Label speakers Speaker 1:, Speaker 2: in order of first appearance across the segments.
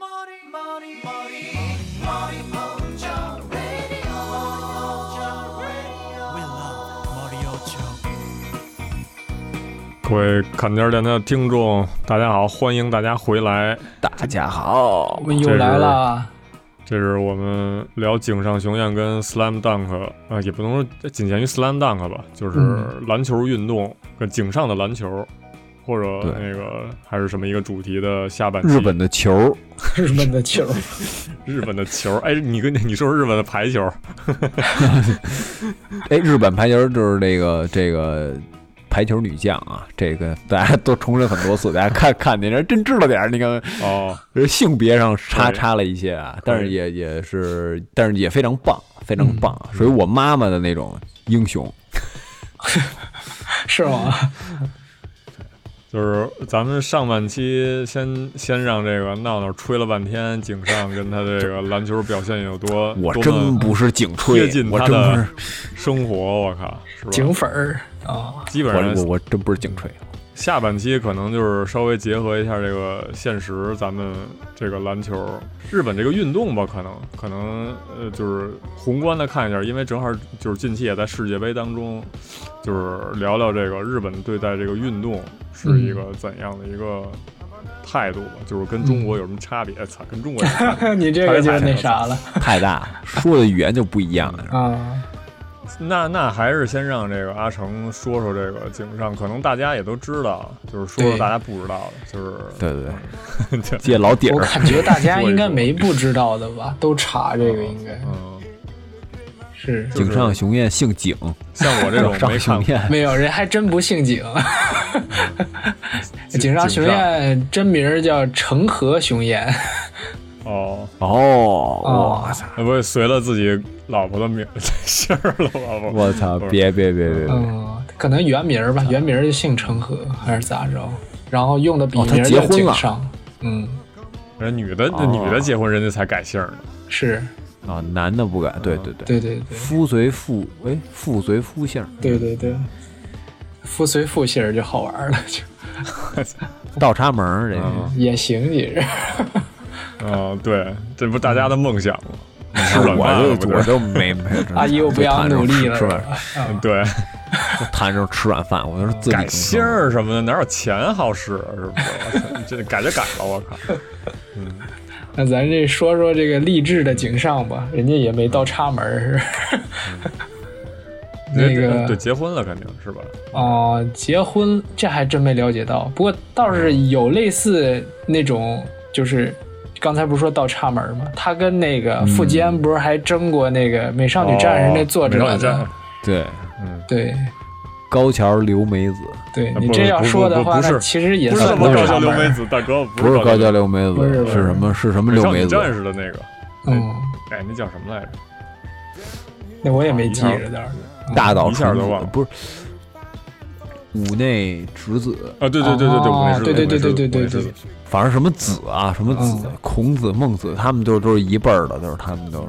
Speaker 1: 머리 머리 머리 머리 먼저 radio 먼저 radio
Speaker 2: We love Mario
Speaker 3: 各位砍尖儿电台的听众，大家好，欢迎大家回来。
Speaker 4: 大家好
Speaker 5: 我，们又来了，
Speaker 3: 这是我们聊井上雄彦跟 Slam Dunk 啊、呃也不能说仅限于 Slam Dunk 吧，就是
Speaker 5: 嗯
Speaker 3: 篮球运动跟井上的篮球，或者
Speaker 4: 对
Speaker 3: 那个还是什么一个主题的下半期。
Speaker 4: 日本的球，
Speaker 5: 日本的球，
Speaker 3: 日本的球，哎，你跟你说说日本的排球，
Speaker 4: 哎，日本排球就是这个这个排球女将啊，这个大家都重申很多次，大家看 看那人真知道点儿，你看呃
Speaker 3: 哦，
Speaker 4: 性别上差
Speaker 3: 对
Speaker 4: 差了一些啊，但是
Speaker 3: 对
Speaker 4: 也也是，但是也非常棒，非常
Speaker 5: 嗯
Speaker 4: 棒，属于我妈妈的那种英雄。
Speaker 5: 是 吗？
Speaker 3: 就是咱们上半期先先让这个闹闹吹了半天井上跟他这个篮球表现有多，
Speaker 4: 我
Speaker 3: 多
Speaker 4: 真
Speaker 3: 么
Speaker 4: 不是警
Speaker 3: 贴
Speaker 4: 吹
Speaker 3: 近，
Speaker 4: 我
Speaker 3: 他
Speaker 4: 真不
Speaker 3: 的
Speaker 4: 是，
Speaker 3: 生活，我靠，是吧？
Speaker 5: 警匪儿啊，
Speaker 3: 基本
Speaker 4: 我我
Speaker 3: 上
Speaker 4: 我真不是警吹。
Speaker 3: 下半期可能就是稍微结合一下这个现实，咱们这个篮球，日本这个运动吧，可能可能呃，就是宏观的看一下，因为正好就是近期也在世界杯当中，就是聊聊这个日本对待这个运动是一
Speaker 4: 嗯
Speaker 3: 个怎样的一个态度吧，就是跟中国有什么差别？操、跟 中国有什么差别
Speaker 5: 你这个就那啥了
Speaker 4: 太大了，说的语言就不一样了。
Speaker 5: 啊，
Speaker 3: 那那还是先让这个阿成说说这个井上，可能大家也都知道，就是说说
Speaker 5: 对
Speaker 3: 大家不知道的，就是
Speaker 4: 对 对对，
Speaker 3: 对
Speaker 4: 借老底
Speaker 5: 我
Speaker 4: 儿，
Speaker 5: 感觉大家应该没不知道的 吧，都查这个应该
Speaker 3: 嗯。
Speaker 5: 哦是
Speaker 3: 就
Speaker 4: 井
Speaker 3: 是
Speaker 4: 上雄彦姓井，
Speaker 3: 像我这种
Speaker 4: 井 上
Speaker 3: 没看
Speaker 4: 雄
Speaker 3: 过，
Speaker 4: 彦。
Speaker 5: 没有人还真不姓井，井上雄彦真名儿叫成和雄彦，
Speaker 3: 哦，
Speaker 4: 哦，
Speaker 5: 哦
Speaker 4: 我操！
Speaker 3: 那不是随了自己老婆的名姓儿 了吗？不
Speaker 4: 我 操！
Speaker 3: 不是
Speaker 4: 别别别别别！
Speaker 5: 嗯，可能原名儿吧，原名儿就姓成和还是咋着，然后用的笔
Speaker 4: 哦他
Speaker 5: 名儿
Speaker 4: 结
Speaker 5: 叫
Speaker 4: 婚
Speaker 5: 井
Speaker 4: 了
Speaker 5: 上，嗯，
Speaker 3: 人女的，
Speaker 4: 哦
Speaker 3: 女的结婚人家才改姓儿呢。
Speaker 5: 是
Speaker 4: 啊，男的不敢。对对对，
Speaker 5: 嗯对对对。
Speaker 4: 夫随父，哎，父随夫姓。
Speaker 5: 对对对，夫随父姓儿就好玩儿了，就
Speaker 4: 倒插门儿这个。
Speaker 3: 嗯
Speaker 5: 也行，其实
Speaker 3: 嗯，对，这不大家的梦想吗？吃软饭了
Speaker 4: 我
Speaker 3: 不
Speaker 4: 就
Speaker 3: 就
Speaker 4: 我
Speaker 3: 是
Speaker 4: 就没没 有。
Speaker 5: 阿姨我啊不想努力了，
Speaker 4: 吃
Speaker 5: 是
Speaker 4: 软
Speaker 5: 吧？啊
Speaker 3: 对，
Speaker 4: 谈上吃软饭，我就是自己
Speaker 3: 改姓儿什么的哪有钱好使啊？是不是？ 我操这改就改了，我靠！
Speaker 5: 那咱这说说这个励志的井上吧，人家也没倒插门儿，是吧那
Speaker 3: 嗯对对，
Speaker 5: 个
Speaker 3: 结婚了肯定是吧？
Speaker 5: 哦，结婚这还真没了解到，不过倒是有类似那种，就是刚才不是说倒插门儿吗？他跟那
Speaker 3: 嗯
Speaker 5: 个富坚不是还争过那个《美少女战士》那作者
Speaker 3: 哦美少女战
Speaker 5: 吗？
Speaker 3: 士
Speaker 4: 对，
Speaker 5: 对
Speaker 4: 高桥留美子
Speaker 5: 对
Speaker 3: 啊，
Speaker 5: 你
Speaker 3: 不
Speaker 5: 这
Speaker 3: 是
Speaker 5: 要
Speaker 3: 不
Speaker 5: 说
Speaker 3: 不
Speaker 5: 的
Speaker 3: 不
Speaker 5: 话，
Speaker 3: 不
Speaker 5: 那
Speaker 3: 是
Speaker 5: 其实也
Speaker 3: 不是
Speaker 5: 算
Speaker 3: 什么
Speaker 5: 倒
Speaker 3: 高
Speaker 5: 插
Speaker 3: 桥
Speaker 5: 门
Speaker 3: 留
Speaker 5: 儿
Speaker 3: 美子，大哥
Speaker 4: 不是高
Speaker 3: 桥
Speaker 4: 桥留美
Speaker 5: 不是
Speaker 4: 子，
Speaker 5: 不
Speaker 4: 是
Speaker 5: 是
Speaker 4: 什么？是什么
Speaker 3: 美
Speaker 4: 留
Speaker 3: 少
Speaker 4: 美
Speaker 3: 女
Speaker 4: 子？
Speaker 3: 战士的那个，
Speaker 5: 嗯。
Speaker 3: 哎，那叫什么来着？
Speaker 5: 那我也没记
Speaker 3: 一
Speaker 5: 着
Speaker 3: 下
Speaker 5: 倒是。
Speaker 4: 大岛
Speaker 3: 一下
Speaker 4: 纯
Speaker 3: 就忘
Speaker 4: 子
Speaker 3: 了
Speaker 4: 不是五内直子，
Speaker 3: 啊，对对对对对，
Speaker 5: 哦
Speaker 3: 我那是
Speaker 5: 对对对对对对对
Speaker 4: 反正什么子啊，什么子，
Speaker 5: 嗯
Speaker 4: 孔子、孟子，他们都都是一辈儿的，都是他们都是，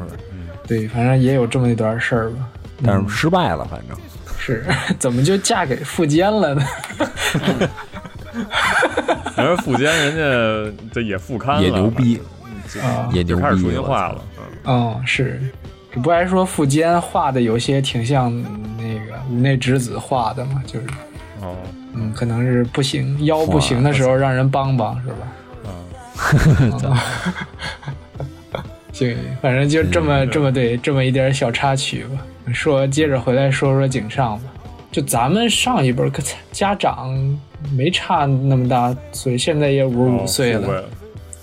Speaker 5: 对，反正也有这么一段事儿吧。
Speaker 4: 但
Speaker 5: 嗯
Speaker 4: 是失败了，反正。
Speaker 5: 是， 怎么就嫁给富坚了呢？
Speaker 3: 然后富坚人家这也复刊了，嗯
Speaker 4: 也牛逼，
Speaker 5: 啊
Speaker 4: 也
Speaker 3: 就
Speaker 4: 牛逼，
Speaker 3: 开始说句
Speaker 4: 我
Speaker 3: 话
Speaker 4: 操
Speaker 3: 了。。嗯
Speaker 5: 嗯，是。这不还说富坚画的有些挺像那个无内直子画的嘛，就是，
Speaker 3: 哦，
Speaker 5: 嗯，可能是不行，腰不行的时候让人帮帮，是吧？嗯行，反正就这么、这么嗯对这么一点小插曲吧。说接着回来说说井上吧，就咱们上一辈儿可家长没差那么大岁，现在也五十哦五岁了，
Speaker 3: 了，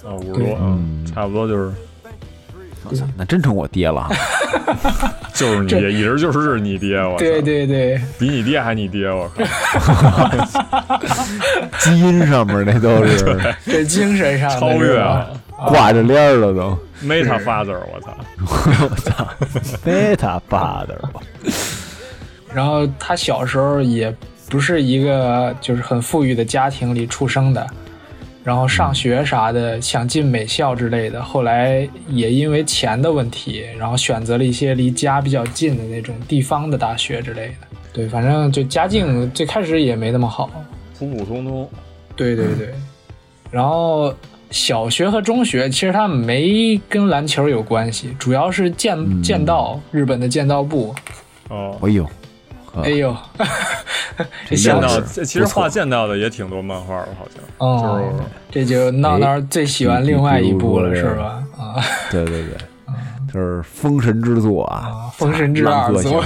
Speaker 3: 啊，五十多，嗯，差不多就是
Speaker 4: 我操那真成我爹了哈，
Speaker 3: 就是你爹，一直就是你爹，我操
Speaker 5: 对，对对，
Speaker 3: 比你爹还你爹，我 靠，
Speaker 4: 基因上面那都 是
Speaker 5: 这精神上的
Speaker 3: 超
Speaker 5: 是
Speaker 3: 越啊
Speaker 5: 吧
Speaker 3: 了
Speaker 4: 挂着链儿了都。
Speaker 3: ，Meta Father，我操，
Speaker 4: 我操，非他爸的了，
Speaker 5: 然后他小时候也不是一个就是很富裕的家庭里出生的，然后
Speaker 3: 嗯
Speaker 5: 上学啥的想进美校之类的，后来也因为钱的问题，然后选择了一些离家比较近的那种地方的大学之类的。对，反正就家境最开始也没那么好，
Speaker 3: 普普通通，
Speaker 5: 嗯对对对，然后小学和中学其实他们没跟篮球有关系，主要是
Speaker 3: 嗯
Speaker 5: 剑剑道，日本的剑道部。
Speaker 3: 哦，
Speaker 4: 哎呦，呵
Speaker 5: 哎呦，
Speaker 4: 剑
Speaker 5: 这想
Speaker 3: 剑
Speaker 4: 道
Speaker 5: 起
Speaker 3: 道
Speaker 4: 是
Speaker 3: 其实
Speaker 4: 不错
Speaker 3: 画剑道的也挺多漫画的，好像
Speaker 5: 哦，这就闹闹最喜欢另外一部了，是吧？啊
Speaker 4: 对对对，就是封神之作啊，
Speaker 5: 啊，封神之
Speaker 4: 浪
Speaker 5: 二
Speaker 4: 客行
Speaker 5: 足，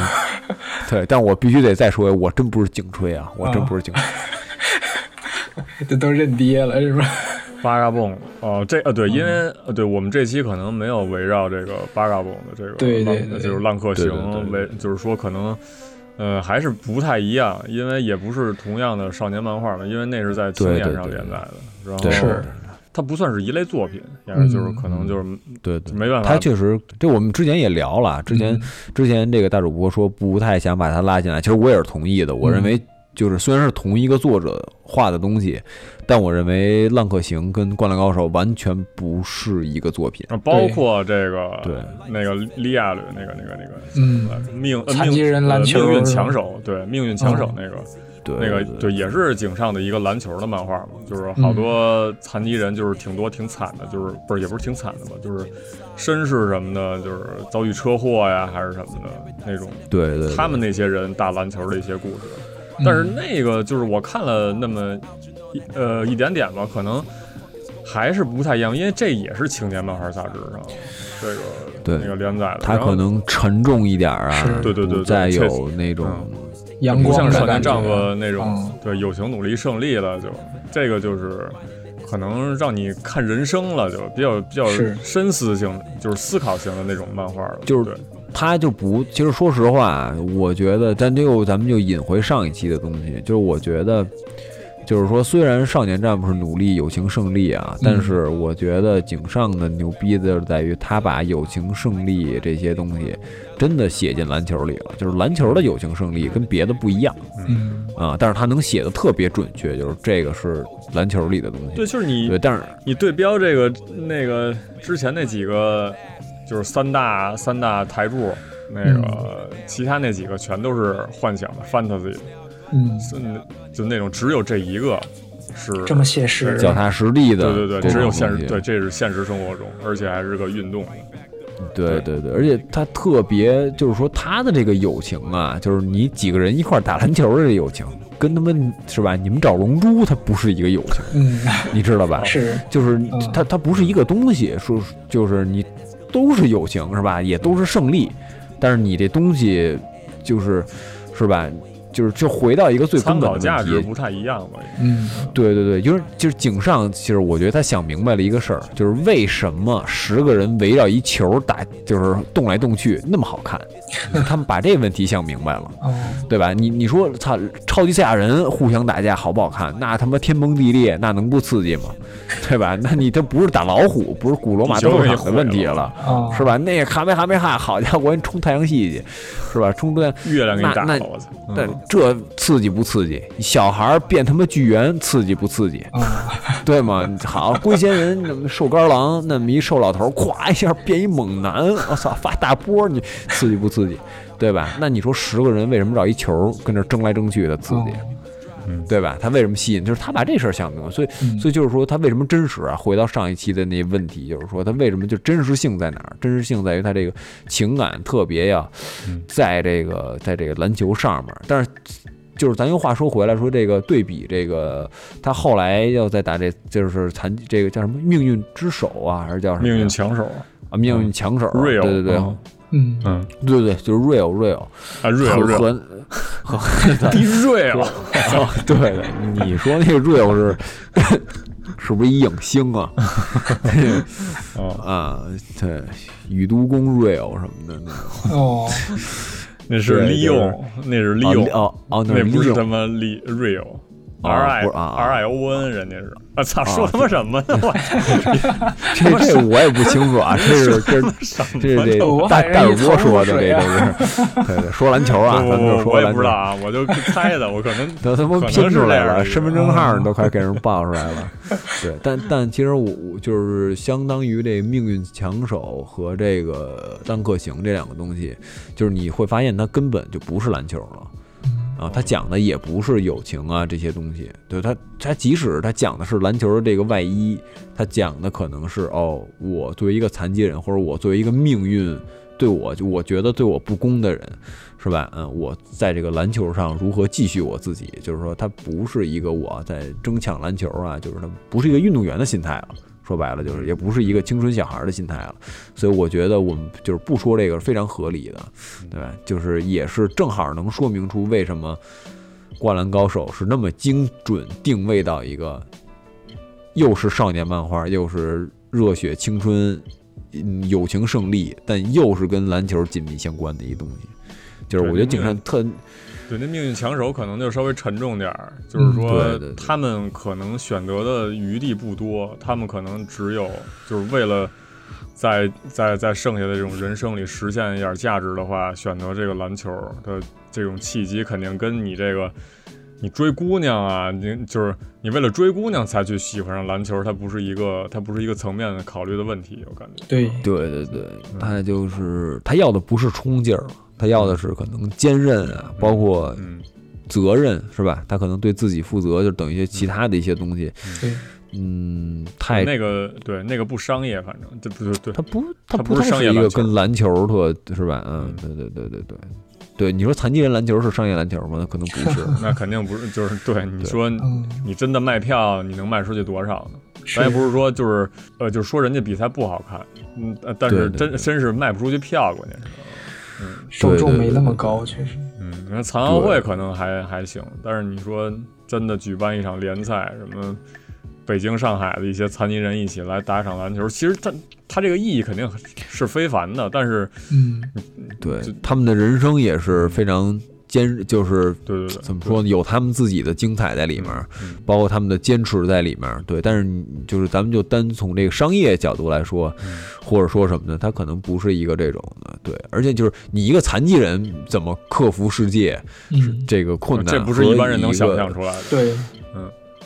Speaker 4: 对，但我必须得再说，我真不是颈吹啊，我真不是颈吹。
Speaker 5: 这都认爹了，是吧？
Speaker 3: 八嘎蹦哦，这呃
Speaker 4: 嗯
Speaker 3: 对，因为呃对我们这期可能没有围绕这个八嘎蹦的这个
Speaker 5: 对对
Speaker 3: 浪呃
Speaker 5: 对
Speaker 3: 就是浪客
Speaker 4: 对对对
Speaker 3: 行为，就是说可能呃还是不太一样，因为也不是同样的少年漫画嘛，因为那是在青
Speaker 4: 对
Speaker 3: 年
Speaker 4: 对
Speaker 3: 上
Speaker 4: 对
Speaker 3: 连载的，然后
Speaker 4: 对
Speaker 5: 是
Speaker 3: 它不算是一类作品，也是就是
Speaker 5: 嗯
Speaker 3: 可能就是
Speaker 4: 对对，
Speaker 3: 没办法嗯
Speaker 4: 他确实，这我们之前也聊了，之前、之前这个大主播说不太想把他拉进来，其实我也是同意的。我
Speaker 3: 嗯
Speaker 4: 认为就是虽然是同一个作者画的东西，但我认为《浪客行》跟《灌篮高手》完全不是一个作品。
Speaker 3: 啊包括这个
Speaker 4: 对
Speaker 3: 那个利亚吕那个那个那个
Speaker 5: 嗯
Speaker 3: 呃命呃
Speaker 5: 残疾
Speaker 3: 命
Speaker 5: 人
Speaker 3: 呃
Speaker 5: 篮球
Speaker 3: 命运强手对命运强手
Speaker 4: 嗯
Speaker 3: 那个
Speaker 4: 对，
Speaker 3: 那个对，也是井上的一个篮球的漫画嘛，就是好多残疾人就是挺多挺惨的，就是不是也不是挺惨的吧，就是身世什么的，就是遭遇车祸呀还是什么的那种，
Speaker 4: 对对对，
Speaker 3: 他们那些人打篮球的一些故事。但是那个就是我看了那么一呃一点点吧，可能还是不太一样，因为这也是青年漫画杂志上这个
Speaker 4: 对
Speaker 3: 那个连载的，
Speaker 4: 他
Speaker 3: 然后
Speaker 4: 可能沉重一点儿啊
Speaker 5: 是，
Speaker 4: 不
Speaker 3: 对对对对
Speaker 4: 再
Speaker 3: 确嗯
Speaker 4: 有那种。
Speaker 5: 阳
Speaker 3: 不
Speaker 5: 光
Speaker 3: 像
Speaker 5: 的
Speaker 3: 少年
Speaker 5: 感觉
Speaker 3: 丈夫那种，
Speaker 5: 嗯
Speaker 3: 对友情努力胜利了就，这个就是可能让你看人生了就，比较比较
Speaker 5: 是
Speaker 3: 深思性，就是思考型的那种漫画了，
Speaker 4: 就是
Speaker 3: 对
Speaker 4: 他就不，其实说实话，我觉得，但这个咱们就引回上一期的东西，就是我觉得，就是说，虽然少年战不是努力友情胜利
Speaker 3: 嗯
Speaker 4: 啊，但是我觉得井上的牛逼的在于他把友情胜利这些东西真的写进篮球里了，就是篮球的友情胜利跟别的不一样
Speaker 5: 嗯，
Speaker 4: 啊，但是他能写的特别准确，就是这个是篮球里的东西
Speaker 3: 对，，就是你
Speaker 4: 对，但是
Speaker 3: 你对标这个那个之前那几个，就是三大三大台柱。那个、其他那几个全都是幻想的 fantasy，
Speaker 5: 嗯，
Speaker 3: 就那就那种只有这一个是
Speaker 5: 这么写实，
Speaker 4: 脚踏实地的，
Speaker 3: 对对对，只有现实对，这是现实生活中，而且还是个运动。
Speaker 4: 对对对，而且他特别就是说他的这个友情啊，就是你几个人一块儿打篮球的这友情，跟他们是吧？你们找龙珠，它不是一个友情，
Speaker 5: 嗯，
Speaker 4: 你知道吧？
Speaker 5: 是，
Speaker 4: 就是它它不是一个东西，说就是你都是友情是吧？也都是胜利，但是你这东西就是是吧？就是就回到一个最
Speaker 3: 参
Speaker 4: 根本
Speaker 3: 考
Speaker 4: 的
Speaker 3: 价值
Speaker 4: 问题，
Speaker 3: 不太一样吧？
Speaker 5: 嗯，
Speaker 4: 对对对，就是就是井上，其实我觉得他想明白了一个事儿，就是为什么十个人围绕一球打，就是动来动去那么好看，他们把这个问题想明白了，
Speaker 5: 哦，
Speaker 4: 对吧？你你说操，超级赛亚人互相打架好不好看？那他妈天崩地裂，那能不刺激吗？对吧？那你这不是打老虎，不是古罗马斗兽场的问题了。
Speaker 5: 哦，
Speaker 4: 是吧？那个哈梅哈梅哈，好家伙，人冲太阳系去，是吧？冲太阳
Speaker 3: 月亮给你打
Speaker 4: 那
Speaker 3: 了，
Speaker 4: 那
Speaker 3: 我操！
Speaker 4: 但这刺激不刺激？小孩儿变他妈巨猿，刺激不刺激？对吗？好，龟仙人那么瘦干狼，那么一瘦老头儿，咵一下变一猛男，我操，发大波儿，你刺激不刺激？对吧？那你说十个人为什么找一球儿跟这儿争来争去的刺激？嗯对吧？他为什么吸引？就是他把这事儿想明白，所以，所以就是说，他为什么真实啊？回到上一期的那问题，就是说，他为什么就真实性在哪儿？真实性在于他这个情感特别呀，在这个在这个篮球上面。但是，就是咱又话说回来，说这个对比这个，他后来要再打这，就是残这个叫什么命运之手啊，还是叫什么呀
Speaker 3: 嗯命运强手，
Speaker 4: 啊？命运强手啊，
Speaker 3: Real，
Speaker 4: 对对对，
Speaker 3: 嗯
Speaker 5: 嗯，
Speaker 3: 嗯，
Speaker 4: 对对，就是 real real，
Speaker 3: 啊，瑞尔，
Speaker 4: 和
Speaker 3: 瑞
Speaker 4: 和和
Speaker 3: 迪瑞尔，
Speaker 4: 哦，对 对，你说那个 real 是 是不是一影星啊？
Speaker 3: 哦，
Speaker 4: 啊，对，宇都宫 real 什么的那种。
Speaker 5: 哦，
Speaker 3: 那是
Speaker 4: 对
Speaker 3: 利用， 那是利用，
Speaker 4: 哦哦，
Speaker 3: 那
Speaker 4: 是
Speaker 3: 不是他
Speaker 4: Leo
Speaker 3: 妈利瑞尔。
Speaker 4: 哦
Speaker 3: R I
Speaker 4: 不是啊啊
Speaker 3: R I O N，人家是啊，操，说他妈什么 呢？我操
Speaker 4: 这这我也不清 楚啊，这是这是
Speaker 3: 什么
Speaker 4: 这是
Speaker 5: 我
Speaker 4: 这
Speaker 5: 我
Speaker 4: 大
Speaker 5: 反正
Speaker 4: 大
Speaker 5: 一
Speaker 4: 主播
Speaker 5: 头雾
Speaker 4: 说的，这
Speaker 5: 水
Speaker 4: 都
Speaker 5: 啊
Speaker 4: 是对对，说篮 球啊，咱们就
Speaker 3: 我
Speaker 4: 说
Speaker 3: 我也
Speaker 4: 篮
Speaker 3: 不知
Speaker 4: 球
Speaker 3: 道。啊，我就猜的，我可能
Speaker 4: 都他妈
Speaker 3: 可能
Speaker 4: 拼
Speaker 3: 是
Speaker 4: 出
Speaker 3: 这
Speaker 4: 来
Speaker 3: 样
Speaker 4: 了，
Speaker 3: 的嗯
Speaker 4: 身份证号都快给人报出来 了。对，但但其实我我就是相当于这命运强手和这个浪客行这两个东西，就是你会发现它根本就不是篮球了。啊，他讲的也不是友情啊这些东西，对他，他即使他讲的是篮球的这个外衣，他讲的可能是哦，我作为一个残疾人，或者我作为一个命运对我就我觉得对我不公的人，是吧？嗯，我在这个篮球上如何继续我自己，就是说他不是一个我在争抢篮球啊，就是他不是一个运动员的心态了。说白了
Speaker 3: 嗯
Speaker 4: 就是，也不是一个青春小孩的心态了，所以我觉得我们就是不说这个是非常合理的，
Speaker 3: 嗯
Speaker 4: 对吧？就是也是正好能说明出为什么《灌篮高手》是那么精准定位到一个又是少年漫画，又是热血青春、嗯友情胜利，但又是跟篮球紧密相关的一东西。就是我觉得井上
Speaker 3: 嗯
Speaker 4: 特
Speaker 3: 对，那命运强手可能就稍微沉重点儿，就是说、
Speaker 4: 嗯对对对
Speaker 3: 他们可能选择的余地不多，他们可能只有就是为了在在在剩下的这种人生里实现一点价值的话，选择这个篮球的这种契机，肯定跟你这个你追姑娘啊，你就是你为了追姑娘才去喜欢上篮球，它不是一个它不是一个层面考虑的问题，我感觉。
Speaker 5: 对，
Speaker 4: 对对对，他就是他要的不是冲劲儿，他要的是可能坚韧啊，包括
Speaker 3: 嗯，
Speaker 4: 责任是吧？他可能对自己负责，就等于一些其他的一些东西，
Speaker 5: 对，
Speaker 4: 嗯，太
Speaker 3: 那个对那个不商业，反正这不对
Speaker 4: 他
Speaker 3: 对
Speaker 4: 不
Speaker 3: 他
Speaker 4: 他
Speaker 3: 不是
Speaker 4: 太
Speaker 3: 商业
Speaker 4: 是一个
Speaker 3: 篮球
Speaker 4: 跟篮球特是吧？嗯，对对对对对对，你说残疾人篮球是商业篮球吗？那可能不 是，
Speaker 3: 那肯定不是，就是对你
Speaker 4: 对
Speaker 3: 说
Speaker 5: 嗯，
Speaker 3: 你真的卖票，你能卖出去多少呢？
Speaker 5: 是
Speaker 3: 咱也不是说就是呃，就是说人家比赛不好看，嗯，呃但是
Speaker 4: 对对
Speaker 3: 真
Speaker 4: 对
Speaker 3: 真是卖不出去票，关键是，
Speaker 5: 受众没那么高，确实，
Speaker 3: 嗯，那残奥会
Speaker 4: 对
Speaker 3: 可能还还行，但是你说真的举办一场联赛，什么北京、上海的一些残疾人一起来打一场篮球，其实它它这个意义肯定是非凡的，但是
Speaker 5: 嗯，
Speaker 4: 对
Speaker 3: 就
Speaker 4: 他们的人生也是非常坚，就是
Speaker 3: 对对对，
Speaker 4: 怎么说呢？有他们自己的精彩在里面儿
Speaker 3: 嗯嗯，
Speaker 4: 包括他们的坚持在里面儿。对，但是你就是咱们就单从这个商业角度来说，
Speaker 3: 嗯
Speaker 4: 或者说什么呢？它可能不是一个这种的。对，而且就是你一个残疾人怎么克服世界
Speaker 5: 嗯，
Speaker 4: 这个困难，
Speaker 3: 啊这不是
Speaker 4: 和
Speaker 3: 一般人能
Speaker 4: 个
Speaker 3: 想象出来的。
Speaker 5: 对，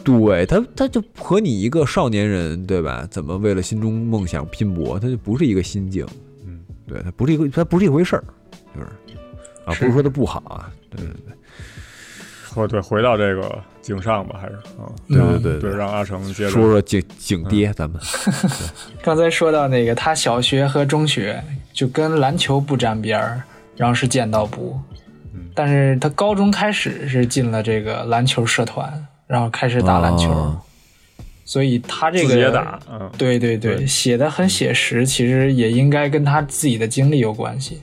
Speaker 4: 对他，他就和你一个少年人，对吧？怎么为了心中梦想拼搏？他就不是一个心境，
Speaker 3: 嗯，
Speaker 4: 对他不是一个，他不是一回事儿，就是啊，
Speaker 5: 是
Speaker 4: 不是说他不好啊，对对对
Speaker 3: 或对，回到这个井上吧，还是啊，
Speaker 5: 嗯
Speaker 4: 对
Speaker 3: 对，让阿成接着
Speaker 4: 说说景景
Speaker 3: 嗯
Speaker 4: 爹，咱们
Speaker 5: 刚才说到那个，他小学和中学就跟篮球不沾边儿，然后是剑道部
Speaker 3: 嗯，
Speaker 5: 但是他高中开始是进了这个篮球社团，然后开始打篮球，
Speaker 3: 哦
Speaker 4: 啊
Speaker 5: 所以他这
Speaker 3: 自
Speaker 5: 个
Speaker 3: 己也打，嗯，
Speaker 5: 对对对，
Speaker 3: 对
Speaker 5: 写的很写实，其实也应该跟他自己的经历有关系。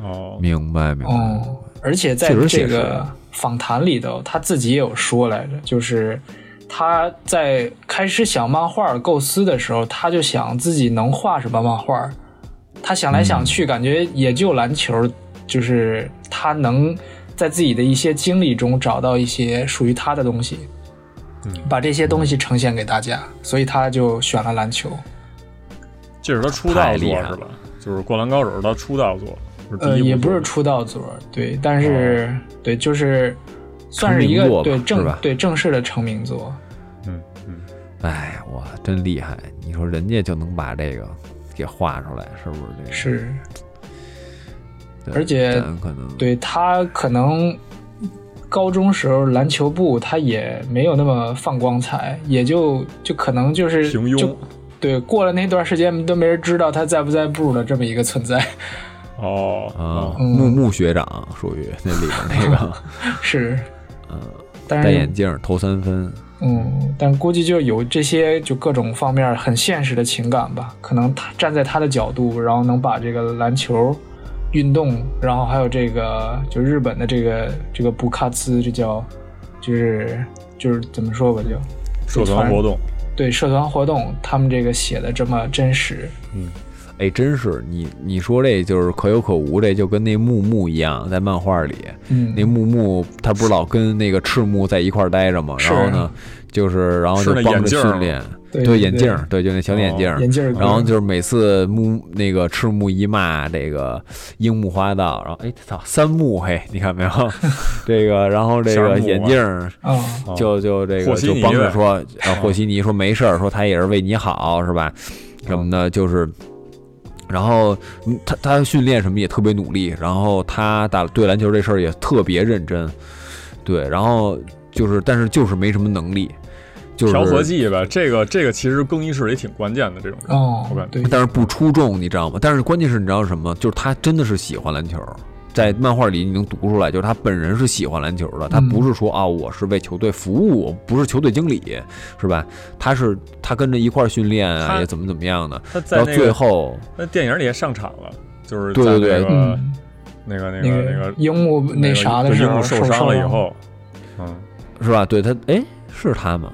Speaker 3: 哦，
Speaker 4: 明白明白，
Speaker 5: 哦，而且在
Speaker 4: 确实
Speaker 5: 这
Speaker 4: 写实
Speaker 5: 个访谈里头，他自己也有说来着，就是他在开始想漫画构思的时候，他就想自己能画什么漫画。他想来想去，感觉也就篮球，就是他能在自己的一些经历中找到一些属于他的东西，
Speaker 4: 嗯
Speaker 5: 把这些东西呈现给大家，所以他就选了篮球。
Speaker 3: 这是他出道
Speaker 4: 太厉
Speaker 3: 作
Speaker 4: 害
Speaker 3: 是
Speaker 4: 了
Speaker 3: 吧？就是《灌篮高手》是他出道作，是第一部
Speaker 5: 呃，也不是
Speaker 3: 作
Speaker 5: 出道组，对，但是、对，就是算是一
Speaker 4: 成名作吧
Speaker 5: 个对
Speaker 4: 是
Speaker 5: 正
Speaker 4: 吧
Speaker 5: 对正式的成名作，
Speaker 3: 嗯嗯，
Speaker 4: 哎，哇，真厉害！你说人家就能把这个给画出来，是不是？这个
Speaker 5: 是
Speaker 4: 对
Speaker 5: 而且
Speaker 4: 咱可能
Speaker 5: 对他可能高中时候篮球部他也没有那么放光彩，也就就可能就是
Speaker 3: 平庸
Speaker 5: 就对，过了那段时间都没人知道他在不在部的这么一个存在，
Speaker 3: 哦
Speaker 4: 啊，
Speaker 3: 哦，
Speaker 5: 嗯
Speaker 4: 木木学长属于那里边那 个
Speaker 5: 是，
Speaker 4: 嗯
Speaker 5: 但
Speaker 4: 戴眼
Speaker 5: 是
Speaker 4: 镜投三分，
Speaker 5: 嗯，但估计就有这些就各种方面很现实的情感吧，可能他站在他的角度，然后能把这个篮球运动，然后还有这个就日本的这个这个布卡兹，这叫就是就是怎么说吧，
Speaker 3: 社
Speaker 5: 就
Speaker 3: 团活动，
Speaker 5: 对社团活动，他们这个写的这么真实，
Speaker 4: 哎，真是你你说这就是可有可无，这就跟那木木一样，在漫画里，
Speaker 5: 嗯，
Speaker 4: 那木木他不是老跟那个赤木在一块儿待着吗？
Speaker 5: 是啊
Speaker 4: 然后呢，就是然后
Speaker 3: 是
Speaker 4: 就
Speaker 3: 那眼
Speaker 4: 帮着
Speaker 3: 镜儿啊哦
Speaker 4: 训练，
Speaker 5: 对
Speaker 4: 对
Speaker 5: 对
Speaker 4: 眼镜儿，对，就那小眼镜儿，
Speaker 5: 眼镜儿哥嗯
Speaker 4: 然后就是每次木那个赤木一骂这个樱木花道，然后哎操三木嘿，你看没 有？这个然后这
Speaker 3: 小木啊
Speaker 4: 个眼镜儿
Speaker 5: 啊、
Speaker 3: 哦
Speaker 4: 就就这
Speaker 3: 和
Speaker 4: 个
Speaker 3: 稀
Speaker 4: 就
Speaker 3: 泥
Speaker 4: 帮着
Speaker 3: 呗哦
Speaker 4: 说，呃，和稀泥说没事儿，说他也是为你好，是吧？什么的，就是，然后嗯他他训练什么也特别努力，然后他打对篮球这事儿也特别认真，对，然后就是但是就是没什么能力，就是
Speaker 3: 调和剂吧，这个这个其实更衣室里挺关键的这种人，
Speaker 5: 哦
Speaker 3: 我感，觉
Speaker 5: 对，
Speaker 4: 但是不出众，你知道吗？但是关键是你知道什么？就是他真的是喜欢篮球，在漫画里你能读出来，就是他本人是喜欢篮球的，他
Speaker 5: 嗯
Speaker 4: 不是说啊我是为球队服务，我不是球队经理，是吧？他是他跟着一块儿训练啊，
Speaker 3: 他
Speaker 4: 也怎么怎么样的，
Speaker 3: 他在
Speaker 4: 到
Speaker 3: 那
Speaker 4: 最
Speaker 3: 个
Speaker 4: 后
Speaker 3: 那电影里也上场了，就是
Speaker 4: 对
Speaker 3: 在
Speaker 4: 对对
Speaker 3: 那个
Speaker 5: 嗯，
Speaker 3: 那呃个那
Speaker 5: 那
Speaker 3: 个那个
Speaker 5: 樱木
Speaker 3: 那
Speaker 5: 那
Speaker 3: 个
Speaker 5: 啥的
Speaker 3: 对
Speaker 5: 时
Speaker 3: 樱
Speaker 5: 候
Speaker 3: 木受伤了以，后，嗯，
Speaker 4: 是吧？对他，哎，是他吗？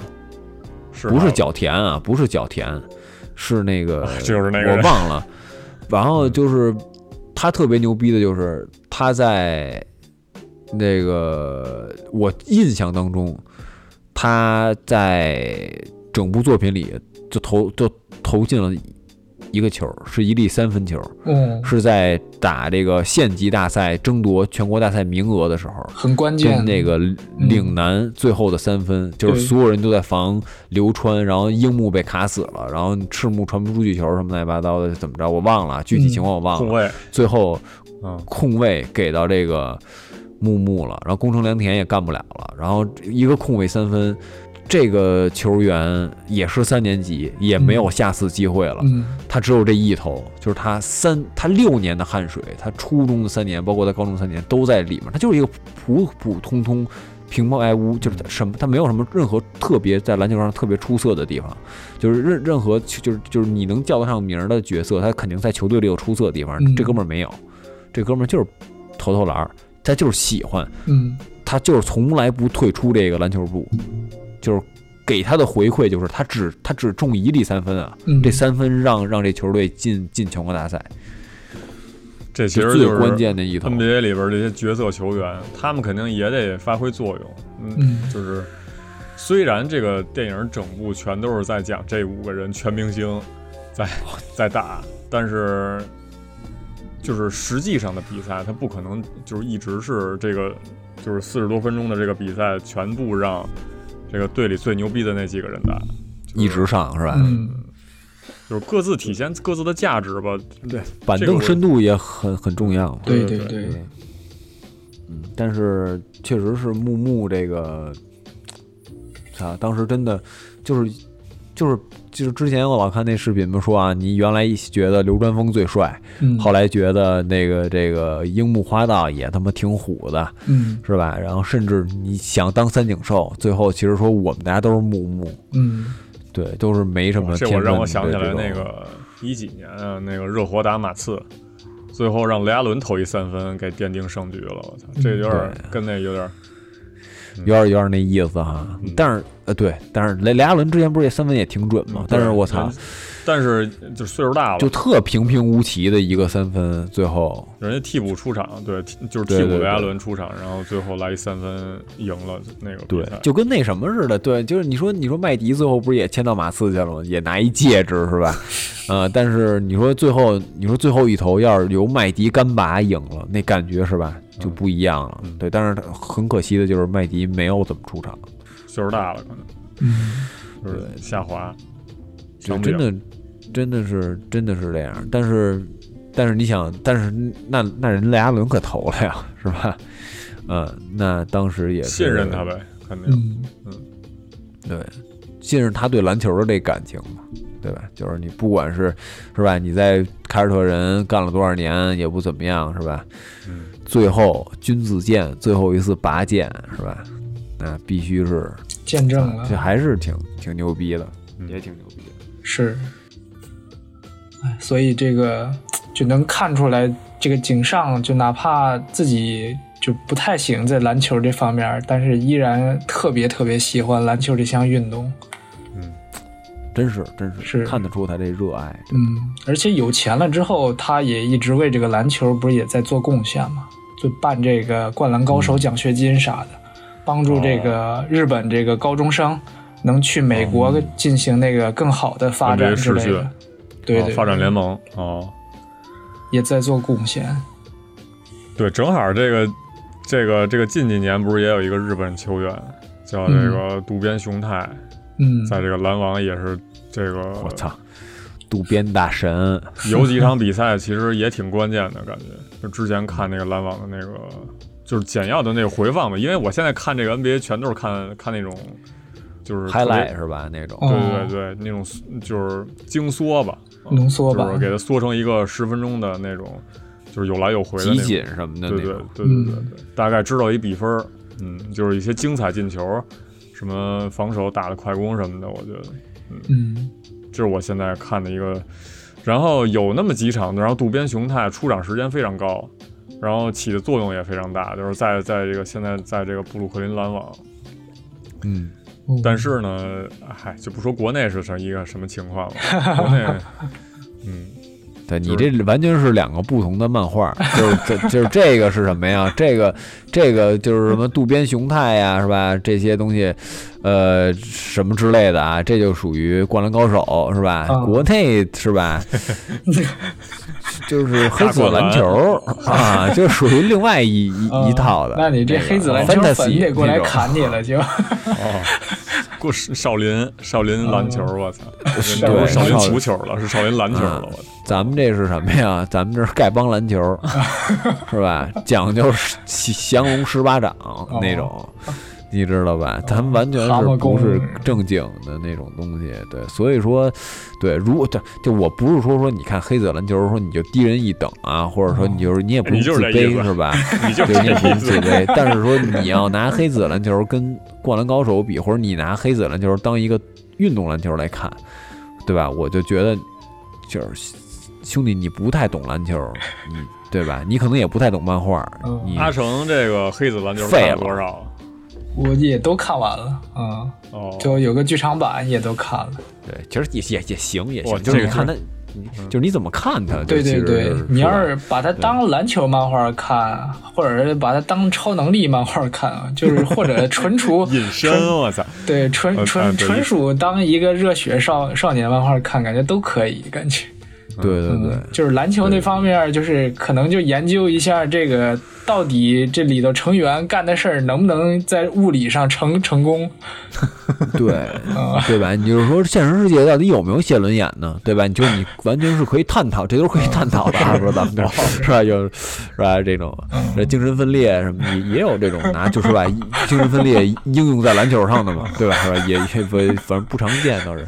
Speaker 3: 是
Speaker 4: 不
Speaker 3: 他
Speaker 4: 是
Speaker 3: 了
Speaker 4: 角田啊，不是角田，是那个，
Speaker 3: 啊就是那个
Speaker 4: 我
Speaker 3: 人
Speaker 4: 忘了。然后就是他特别牛逼的，就是他在那个我印象当中，他在整部作品里就投就投进了一个球，是一粒三分球，
Speaker 5: 嗯，
Speaker 4: 是在打这个县级大赛争夺全国大赛名额的时候，
Speaker 5: 很关键
Speaker 4: 跟，那个岭南最后的三分，就是所有人都在防流川，然后樱木被卡死了，然后赤木传不出去球什么乱七八糟的，怎么着我忘了，具体情况我忘
Speaker 3: 控
Speaker 4: 了。
Speaker 3: 卫，
Speaker 4: 最后
Speaker 3: 嗯，
Speaker 4: 控卫给到这个木木了，然后宫城良田也干不了了，然后一个控卫三分，这个球员也是三年级，也没有下次机会了。
Speaker 5: 嗯，
Speaker 4: 他只有这一头，就是他三他六年的汗水，他初中的三年，包括他高中三年都在里面，他就是一个普普通通平白无就是什么，他没有什么任何特别在篮球上特别出色的地方，就是任任何就是就是你能叫得上名儿的角色，他肯定在球队里有出色的地方，
Speaker 5: 嗯
Speaker 4: 这哥们儿没有，这哥们儿就是投投篮儿， 他就是喜欢，
Speaker 5: 嗯，
Speaker 4: 他就是从来不退出这个篮球部，就是给他的回馈就是他只他只中一粒三分啊，
Speaker 5: 嗯
Speaker 4: 这三分让让这球队进进全国大赛，
Speaker 3: 这其
Speaker 4: 是
Speaker 3: 实
Speaker 4: 最
Speaker 3: 就是
Speaker 4: 关键的一头。
Speaker 3: NBA 里边这些角色球员，他们肯定也得发挥作用。嗯，
Speaker 5: 嗯
Speaker 3: 就是虽然这个电影整部全都是在讲这五个人全明星 在在打，但是就是实际上的比赛，他不可能就是一直是这个就是四十多分钟的这个比赛全部让这个队里最牛逼的那几个人打，就是
Speaker 4: 一直上是吧？
Speaker 5: 嗯，
Speaker 3: 就是各自体现各自的价值吧。对，
Speaker 4: 板凳深度也很很重要。
Speaker 5: 对
Speaker 3: 对
Speaker 5: 对，
Speaker 4: 嗯，但是确实是木木这个，啊，当时真的就是就是就是之前我老看那视频嘛，说啊，你原来一觉得流川枫最帅，
Speaker 5: 嗯，
Speaker 4: 后来觉得那个这个樱木花道也他妈挺虎的，
Speaker 5: 嗯
Speaker 4: 是吧？然后甚至你想当三井寿，最后其实说我们大家都是木木，
Speaker 5: 嗯
Speaker 4: 对，都是没什么
Speaker 3: 哦这
Speaker 4: 啊天
Speaker 3: 我
Speaker 4: 分的这种。
Speaker 3: 让我想起来那个一几年啊，那个热火打马刺，最后让雷阿伦投一三分给奠定胜局了。我操，这有点
Speaker 4: 嗯
Speaker 3: 儿跟那有点儿
Speaker 4: 有点有点那意思哈。
Speaker 3: 嗯
Speaker 4: 但是呃，对，但是雷雷阿伦之前不是也三分也挺准
Speaker 3: 嗯
Speaker 4: 吗？哦但是我操，，
Speaker 3: 但是就岁数大了，
Speaker 4: 就特平平无奇的一个三分，最后
Speaker 3: 人家替补出场，对，替就是
Speaker 4: 对
Speaker 3: 替
Speaker 4: 对
Speaker 3: 补
Speaker 4: 对
Speaker 3: 雷阿伦出场，然后最后来一三分赢了那个比
Speaker 4: 对
Speaker 3: 赛，
Speaker 4: 就跟那什么似的，对，就是你说你说麦迪最后不是也签到马刺去了吗？也拿一戒指 是吧？呃，但是你说最后你说最后一头要是由麦迪干拔赢了，那感觉是吧
Speaker 3: 嗯
Speaker 4: 就不一样了。对，但是很可惜的就是麦迪没有怎么出场，
Speaker 3: 岁数大了可能
Speaker 5: 嗯
Speaker 3: 就是下滑，
Speaker 4: 就
Speaker 3: 上不
Speaker 4: 真
Speaker 3: 了
Speaker 4: 的真的是真的是这样。但是但是你想，但是那那人雷阿伦可投了呀，是吧？呃，那当时也是
Speaker 3: 信任他呗，肯定。
Speaker 5: 嗯
Speaker 4: 对，信任他对篮球的这感情嘛，对吧？就是你不管是是吧，你在凯尔特人干了多少年也不怎么样，是吧？
Speaker 3: 嗯
Speaker 4: 最后君子剑最后一次拔剑，是吧？那必须是，
Speaker 3: 啊
Speaker 5: 见证了
Speaker 4: 这。还是挺挺牛逼的，
Speaker 3: 嗯
Speaker 4: 也挺牛逼的。
Speaker 5: 是，哎，所以这个就能看出来，这个井上就哪怕自己就不太行在篮球这方面，但是依然特别特别喜欢篮球这项运动。
Speaker 4: 真是，真是，
Speaker 5: 是
Speaker 4: 看得出他这热爱。
Speaker 5: 嗯，而且有钱了之后，他也一直为这个篮球不是也在做贡献嘛，就办这个灌篮高手奖学金啥的，帮助这
Speaker 3: 哦
Speaker 5: 个日本这个高中生能去美国进行那个更好的发展
Speaker 3: NBA
Speaker 5: 之类
Speaker 3: 试
Speaker 5: 的
Speaker 3: 训。
Speaker 5: 对
Speaker 3: 哦
Speaker 5: 对，
Speaker 3: 发展联盟哦，
Speaker 5: 也在做贡献。
Speaker 3: 对，正好这个这个这个近几年不是也有一个日本球员叫
Speaker 4: 嗯
Speaker 3: 这个渡边雄太，
Speaker 5: 嗯，
Speaker 3: 在这个篮网也是这个，
Speaker 4: 我操，渡边大神，
Speaker 3: 有几场比赛其实也挺关键的感觉。就之前看那个篮网的那个就是简要的那个回放吧，因为我现在看这个 NBA 全都是看看那种就是特别哦
Speaker 4: highlight 是吧？那种
Speaker 5: 嗯
Speaker 3: 对对对，那种就是精缩吧，
Speaker 5: 浓缩版
Speaker 3: 就是给它缩成一个十分钟的那种，就是有来有回的那
Speaker 4: 集
Speaker 3: 种。
Speaker 4: 锦什么
Speaker 3: 对
Speaker 4: 的那
Speaker 3: 对对
Speaker 4: 种，
Speaker 3: 对对对，大概知道一比分儿，嗯，就是一些精彩进球，什么防守打的快攻什么的，我觉得
Speaker 5: 嗯
Speaker 3: 这是我现在看的一个。然后有那么几场，然后渡边雄太出场时间非常高，然后起的作用也非常大，就是在在这个现在在这个布鲁克林篮网，
Speaker 4: 嗯，
Speaker 5: 嗯，
Speaker 3: 但是呢，嗨，就不说国内是什一个什么情况了，国内，嗯，
Speaker 4: 对你
Speaker 3: 就
Speaker 4: 这完全是两个不同的漫画，就是这就是这个是什么呀？这个这个就是什么渡边雄太呀，是吧？这些东西，呃，什么之类的啊，这就属于《灌篮高手》是吧？
Speaker 5: 嗯
Speaker 4: 国内是吧？ 就是黑子篮球啊，就属于另外一一、
Speaker 5: 嗯
Speaker 4: 一套的。
Speaker 5: 那你这
Speaker 4: 个哦
Speaker 5: 黑子篮球粉
Speaker 4: fantasy
Speaker 5: 得过来
Speaker 4: 那种
Speaker 5: 砍你了，就
Speaker 3: 哦，过少林少林
Speaker 5: 嗯
Speaker 3: 篮球，我操，
Speaker 4: 是
Speaker 3: 不
Speaker 4: 呃对
Speaker 3: 是少林
Speaker 4: 少林嗯
Speaker 3: 足球了，是少林篮球了，我操。
Speaker 4: 咱们这是什么呀？ 咱们这是丐帮篮球，是吧？讲究是降龙十八掌那种，你知道吧？咱们完全
Speaker 5: 蛤
Speaker 4: 是
Speaker 5: 蟆功
Speaker 4: 不是正经的那种东西？对，所以说，对，如果对，就我不是说说你看黑子篮球说你就低人一等啊，或者说你就是你也不
Speaker 3: 哎
Speaker 4: 用
Speaker 3: 你就是
Speaker 4: 自
Speaker 3: 这意
Speaker 4: 卑
Speaker 3: 思
Speaker 4: 是吧？
Speaker 3: 你 就
Speaker 4: 对，
Speaker 3: 是
Speaker 4: 你
Speaker 3: 这
Speaker 4: 也不用
Speaker 3: 意
Speaker 4: 自
Speaker 3: 思。
Speaker 4: 卑，但是说你要拿黑子篮球跟灌篮高手比，或者你拿黑子篮球当一个运动篮球来看，对吧？我就觉得就是兄弟，你不太懂篮球，你对吧？你可能也不太懂漫画，
Speaker 5: 嗯
Speaker 4: 你
Speaker 3: 阿成这个黑子篮球
Speaker 4: 废
Speaker 3: 看
Speaker 4: 了
Speaker 3: 了多少？啊
Speaker 5: 我也都看完了，嗯，
Speaker 3: 哦，
Speaker 5: 就有个剧场版也都看了，
Speaker 4: 对，其实也也也行，也
Speaker 3: 哇
Speaker 4: 行，就是
Speaker 3: 这
Speaker 4: 你
Speaker 3: 个嗯
Speaker 4: 看他，你就是你怎么看他？
Speaker 5: 对
Speaker 4: 就其
Speaker 5: 对
Speaker 4: 实
Speaker 5: 对
Speaker 4: 是，
Speaker 5: 你要
Speaker 4: 吧
Speaker 5: 是把它当篮球漫画看，或者是把它当超能力漫画看 啊，就是或者 纯属
Speaker 3: 隐身，我
Speaker 4: 啊
Speaker 3: 操！
Speaker 5: 对纯
Speaker 3: 呃
Speaker 5: 纯
Speaker 3: 啊对
Speaker 5: 纯属当一个热血少少年漫画看，感觉都可以，感觉。
Speaker 4: 对对对
Speaker 5: 嗯，，就是篮球那方面，就是可能就研究一下这个到底这里头成员干的事儿能不能在物理上成成功。
Speaker 4: 对，对吧？你就是说，现实世界到底有没有写轮眼呢？对吧？你就是你完全是可以探讨，这都是可以探讨的啊。说咱们这儿是吧？有是吧？这种这精神分裂什么也也有这种拿，就是吧，精神分裂应用在篮球上的嘛，对吧？是吧？也也不反正不常见倒是。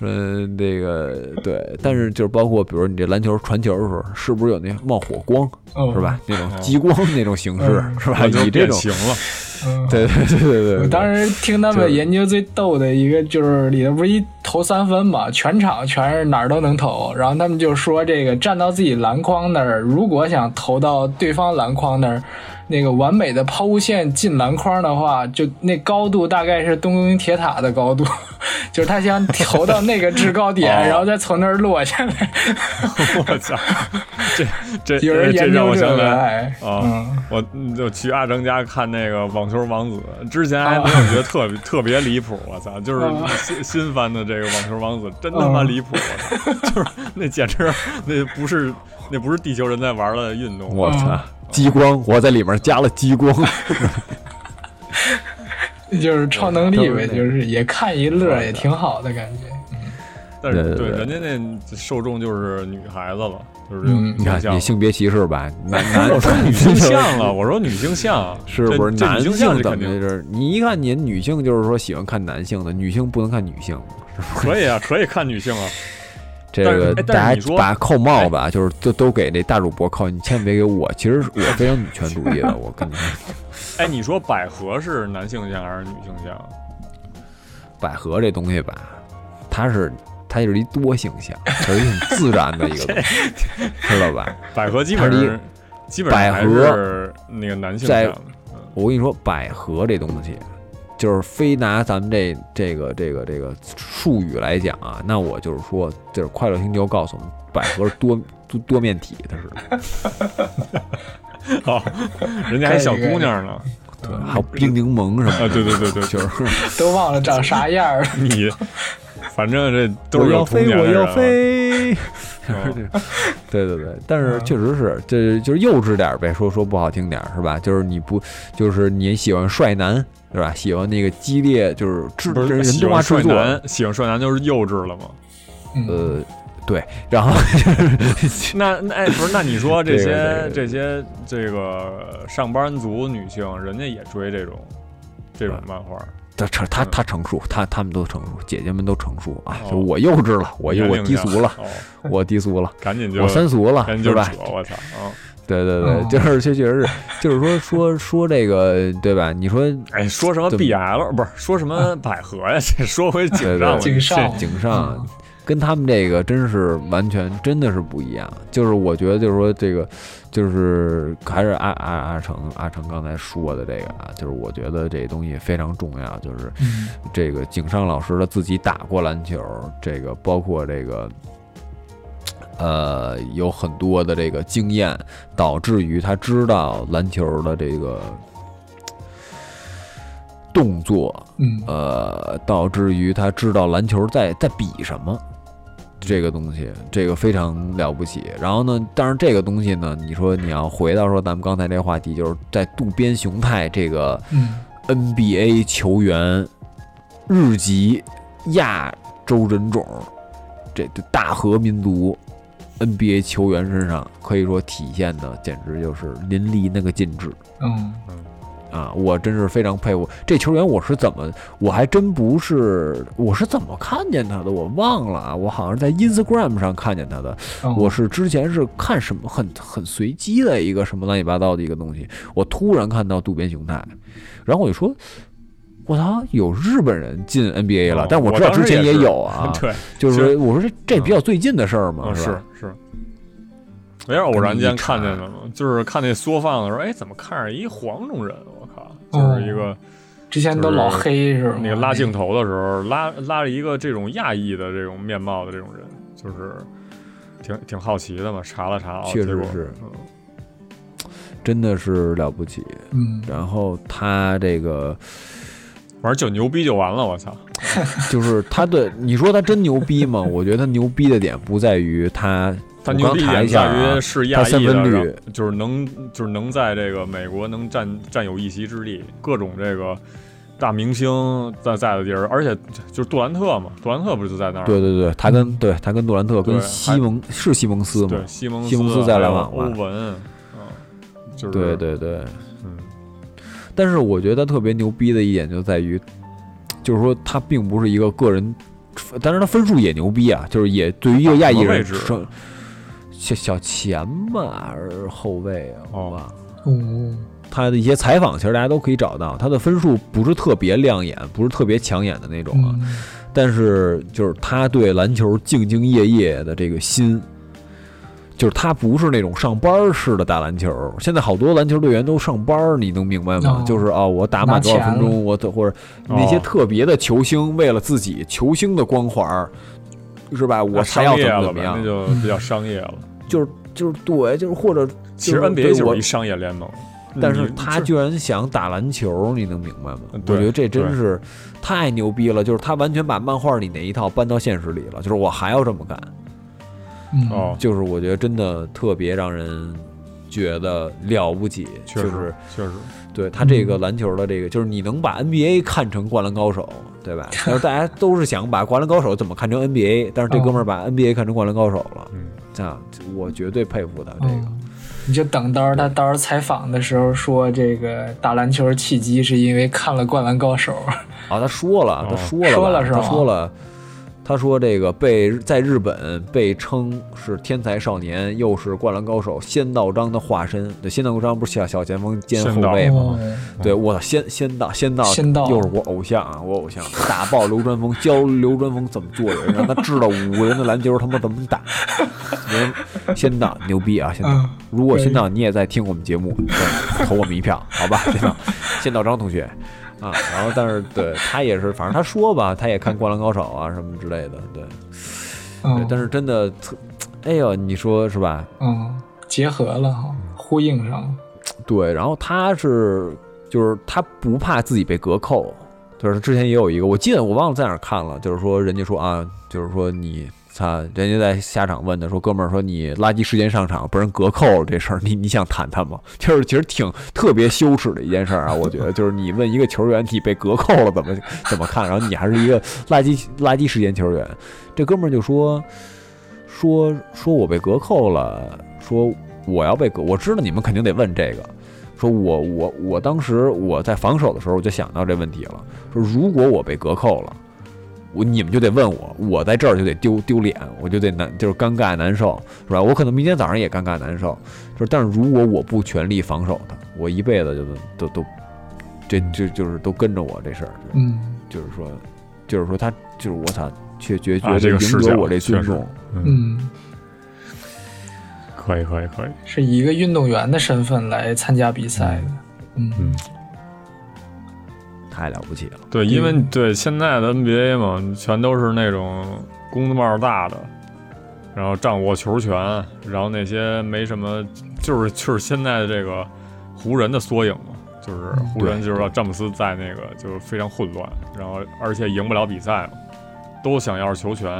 Speaker 4: 嗯，这个对，但是就是包括比如你这篮球传球的时候，是不是有那冒火光，
Speaker 5: 嗯
Speaker 4: 是吧？那种激光那种形式，
Speaker 5: 嗯
Speaker 4: 是吧？
Speaker 3: 篮球
Speaker 4: 以这
Speaker 3: 变
Speaker 4: 种，
Speaker 3: 形了，
Speaker 5: 嗯，
Speaker 4: 对对对对对，
Speaker 5: 我当时听他
Speaker 4: 就是
Speaker 5: 们研究最逗的一个就是里头不是一投三分嘛，全场全是哪儿都能投，然后他们就说这个站到自己篮筐那儿，如果想投到对方篮筐那儿，那个完美的抛物线进篮筐的话，就那高度大概是东京铁塔的高度， 就是他想投到那个制高点，
Speaker 3: 哦
Speaker 5: 然后再从那儿落下来。
Speaker 3: 我操！这这
Speaker 5: 有人
Speaker 3: 这
Speaker 5: 研
Speaker 3: 让
Speaker 5: 究
Speaker 3: 我
Speaker 5: 这
Speaker 3: 想起
Speaker 5: 个，
Speaker 3: 来。
Speaker 5: 哎，
Speaker 3: 啊
Speaker 5: 嗯，
Speaker 3: 我就去阿成家看那个《网球王子》，之前还没有觉得特别特别离谱，我操！就是
Speaker 5: 啊
Speaker 3: 新新翻的这个《网球王子》，真他妈
Speaker 5: 啊
Speaker 3: 离谱，我操！就是那简直那不是那不是地球人在玩的运动，
Speaker 4: 我操！嗯激光，我在里面加了激光，
Speaker 3: 哎
Speaker 5: 就是超能力呗，
Speaker 4: 都是那个
Speaker 5: 就是也看一乐，也挺好的感觉。
Speaker 3: 但是
Speaker 4: 对对对
Speaker 3: 人家那受众就是女孩子了，就是这
Speaker 5: 嗯
Speaker 3: 种
Speaker 4: 你看
Speaker 3: 倾向
Speaker 4: 你性别歧视吧？ 男男
Speaker 3: 我说女性向了，我说女性向
Speaker 4: 是不是
Speaker 3: 这这
Speaker 4: 男
Speaker 3: 女性向
Speaker 4: 性
Speaker 3: 是
Speaker 4: 怎
Speaker 3: 肯
Speaker 4: 么的？
Speaker 3: 定
Speaker 4: 就是你一看你女性就是说喜欢看男性的，女性不能看女性的。
Speaker 3: 可以啊，可以看女性啊。
Speaker 4: 这
Speaker 3: 但是
Speaker 4: 个
Speaker 3: 哎但是
Speaker 4: 大
Speaker 3: 你
Speaker 4: 家
Speaker 3: 说哎
Speaker 4: 把扣帽子啊，就是都都给这大主播扣，你千万别给我。其实我非常女权主义的，我跟你说，
Speaker 3: 哎，你说百合是男性向还是女性向？啊
Speaker 4: 百合这东西吧，它是它就是一多性向，就是一很自然的一个东 西，知道吧？
Speaker 3: 百合基本
Speaker 4: 它
Speaker 3: 上
Speaker 4: 是
Speaker 3: 基本上还
Speaker 4: 百
Speaker 3: 是那个男性向
Speaker 4: 在
Speaker 3: 的。
Speaker 4: 我跟你说，百合这东西，就是非拿咱们这这个这个这个术语来讲啊，那我就是说，就是快乐星球告诉我们，百合是多多多面体，它是
Speaker 3: 哦，人家还小姑娘呢。
Speaker 4: 对， 还有冰柠檬什么
Speaker 3: 啊，
Speaker 4: 的，
Speaker 3: 对对对对，
Speaker 4: 就是
Speaker 5: 都忘了长啥样儿了。
Speaker 3: 你反正这都是
Speaker 4: 我
Speaker 3: 有
Speaker 4: 要
Speaker 3: 童
Speaker 4: 飞，
Speaker 3: 年的
Speaker 4: 我
Speaker 3: 人
Speaker 4: 要
Speaker 3: 啊。
Speaker 4: 飞。
Speaker 3: 嗯
Speaker 4: 对对对，但是确实是，这就是幼稚点儿呗，说说不好听点儿是吧？就是你不，就是你喜欢帅男，对吧？喜欢那个激烈，就是制
Speaker 3: 不
Speaker 4: 人
Speaker 3: 是
Speaker 4: 人
Speaker 3: 喜
Speaker 4: 动画
Speaker 3: 欢
Speaker 4: 制
Speaker 3: 帅
Speaker 4: 作，
Speaker 3: 男，喜欢帅男就是幼稚了嘛？
Speaker 5: 嗯，
Speaker 4: 呃，对，然后
Speaker 3: 那那哎，不是，那你说这
Speaker 4: 这
Speaker 3: 些
Speaker 4: 个
Speaker 3: 这些这个上班族女性，人家也追这种这
Speaker 4: 嗯
Speaker 3: 种漫画，
Speaker 4: 他成他他成熟，他他们都成熟，姐姐们都成熟啊！
Speaker 3: 嗯哦
Speaker 4: 就我幼稚了，我又
Speaker 3: 原
Speaker 4: 我
Speaker 3: 谅一
Speaker 4: 低
Speaker 3: 下
Speaker 4: 俗了，
Speaker 3: 哦
Speaker 4: 我低俗了，
Speaker 3: 赶紧就
Speaker 4: 我三俗了，
Speaker 3: 赶紧
Speaker 4: 是
Speaker 3: 就
Speaker 4: 吧
Speaker 3: 扯，？我操啊！
Speaker 4: 对对对，
Speaker 5: 哦
Speaker 4: 就是确确实是，就是说说说这个对吧？你说
Speaker 5: 哦
Speaker 3: 哎，说什么
Speaker 4: 对嗯
Speaker 3: BL 不是说什么百合呀？ 这说回井上了，
Speaker 4: 对
Speaker 5: 对对井上
Speaker 4: 井上
Speaker 5: 嗯
Speaker 4: 跟他们这个真是完全真的是不一样。就是我觉得，就是说这个，就是还是阿阿阿成阿成刚才说的这个啊，就是我觉得这东西非常重要，就是
Speaker 5: 嗯
Speaker 4: 这个井上老师他自己打过篮球，这个包括这个。呃，有很多的这个经验，导致于他知道篮球的这个呃动作，
Speaker 5: 嗯
Speaker 4: 呃，导致于他知道篮球在在比什么，这个东西，这个非常了不起。然后呢，但是这个东西呢，你说你要回到说咱们刚才这话题，就是在渡边雄太这个
Speaker 5: 嗯
Speaker 4: NBA 球员，日籍亚洲人种，这这大和民族 NBA 球员身上，可以说体现的简直就是淋漓那个尽致。
Speaker 5: 嗯
Speaker 4: 啊，我真是非常佩服这球员。我是怎么，我还真不是，我是怎么看见他的？我忘了啊，我好像在 Instagram 上看见他的。
Speaker 3: 哦
Speaker 5: 嗯，
Speaker 4: 我是之前是看什么很很随机的一个什么乱七八糟的一个东西，我突然看到渡边雄太，然后我就说。我操，有日本人进 NBA 了，
Speaker 3: 哦
Speaker 4: 但我
Speaker 3: 我
Speaker 4: 知道
Speaker 3: 当时
Speaker 4: 之前
Speaker 3: 也是
Speaker 4: 有啊
Speaker 3: ，对，
Speaker 4: 就是
Speaker 3: 是
Speaker 4: 说我说这这比较最近的事儿嘛，
Speaker 3: 嗯
Speaker 4: 是吧
Speaker 3: 是是。没有偶然
Speaker 4: 跟你
Speaker 3: 间
Speaker 4: 一
Speaker 3: 看见
Speaker 4: 查
Speaker 3: 的嘛，就是看那缩放的时候，哎，怎么看着一黄种人？啊我靠，就是一个
Speaker 5: 之前都老黑哦是啊吧？
Speaker 3: 那个拉镜头的时候，拉拉着一个这种亚裔的这种面貌的这种人，就是挺挺好奇的嘛。查了查，哦
Speaker 4: 确实
Speaker 3: 结果
Speaker 4: 是
Speaker 3: 嗯
Speaker 4: 真的是了不起。
Speaker 5: 嗯
Speaker 4: 然后他这个
Speaker 3: 反正就牛逼就完了，我操！
Speaker 4: 就是他的，你说他真牛逼吗？我觉得他牛逼的点不在于他，
Speaker 3: 他
Speaker 4: 我
Speaker 3: 牛
Speaker 4: 刚
Speaker 3: 逼
Speaker 4: 查
Speaker 3: 点
Speaker 4: 一下
Speaker 3: 在
Speaker 4: 啊
Speaker 3: 于，是亚
Speaker 4: 他三
Speaker 3: 裔
Speaker 4: 分
Speaker 3: 的，
Speaker 4: 率
Speaker 3: 然后就是能就是能在这个美国能占占有一席之地，各种这个大明星在在的地儿，而且就是杜兰特嘛，杜兰特不是就在那儿？
Speaker 4: 对对对，他跟对他跟杜兰特跟
Speaker 3: 对
Speaker 4: 西蒙是西蒙斯吗
Speaker 3: 对，？西蒙
Speaker 4: 西蒙斯
Speaker 3: 斯
Speaker 4: 在
Speaker 3: 还有
Speaker 4: 篮网
Speaker 3: 欧
Speaker 4: 吧
Speaker 3: 文，嗯，就是
Speaker 4: 对，对对，
Speaker 3: 嗯，
Speaker 4: 但是我觉得他特别牛逼的一点就在于，就是说他并不是一个个人，但是他分数也牛逼啊，就是也对于一个亚裔
Speaker 3: 什么位
Speaker 4: 人
Speaker 3: 置
Speaker 4: 说，小小前吧还是后卫啊，
Speaker 3: 哦
Speaker 4: 我忘了
Speaker 5: 嗯
Speaker 4: 他的一些采访其实大家都可以找到，他的分数不是特别亮眼，不是特别抢眼的那种啊，
Speaker 5: 嗯
Speaker 4: 但是就是他对篮球兢兢业业的这个心，就是他不是那种上班式的打篮球。现在好多篮球队员都上班儿，你能明白吗？
Speaker 5: 哦
Speaker 4: 就是啊、我打满
Speaker 5: 拿
Speaker 4: 多少分
Speaker 5: 钱
Speaker 4: 钟，我或者那些
Speaker 3: 哦
Speaker 4: 特别的球星，为了自己球星的光环儿，是吧？我还
Speaker 3: 商
Speaker 4: 要
Speaker 3: 业啊
Speaker 4: 怎么
Speaker 3: 了
Speaker 4: 怎么
Speaker 3: 呗
Speaker 4: 样
Speaker 3: 那？就比较商业了。
Speaker 4: 就是就是对，就是或者，
Speaker 3: 其实
Speaker 4: 就是
Speaker 3: NBA
Speaker 4: 对
Speaker 3: 就
Speaker 4: 我
Speaker 3: 是一商业联盟，
Speaker 4: 但是
Speaker 3: 你
Speaker 4: 他居然想打篮球，你能明白吗？我
Speaker 3: 对
Speaker 4: 觉得这真
Speaker 3: 对
Speaker 4: 是太牛逼了，就是他完全把漫画里那一套搬到现实里了，就是我还要这么干。
Speaker 5: 嗯
Speaker 3: 哦，
Speaker 4: 就是我觉得真的特别让人觉得了不起，
Speaker 3: 确实
Speaker 4: 就是
Speaker 3: 确实，
Speaker 4: 对他这个篮球的这个，就是你能把 NBA 看成灌篮高手，对 吧？但是大家都是想把灌篮高手怎么看成 NBA，但是这
Speaker 5: 哦
Speaker 4: 哥们儿把 NBA 看成灌篮高手了，
Speaker 3: 嗯，
Speaker 4: 啊，我绝对佩服他
Speaker 3: 哦
Speaker 4: 这个。
Speaker 5: 嗯你就等到时候他到时候采访的时候说，这个打篮球契机是因为看了《灌篮高手》
Speaker 4: 啊，他说了
Speaker 3: 哦，
Speaker 4: 他说了吧，
Speaker 5: 说了是
Speaker 4: 他
Speaker 5: 吗
Speaker 4: 说了。他说：“这个被在日本被称是天才少年，又是灌篮高手仙道章的化身。对，仙道章不是小小前锋兼
Speaker 3: 仙
Speaker 4: 后
Speaker 3: 道
Speaker 4: 卫吗？
Speaker 5: 哦
Speaker 4: 对我仙仙道仙道
Speaker 5: 仙道
Speaker 4: 又是我偶像啊，我偶像打爆流川枫，教流川枫怎么做人，让他知道五个人的篮球他妈怎么打。人仙道牛逼啊！仙道
Speaker 5: 嗯，
Speaker 4: 如果
Speaker 5: 可以
Speaker 4: 仙道你也在听我们节目，对投我们一票，好吧？仙道，仙道张同学啊，然后但是对他也是，反正他说吧，他也看《灌篮高手》啊什么之类的，对对
Speaker 5: 嗯，
Speaker 4: 但是真的特，哎呦，你说是吧？
Speaker 5: 嗯结合了哈，呼应上了，
Speaker 4: 对，然后他是就是他不怕自己被隔扣，就是之前也有一个，我记得我忘了在哪儿看了，就是说人家说啊，就是说你他人家在下场问他说，哥们儿说你垃圾时间上场被人隔扣了这事儿，你你想谈谈吗？就是其实挺特别羞耻的一件事儿啊，我觉得就是你问一个球员你被隔扣了怎么怎么看，然后你还是一个垃圾垃圾时间球员，这哥们儿就说。说说我被隔扣了，说我要被隔，我知道你们肯定得问这个，说我我我当时我在防守的时候我就想到这问题了，说如果我被隔扣了，我你们就得问我，我在这儿就得丢丢脸，我就得难就是尴尬难受，是吧？我可能明天早上也尴尬难受，就是但是如果我不全力防守他，我一辈子就都都这这就是都跟着我这事儿，
Speaker 5: 嗯
Speaker 4: 就是说，就是说他就是我操，确决
Speaker 3: 啊
Speaker 4: 绝
Speaker 3: 这
Speaker 4: 对
Speaker 3: 个视
Speaker 4: 赢
Speaker 3: 角
Speaker 4: 得我这
Speaker 3: 确
Speaker 4: 尊
Speaker 3: 实
Speaker 4: 重。
Speaker 5: 嗯，
Speaker 3: 可以可以可以，
Speaker 5: 是以一个运动员的身份来参加比赛的。嗯
Speaker 4: 太了不起了。
Speaker 3: 对，因为对现在的 NBA 嘛，全都是那种工字帽大的，然后掌握球权，然后那些没什么，就是就是现在的这个湖人的缩影嘛，就是湖人就是说詹姆斯在那个就是非常混乱，然后而且赢不了比赛嘛，都想要球权，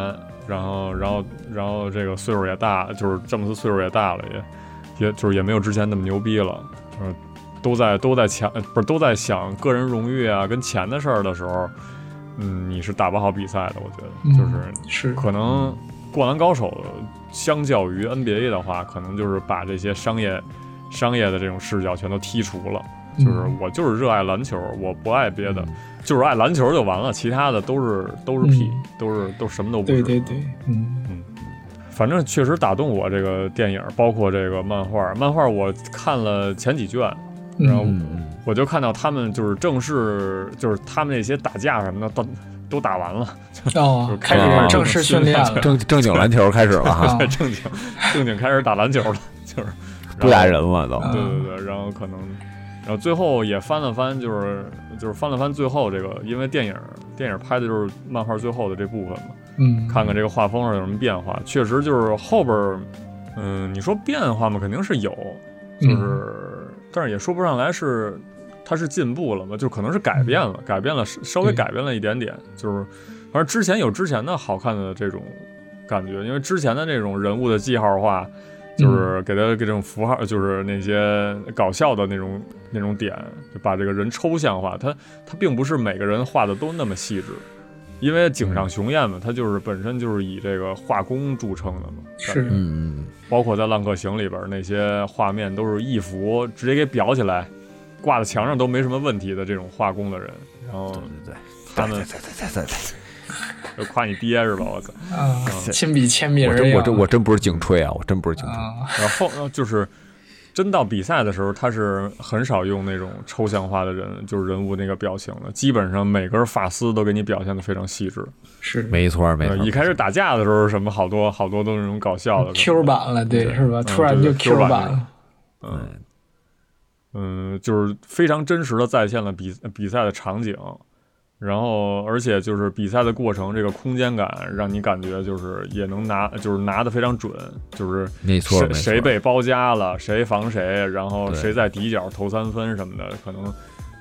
Speaker 3: 然后然后然后这个岁数也大，就是詹姆斯岁数也大了，也也就是也没有之前那么牛逼了，就是都在都在抢，呃不是都在想个人荣誉啊跟钱的事儿的时候，嗯，你是打不好比赛的。我觉得
Speaker 5: 嗯
Speaker 3: 就是
Speaker 5: 是，
Speaker 3: 可能《灌篮高手》相较于 NBA 的话，可能就是把这些商业商业的这种视角全都剔除了。就是
Speaker 5: 嗯
Speaker 3: 我就是热爱篮球，我不爱别的，就是爱篮球就完了，其他的都是都是屁
Speaker 5: 嗯，
Speaker 3: 都是都什么都不
Speaker 5: 对
Speaker 3: 是。
Speaker 5: 对对，嗯
Speaker 3: 反正确实打动我这个电影，包括这个漫画。漫画我看了前几卷，然后
Speaker 5: 嗯
Speaker 4: 嗯
Speaker 3: 我就看到他们就是正式，就是他们那些打架什么的都都打完了，
Speaker 5: 哦，开始正式训练
Speaker 4: 嗯，
Speaker 5: 了，
Speaker 4: 正正经篮球开始了哈，
Speaker 5: 啊
Speaker 3: 正经 正经开始打篮球了， 就是
Speaker 4: 不打人。了都。
Speaker 5: 啊
Speaker 3: 然后对对对，然后可能，然后最后也翻了翻，就是就是翻了翻最后这个，因为电影电影拍的就是漫画最后的这部分嘛，
Speaker 5: 嗯，
Speaker 3: 看看这个画风上有什么变化。确实就是后边儿，嗯，你说变化嘛，肯定是有，就是，但是也说不上来是它是进步了嘛，就可能是改变了，改变了稍稍微
Speaker 5: 对
Speaker 3: 改变了一点点，就是，反正之前有之前的好看的这种感觉，因为之前的这种人物的记号化。就是给他给这种符号，就是那些搞笑的那种那种点，就把这个人抽象化。他他并不是每个人画的都那么细致，因为井上雄彦嘛，他就是本身就是以这个画工著称的嘛。
Speaker 5: 是，
Speaker 4: 嗯，嗯
Speaker 3: 包括在《浪客行》里边那些画面都是一幅直接给裱起来，挂在墙上都没什么问题的这种画工的人，然后
Speaker 4: 嗯对对，
Speaker 3: 他们
Speaker 4: 对对对对对
Speaker 3: 就夸你爹是吧？我操！
Speaker 5: 啊，亲笔签名
Speaker 4: 我
Speaker 5: 儿
Speaker 4: 真
Speaker 5: 呀
Speaker 4: 我真我真不是颈吹啊，我真不是颈吹。
Speaker 5: 啊，
Speaker 3: 然后呃就是真到比赛的时候，他是很少用那种抽象化的人，就是人物那个表情的，基本上每根发丝都给你表现的非常细致。
Speaker 5: 是
Speaker 4: 没错没
Speaker 3: 呃，
Speaker 4: 错，
Speaker 3: 一开始打架的时候，什么好多好多都是那种搞笑的
Speaker 5: 嗯 Q 版了，对，是吧？
Speaker 3: 嗯
Speaker 5: 突然
Speaker 3: 对
Speaker 5: 就
Speaker 3: 对 Q 版
Speaker 5: 版了，
Speaker 3: 嗯嗯，就是非常真实的再现了比比赛的场景，然后而且就是比赛的过程，这个空间感让你感觉就是也能拿，就是拿的非常准，就是
Speaker 4: 没错
Speaker 3: 谁
Speaker 4: 没错
Speaker 3: 谁被包夹了，谁防谁，然后
Speaker 4: 对
Speaker 3: 谁在底角投三分什么的，可能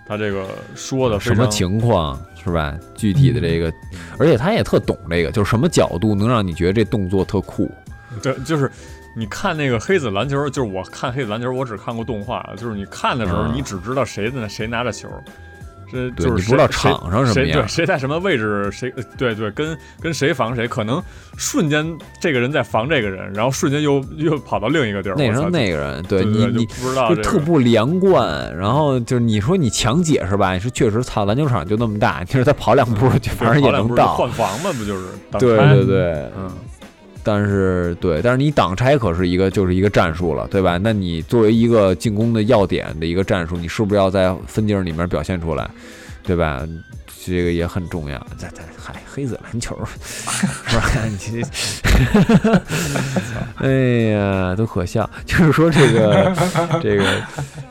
Speaker 3: 他这个说的非
Speaker 4: 什
Speaker 3: 常
Speaker 4: 么情况是吧？具体的这个，
Speaker 5: 嗯
Speaker 4: 而且他也特懂这个，就是什么角度能让你觉得这动作特酷。
Speaker 3: 对，就是你看那个黑子篮球，就是我看黑子篮球，我只看过动画，就是你看的时候，
Speaker 4: 嗯
Speaker 3: 你只知道谁呢谁拿着球，这
Speaker 4: 对
Speaker 3: 就是
Speaker 4: 你不
Speaker 3: 谁
Speaker 4: 知道
Speaker 3: 谁
Speaker 4: 场上什么
Speaker 3: 谁对
Speaker 4: 样
Speaker 3: 谁在什么位置，谁呃对对跟跟谁防谁，可能瞬间这个人在防这个人，然后瞬间又又跑到另一个地儿，
Speaker 4: 那
Speaker 3: 我
Speaker 4: 时候
Speaker 3: 操
Speaker 4: 那个人，
Speaker 3: 对对
Speaker 4: 你
Speaker 3: 对
Speaker 4: 你
Speaker 3: 就不知道
Speaker 4: 就
Speaker 3: 这
Speaker 4: 特
Speaker 3: 个。
Speaker 4: 不连贯，然后就是你说你强解释吧，你是确实操篮球场就那么大，就是他跑两步就反
Speaker 3: 嗯
Speaker 4: 正也
Speaker 3: 跑两
Speaker 4: 能
Speaker 3: 步就
Speaker 4: 到
Speaker 3: 换，防嘛，不就是？挡
Speaker 4: 对
Speaker 3: 拆
Speaker 4: 对，对，
Speaker 3: 嗯，
Speaker 4: 但是对，但是你挡拆可是一个就是一个战术了，对吧？那你作为一个进攻的要点的一个战术，你是不是要在分镜里面表现出来，对吧？这个也很重要。在在嗨，黑子篮球，不 是你这，哎呀，都可笑。就是说这 个这个，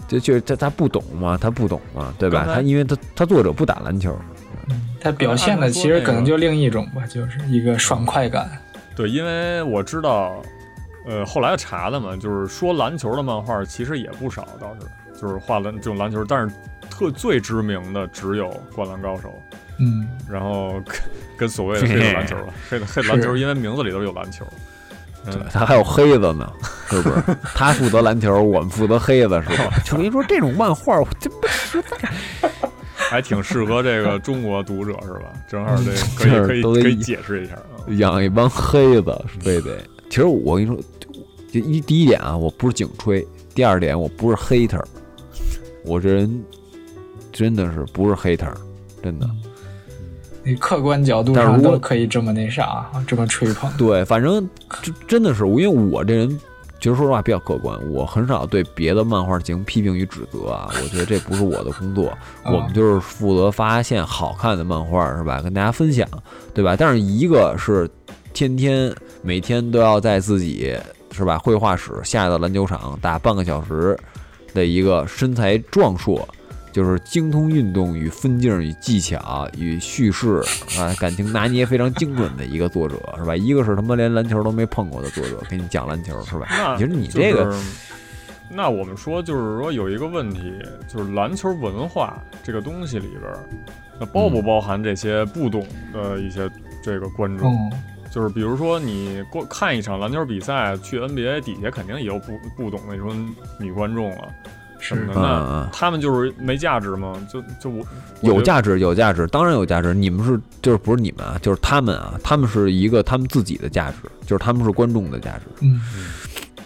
Speaker 4: 就就是他他不懂嘛，他不懂嘛，对吧
Speaker 3: 刚？才
Speaker 4: 他因为他他作者不打篮球，
Speaker 5: 他嗯表现的其实可能就另一种吧，就是一个爽快感。
Speaker 3: 对，因为我知道，呃，后来查的嘛，就是说篮球的漫画其实也不少，倒是就是画篮这种篮球，但是特最知名的只有《灌篮高手》，
Speaker 5: 嗯，
Speaker 3: 然后跟跟所 谓的黑子篮球了，黑子黑子篮球，因为名字里头有篮球，
Speaker 4: 对他还有黑子呢，是不是？ 他负责篮球，我们负责黑子，是吧？就跟你说这种漫画，我这不
Speaker 3: 还挺适合这个中国读者是吧？正好这
Speaker 4: 这
Speaker 3: 可以
Speaker 4: 儿
Speaker 3: 可以
Speaker 4: 都得
Speaker 3: 可以
Speaker 4: 一
Speaker 3: 解释一下啊。
Speaker 4: 养一帮黑子，非得其实我跟你说，就一第一点啊，我不是警吹；第二点，我不是 hater，我这人真的是不是 hater，真的。
Speaker 5: 你客观角度
Speaker 4: 但是
Speaker 5: 上
Speaker 4: 如果
Speaker 5: 都可以这么那啥，啊这么吹捧。
Speaker 4: 对，反正这真的是我，因为我这人其实说实话比较客观，我很少对别的漫画进行批评与指责啊。我觉得这不是我的工作，我们就是负责发现好看的漫画，是吧？跟大家分享，对吧？但是一个是天天每天都要在自己是吧绘画室下到篮球场打半个小时的一个身材壮硕。就是精通运动与分镜与技巧与叙事啊，感情拿捏非常精准的一个作者，是吧？一个是他妈连篮球都没碰过的作者，给你讲篮球，是吧？
Speaker 3: 那
Speaker 4: 其实你这个
Speaker 3: 就是那我们说，就是说有一个问题，就是篮球文化这个东西里边儿，那包
Speaker 4: 嗯
Speaker 3: 不包含这些不懂的一些这个观
Speaker 4: 哦
Speaker 3: 众？
Speaker 5: 嗯，
Speaker 3: 就是比如说你过看一场篮球比赛，去 NBA 底下肯定也有不不懂那种女观众了什
Speaker 5: 是
Speaker 3: 么的，
Speaker 4: 嗯
Speaker 3: 那
Speaker 4: 嗯
Speaker 3: 他们就是没价值吗？就就我我
Speaker 4: 有
Speaker 3: 觉得
Speaker 4: 价值，有价值，当然有价值。你们是就是不是你们啊？就是他们啊，他们是一个他们自己的价值，就是他们是观众的价值，
Speaker 5: 嗯，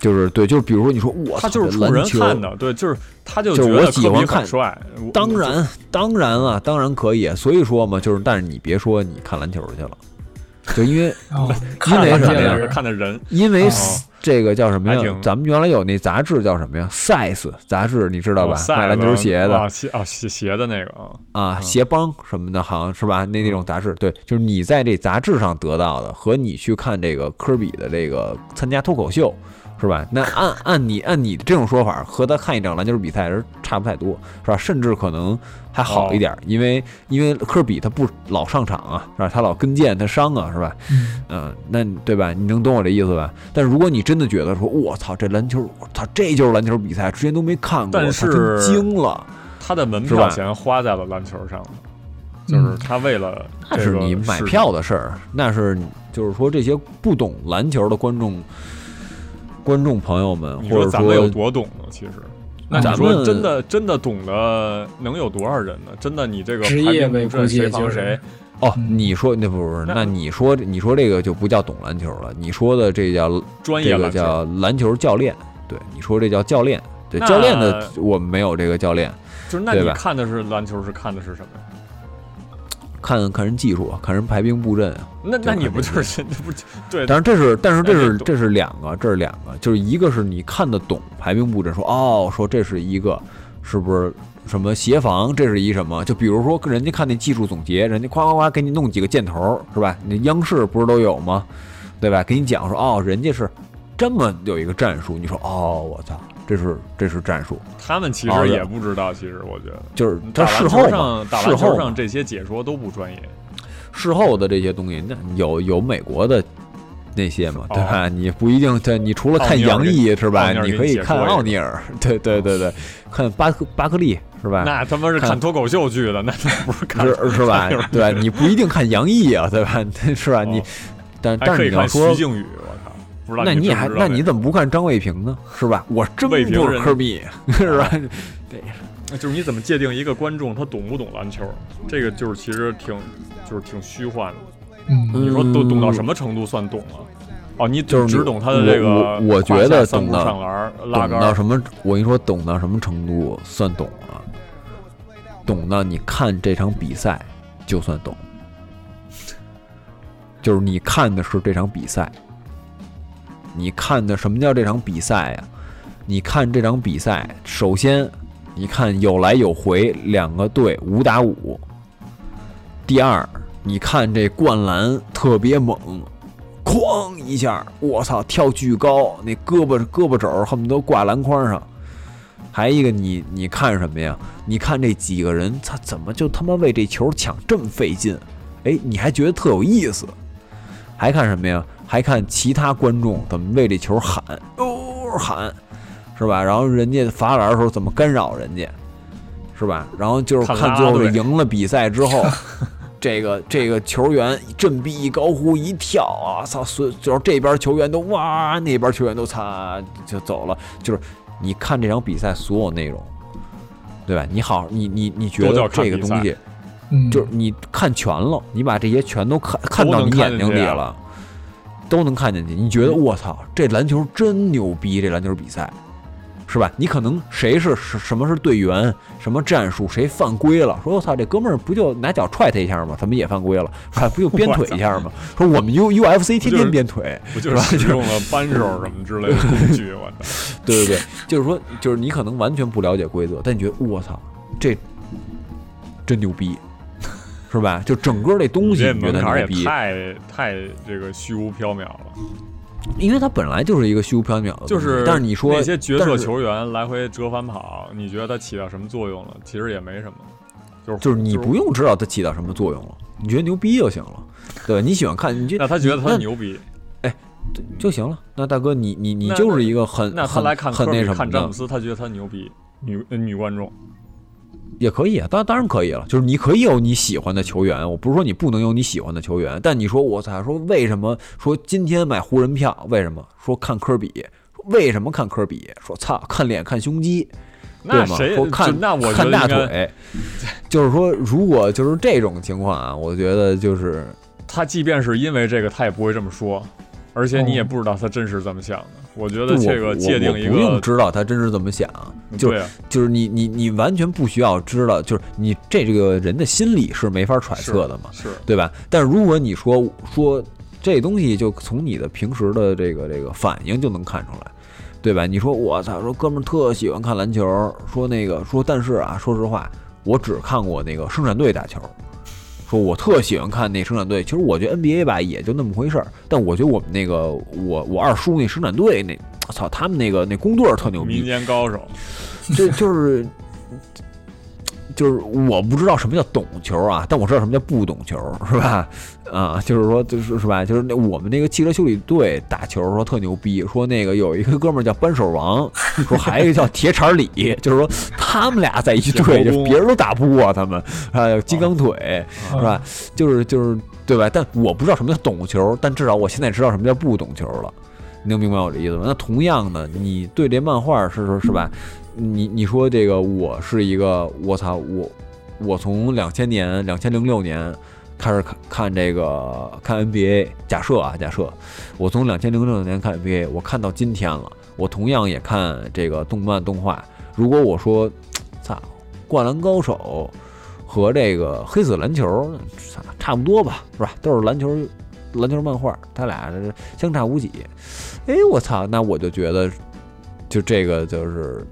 Speaker 4: 就是对，就是比如说你说我
Speaker 3: 他
Speaker 4: 操
Speaker 3: 就是
Speaker 4: 这
Speaker 3: 出
Speaker 4: 篮
Speaker 3: 人
Speaker 4: 球
Speaker 3: 看的，对，就是他就
Speaker 4: 就
Speaker 3: 觉
Speaker 4: 是我
Speaker 3: 得
Speaker 4: 喜
Speaker 3: 科比
Speaker 4: 欢
Speaker 3: 很
Speaker 4: 看
Speaker 3: 帅，我
Speaker 4: 当，然，当然了，当然可以。所以说嘛，就是但是你别说你看篮球去了，就因为
Speaker 5: 哦，
Speaker 3: 我
Speaker 5: 看
Speaker 3: 就
Speaker 4: 因为
Speaker 5: 了
Speaker 3: 看
Speaker 4: 什
Speaker 5: 这
Speaker 4: 么
Speaker 3: 的
Speaker 4: 呀
Speaker 5: 个
Speaker 3: 人
Speaker 5: 人，
Speaker 3: 看的人，
Speaker 4: 因为
Speaker 5: 哦
Speaker 4: 这个叫什么
Speaker 3: 啊还
Speaker 4: 呀
Speaker 3: 挺？
Speaker 4: 咱们原来有那杂志叫什么呀？Size 杂志，你知道吧？
Speaker 3: 哦哇塞
Speaker 4: 卖篮球鞋的
Speaker 3: 啊鞋啊鞋鞋的那个啊，
Speaker 4: 啊，
Speaker 3: 嗯
Speaker 4: 鞋帮什么的，好像是吧？那那种杂志，对，就是你在这杂志上得到的，和你去看这个科比的这个参加脱口秀，是吧？那按按你按你这种说法，和他看一场篮球比赛是差不太多，是吧？甚至可能还好一点，因为因为科比他不老上场啊，是吧？他老跟腱，他伤啊，是吧？
Speaker 5: 嗯
Speaker 4: 嗯，那你对吧？你能懂我这意思吧？但如果你真的觉得说，我操，这篮球，我操，这就是篮球比赛，之前都没看过，
Speaker 3: 但
Speaker 4: 我操真
Speaker 3: 是
Speaker 4: 惊了。
Speaker 3: 他的门
Speaker 4: 是吧
Speaker 3: 票钱花在了篮球上了，就是他为了
Speaker 4: 那
Speaker 3: 这
Speaker 4: 是
Speaker 3: 个
Speaker 4: 你买
Speaker 3: 事
Speaker 4: 票的事儿，那是你就是说这些不懂篮球的观众观众朋友们，
Speaker 3: 你
Speaker 4: 或
Speaker 3: 说
Speaker 4: 者
Speaker 3: 咱们有多
Speaker 4: 说
Speaker 3: 懂呢？其实，
Speaker 5: 那
Speaker 3: 你
Speaker 4: 咱
Speaker 3: 说
Speaker 4: 们
Speaker 3: 真的真的懂得能有多少人呢？真的你这个
Speaker 5: 职
Speaker 3: 排
Speaker 5: 业
Speaker 3: 名
Speaker 5: 呗
Speaker 3: 不
Speaker 5: 估
Speaker 3: 正
Speaker 5: 计
Speaker 3: 谁
Speaker 5: 也
Speaker 3: 防
Speaker 5: 就是
Speaker 3: 谁？
Speaker 4: 哦，你说那不是，
Speaker 3: 嗯那
Speaker 4: 那你说你说这个就不叫懂篮球了，你说的这叫
Speaker 3: 专业
Speaker 4: 这个
Speaker 3: 篮球
Speaker 4: 叫篮球教练，对，你说这叫教练，对
Speaker 3: 那
Speaker 4: 教练的我们没有这个教练，
Speaker 3: 就是那
Speaker 4: 对
Speaker 3: 你
Speaker 4: 吧
Speaker 3: 看的是篮球是看的是什么呀？
Speaker 4: 看看人技术，看人排兵布阵啊。
Speaker 3: 那那
Speaker 4: 看
Speaker 3: 你不
Speaker 4: 这
Speaker 3: 就是那 不就对？
Speaker 4: 但是这是，但是这
Speaker 3: 那这
Speaker 4: 是
Speaker 3: 懂
Speaker 4: 这是两个，这是两个，就是一个是你看得懂排兵布阵，说哦，说这是一个，是不是什么协防？这是一什么？就比如说人家看那技术总结，人家夸夸夸给你弄几个箭头，是吧？你央视不是都有吗？对吧？给你讲说哦，人家是这么有一个战术，你说哦，我操，这是这是战术，
Speaker 3: 他们其
Speaker 4: 哦
Speaker 3: 实
Speaker 4: 对
Speaker 3: 也不知道，其实我觉得。
Speaker 4: 就是
Speaker 3: 打
Speaker 4: 他
Speaker 3: 篮球
Speaker 4: 事后嘛
Speaker 3: 上，打
Speaker 4: 事
Speaker 3: 篮球
Speaker 4: 后
Speaker 3: 上
Speaker 4: 嘛
Speaker 3: 这些解说都不专业，
Speaker 4: 事后的这些东西，那有有美国的那些嘛，
Speaker 3: 哦
Speaker 4: 对吧？你不一定，对，你除了
Speaker 3: 奥
Speaker 4: 看
Speaker 3: 尼尔
Speaker 4: 杨毅是吧
Speaker 3: 奥尼？尔
Speaker 4: 你
Speaker 3: 给
Speaker 4: 可
Speaker 3: 你
Speaker 4: 以
Speaker 3: 解
Speaker 4: 看
Speaker 3: 说一
Speaker 4: 奥
Speaker 3: 个
Speaker 4: 尼尔，对对对对，看巴克巴克利是吧？
Speaker 3: 哦那他妈是看
Speaker 4: 哎看
Speaker 3: 脱口秀剧的，那那不是看
Speaker 4: 是是吧
Speaker 3: 看有人？
Speaker 4: 对吧？你不一定看杨毅啊，对吧？ 是吧？你
Speaker 3: 哦
Speaker 4: 但
Speaker 3: 还
Speaker 4: 但
Speaker 3: 可
Speaker 4: 是
Speaker 3: 以
Speaker 4: 你要
Speaker 3: 看
Speaker 4: 说
Speaker 3: 徐，静宇，我靠，不知道
Speaker 4: 那
Speaker 3: 你
Speaker 4: 你
Speaker 3: 知
Speaker 4: 还
Speaker 3: 不知道
Speaker 4: 那你怎么不看张卫平呢？是吧？我真不
Speaker 3: 卫
Speaker 4: 是
Speaker 3: 平人
Speaker 4: 科比， 是吧？
Speaker 3: 就是你怎么界定一个观众他懂不懂篮球？这个就是其实挺就是挺虚幻的。
Speaker 5: 嗯，
Speaker 3: 你说都懂到什
Speaker 4: 么？
Speaker 3: 么程度算懂啊？哦，你
Speaker 4: 就是
Speaker 3: 只
Speaker 4: 你
Speaker 3: 懂他的这
Speaker 4: 我
Speaker 3: 个
Speaker 4: 我我觉得
Speaker 3: 胯下三步
Speaker 4: 懂到
Speaker 3: 上篮儿拉
Speaker 4: 懂
Speaker 3: 杆
Speaker 4: 到
Speaker 3: 儿，
Speaker 4: 什么？我跟你说，懂到什么程度算懂了？懂到你看这场比赛就算懂，就是你看的是这场比赛，你看的什么叫这场比赛呀、你看这场比赛，首先你看有来有回，两个队五打五。第二，你看这灌篮特别猛，哐一下，我操，跳巨高，那胳膊胳膊肘恨不得挂篮筐上。还一个你你看什么呀？你看这几个人，他怎么就他妈为这球抢这么费劲？哎，你还觉得特有意思？还看什么呀？还看其他观众怎么为这球喊，哦喊，是吧？然后人家罚篮的时候怎么干扰人家，是吧？然后就是
Speaker 3: 看
Speaker 4: 看
Speaker 3: 啦
Speaker 4: 最后
Speaker 3: 队
Speaker 4: 赢了比赛之后， 这个这个球员振臂一高呼一跳啊，操！所就是这边球员都哇，那边球员都擦就走了。就是你看这场比赛所有内容，对吧？你好，你你你觉
Speaker 3: 都叫
Speaker 4: 得
Speaker 3: 看
Speaker 4: 这个
Speaker 3: 比
Speaker 4: 东西
Speaker 5: 嗯，
Speaker 4: 就是你看全了，你把这些全都看看
Speaker 3: 都
Speaker 4: 到
Speaker 3: 能
Speaker 4: 你
Speaker 3: 看进
Speaker 4: 眼睛
Speaker 3: 去
Speaker 4: 里
Speaker 3: 啊嗯
Speaker 4: 了。都能看进去。你觉得我操，这篮球真牛逼，这篮球比赛是吧？你可能谁是什什么是队员，什么战术，谁犯规了，说我操，这哥们儿不就拿脚踹他一下吗？怎么也犯规了？还 不就鞭腿一下吗？说我们 U UFC 天天鞭腿，
Speaker 3: 我就是
Speaker 4: 是吧？
Speaker 3: 使用 了扳手什么之类的工具，我操！
Speaker 4: 对对对，就是说，就是你可能完全不了解规则，但你觉得我操，这真牛逼， 是吧？就整个这东
Speaker 3: 你
Speaker 4: 西
Speaker 3: 这
Speaker 4: 你觉
Speaker 3: 门
Speaker 4: 得
Speaker 3: 槛儿
Speaker 4: 牛
Speaker 3: 也
Speaker 4: 逼，
Speaker 3: 太太这个虚无缥缈了。
Speaker 4: 因为它本来就是一个虚无缥缈的东西，
Speaker 3: 就是，
Speaker 4: 但是你说
Speaker 3: 那些角
Speaker 4: 但
Speaker 3: 色
Speaker 4: 是
Speaker 3: 球员来回折返跑，你觉得它起到什么作用了？其实也没什么，就是
Speaker 4: 就是你不。用知道它起到什么作用了，你觉得牛逼就行了，对吧？你喜欢看，你 就
Speaker 3: 那他觉得他
Speaker 4: 那
Speaker 3: 牛逼，
Speaker 4: 就行了。那大哥，你你你
Speaker 3: 那
Speaker 4: 就是一个很
Speaker 3: 那他
Speaker 4: 很
Speaker 3: 来看科
Speaker 4: 很那
Speaker 3: 比、
Speaker 4: 什么
Speaker 3: 看詹
Speaker 4: 的
Speaker 3: 姆，斯，他觉得他牛逼。女呃女观众，
Speaker 4: 也可以啊，当当然可以了。就是你可以有你喜欢的球员，我不是说你不能有你喜欢的球员，但你说我操，说为什么说今天买湖人票？为什么说看科比？说为什么看科比？说操，看脸看胸肌，
Speaker 3: 那
Speaker 4: 对吗
Speaker 3: 谁
Speaker 4: 说
Speaker 3: 就
Speaker 4: 看
Speaker 3: 那我觉
Speaker 4: 看
Speaker 3: 得
Speaker 4: 大
Speaker 3: 应该，
Speaker 4: 腿，就是说如果就是这种情况啊，我觉得就是
Speaker 3: 他即便是因为这个，他也不会这么说，而且你也
Speaker 5: 哦
Speaker 3: 不知道他真是怎么想的。我觉
Speaker 4: 嗯我
Speaker 3: 得这个界定一
Speaker 4: 我我不用
Speaker 3: 个，
Speaker 4: 知道他真是怎么想，就是
Speaker 3: 对啊，
Speaker 4: 就是你你你完全不需要知道，就是你这这个人的心理是没法揣测的嘛，
Speaker 3: 是
Speaker 4: 对吧？但如果你说说这东西，就从你的平时的这个这个反应就能看出来，对吧？你说我操，说哥们儿特喜欢看篮球，说那个说，但是啊，说实话，我只看过那个生产队打球。说我特喜欢看那生产队，其实我觉得 NBA 吧也就那么回事儿，但我觉得我们那个我我二叔那生产队那，我操，他们那个那工队儿特牛逼
Speaker 3: 民，间高手，
Speaker 4: 这就是就是我不知道什么叫懂球啊，但我知道什么叫不懂球，是吧？啊，就是说，就是是吧？就是那我们那个汽车修理队打球说特牛逼，说那个有一个哥们儿叫扳手王，说还有一个叫铁铲李，就是说他们俩在一队，就别人都打不过他们，还有金刚腿，是吧？就是就是对吧？但我不知道什么叫懂球，但至少我现在知道什么叫不懂球了。你能明白我的意思吗？那同样的，你对这漫画是是是吧？你你说这个，我是一个，我操，我我从两千年、两千零六年开始看看这个看 NBA，假设啊，假设我从两千零六年看 NBA，我看到今天了，我同样也看这个动漫动画。如果我说，操，灌篮高手和这个黑子篮球，操，差不多吧，是吧？都是篮球。篮球漫画，他俩相差无几。哎，我操，那我就觉得，就这个就是，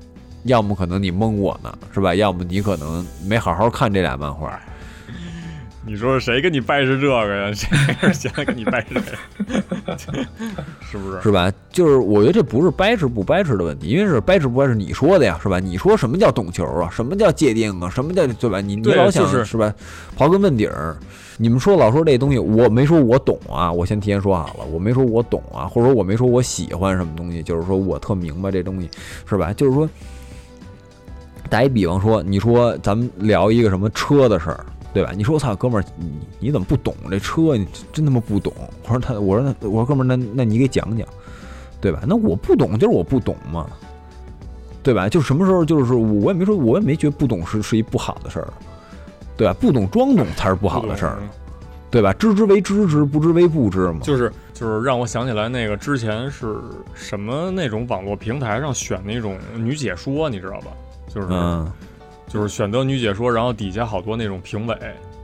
Speaker 4: 要么可能你蒙我呢，是吧？要么你可能没好好看这俩漫画。
Speaker 3: 你说谁跟你掰扯这个呀？谁想跟你掰扯呀？ 是不是？
Speaker 4: 是吧？就是我觉得这不是掰扯不掰扯的问题，因为是掰扯不掰扯你说的呀，是吧？你说什么叫懂球啊？什么叫界定啊？什么叫对吧？你你
Speaker 3: 对
Speaker 4: 老
Speaker 3: 就
Speaker 4: 想、
Speaker 3: 是
Speaker 4: 吧？刨根问底儿，你们说老说这东西，我没说我懂啊，我先提前说好了，我没说我懂啊，或者说我没说我喜欢什么东西，就是说我特明白这东西，是吧？就是说，打一比方说，你说咱们聊一个什么车的事儿。对吧？你说我操，哥们儿，你你怎么不懂这车？你真他妈不懂！我说他，我说他，我说哥们儿，那那你给讲讲。对吧？那我不懂就是我不懂嘛，对吧？就什么时候就是我也没说，我也没觉得不懂是是一不好的事儿，对吧？不懂装懂才是不好的事儿
Speaker 3: 不，懂
Speaker 4: 对吧？知之为知之，不知为不知嘛。
Speaker 3: 哎就是就是让我想起来那个之前是什么那种网络平台上选那种女解说，你知道吧？就是、
Speaker 4: 嗯，
Speaker 3: 就是选择女解说，然后底下好多那种评委，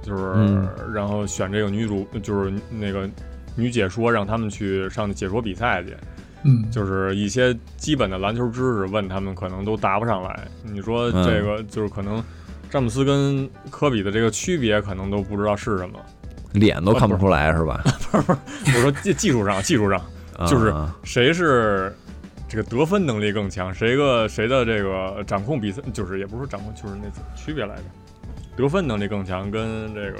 Speaker 3: 就是、
Speaker 4: 嗯
Speaker 3: 然后选这个女主，就是那个女解说，让他们去上解说比赛去。
Speaker 5: 嗯，
Speaker 3: 就是一些基本的篮球知识，问他们可能都答不上来。你说
Speaker 4: 嗯
Speaker 3: 这个就是可能詹姆斯跟科比的这个区别，可能都不知道是什么。
Speaker 4: 脸都看不出来是吧？
Speaker 3: 我说技技术上，技术上 就是
Speaker 4: 啊
Speaker 3: 谁是这个得分能力更强，谁个谁的这个掌控比赛，就是也不是说掌控，就是那怎么区别来着？得分能力更强跟这个。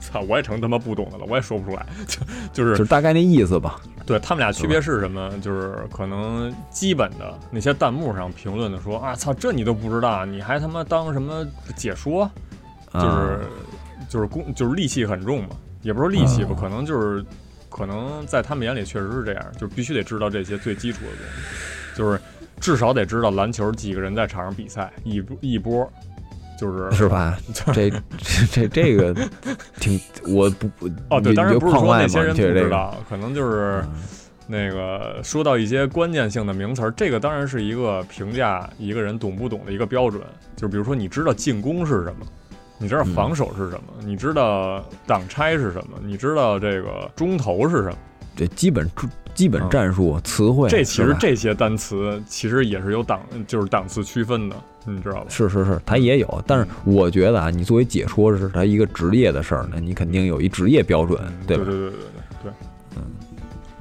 Speaker 3: 操！我也成他妈不懂的了，我也说不出来， 就就是
Speaker 4: 就是大概那意思吧。
Speaker 3: 对他们俩区别是什么？就是可能基本的那些弹幕上评论的说啊，操，这你都不知道，你还他妈当什么解说？
Speaker 4: 就
Speaker 3: 就是就是公就是戾气很重嘛，也不是说戾气吧，可能就是可能在他们眼里确实是这样，就必须得知道这些最基础的东西，就是至少得知道篮球几个人在场上比赛一波一波，就是
Speaker 4: 是 吧？这这这这个挺，我不不
Speaker 3: 哦，对，
Speaker 4: 你
Speaker 3: 当
Speaker 4: 你
Speaker 3: 然
Speaker 4: 就
Speaker 3: 不是
Speaker 4: 框
Speaker 3: 说那
Speaker 4: 外
Speaker 3: 些
Speaker 4: 嘛，
Speaker 3: 人
Speaker 4: 就
Speaker 3: 不
Speaker 4: 是这
Speaker 3: 知
Speaker 4: 个
Speaker 3: 道，可能就是那个说到一些关键性的名词儿，这个当然是一个评价一个人懂不懂的一个标准。就比如说，你知道进攻是什么，你知
Speaker 4: 嗯
Speaker 3: 道防守是什么，你知道挡拆是什么，你知道这个中投是什么。
Speaker 4: 这基本基本战术词汇，
Speaker 3: 嗯这其
Speaker 4: 是
Speaker 3: 实
Speaker 4: 吧
Speaker 3: 这些单词其实也是有档，就是档次区分的，你知道吧？
Speaker 4: 是是是，他也有，但是
Speaker 3: 嗯
Speaker 4: 我觉得啊，你作为解说是他一个职业的事儿，那你肯定有一职业标准，
Speaker 3: 对
Speaker 4: 吧？
Speaker 3: 对对对对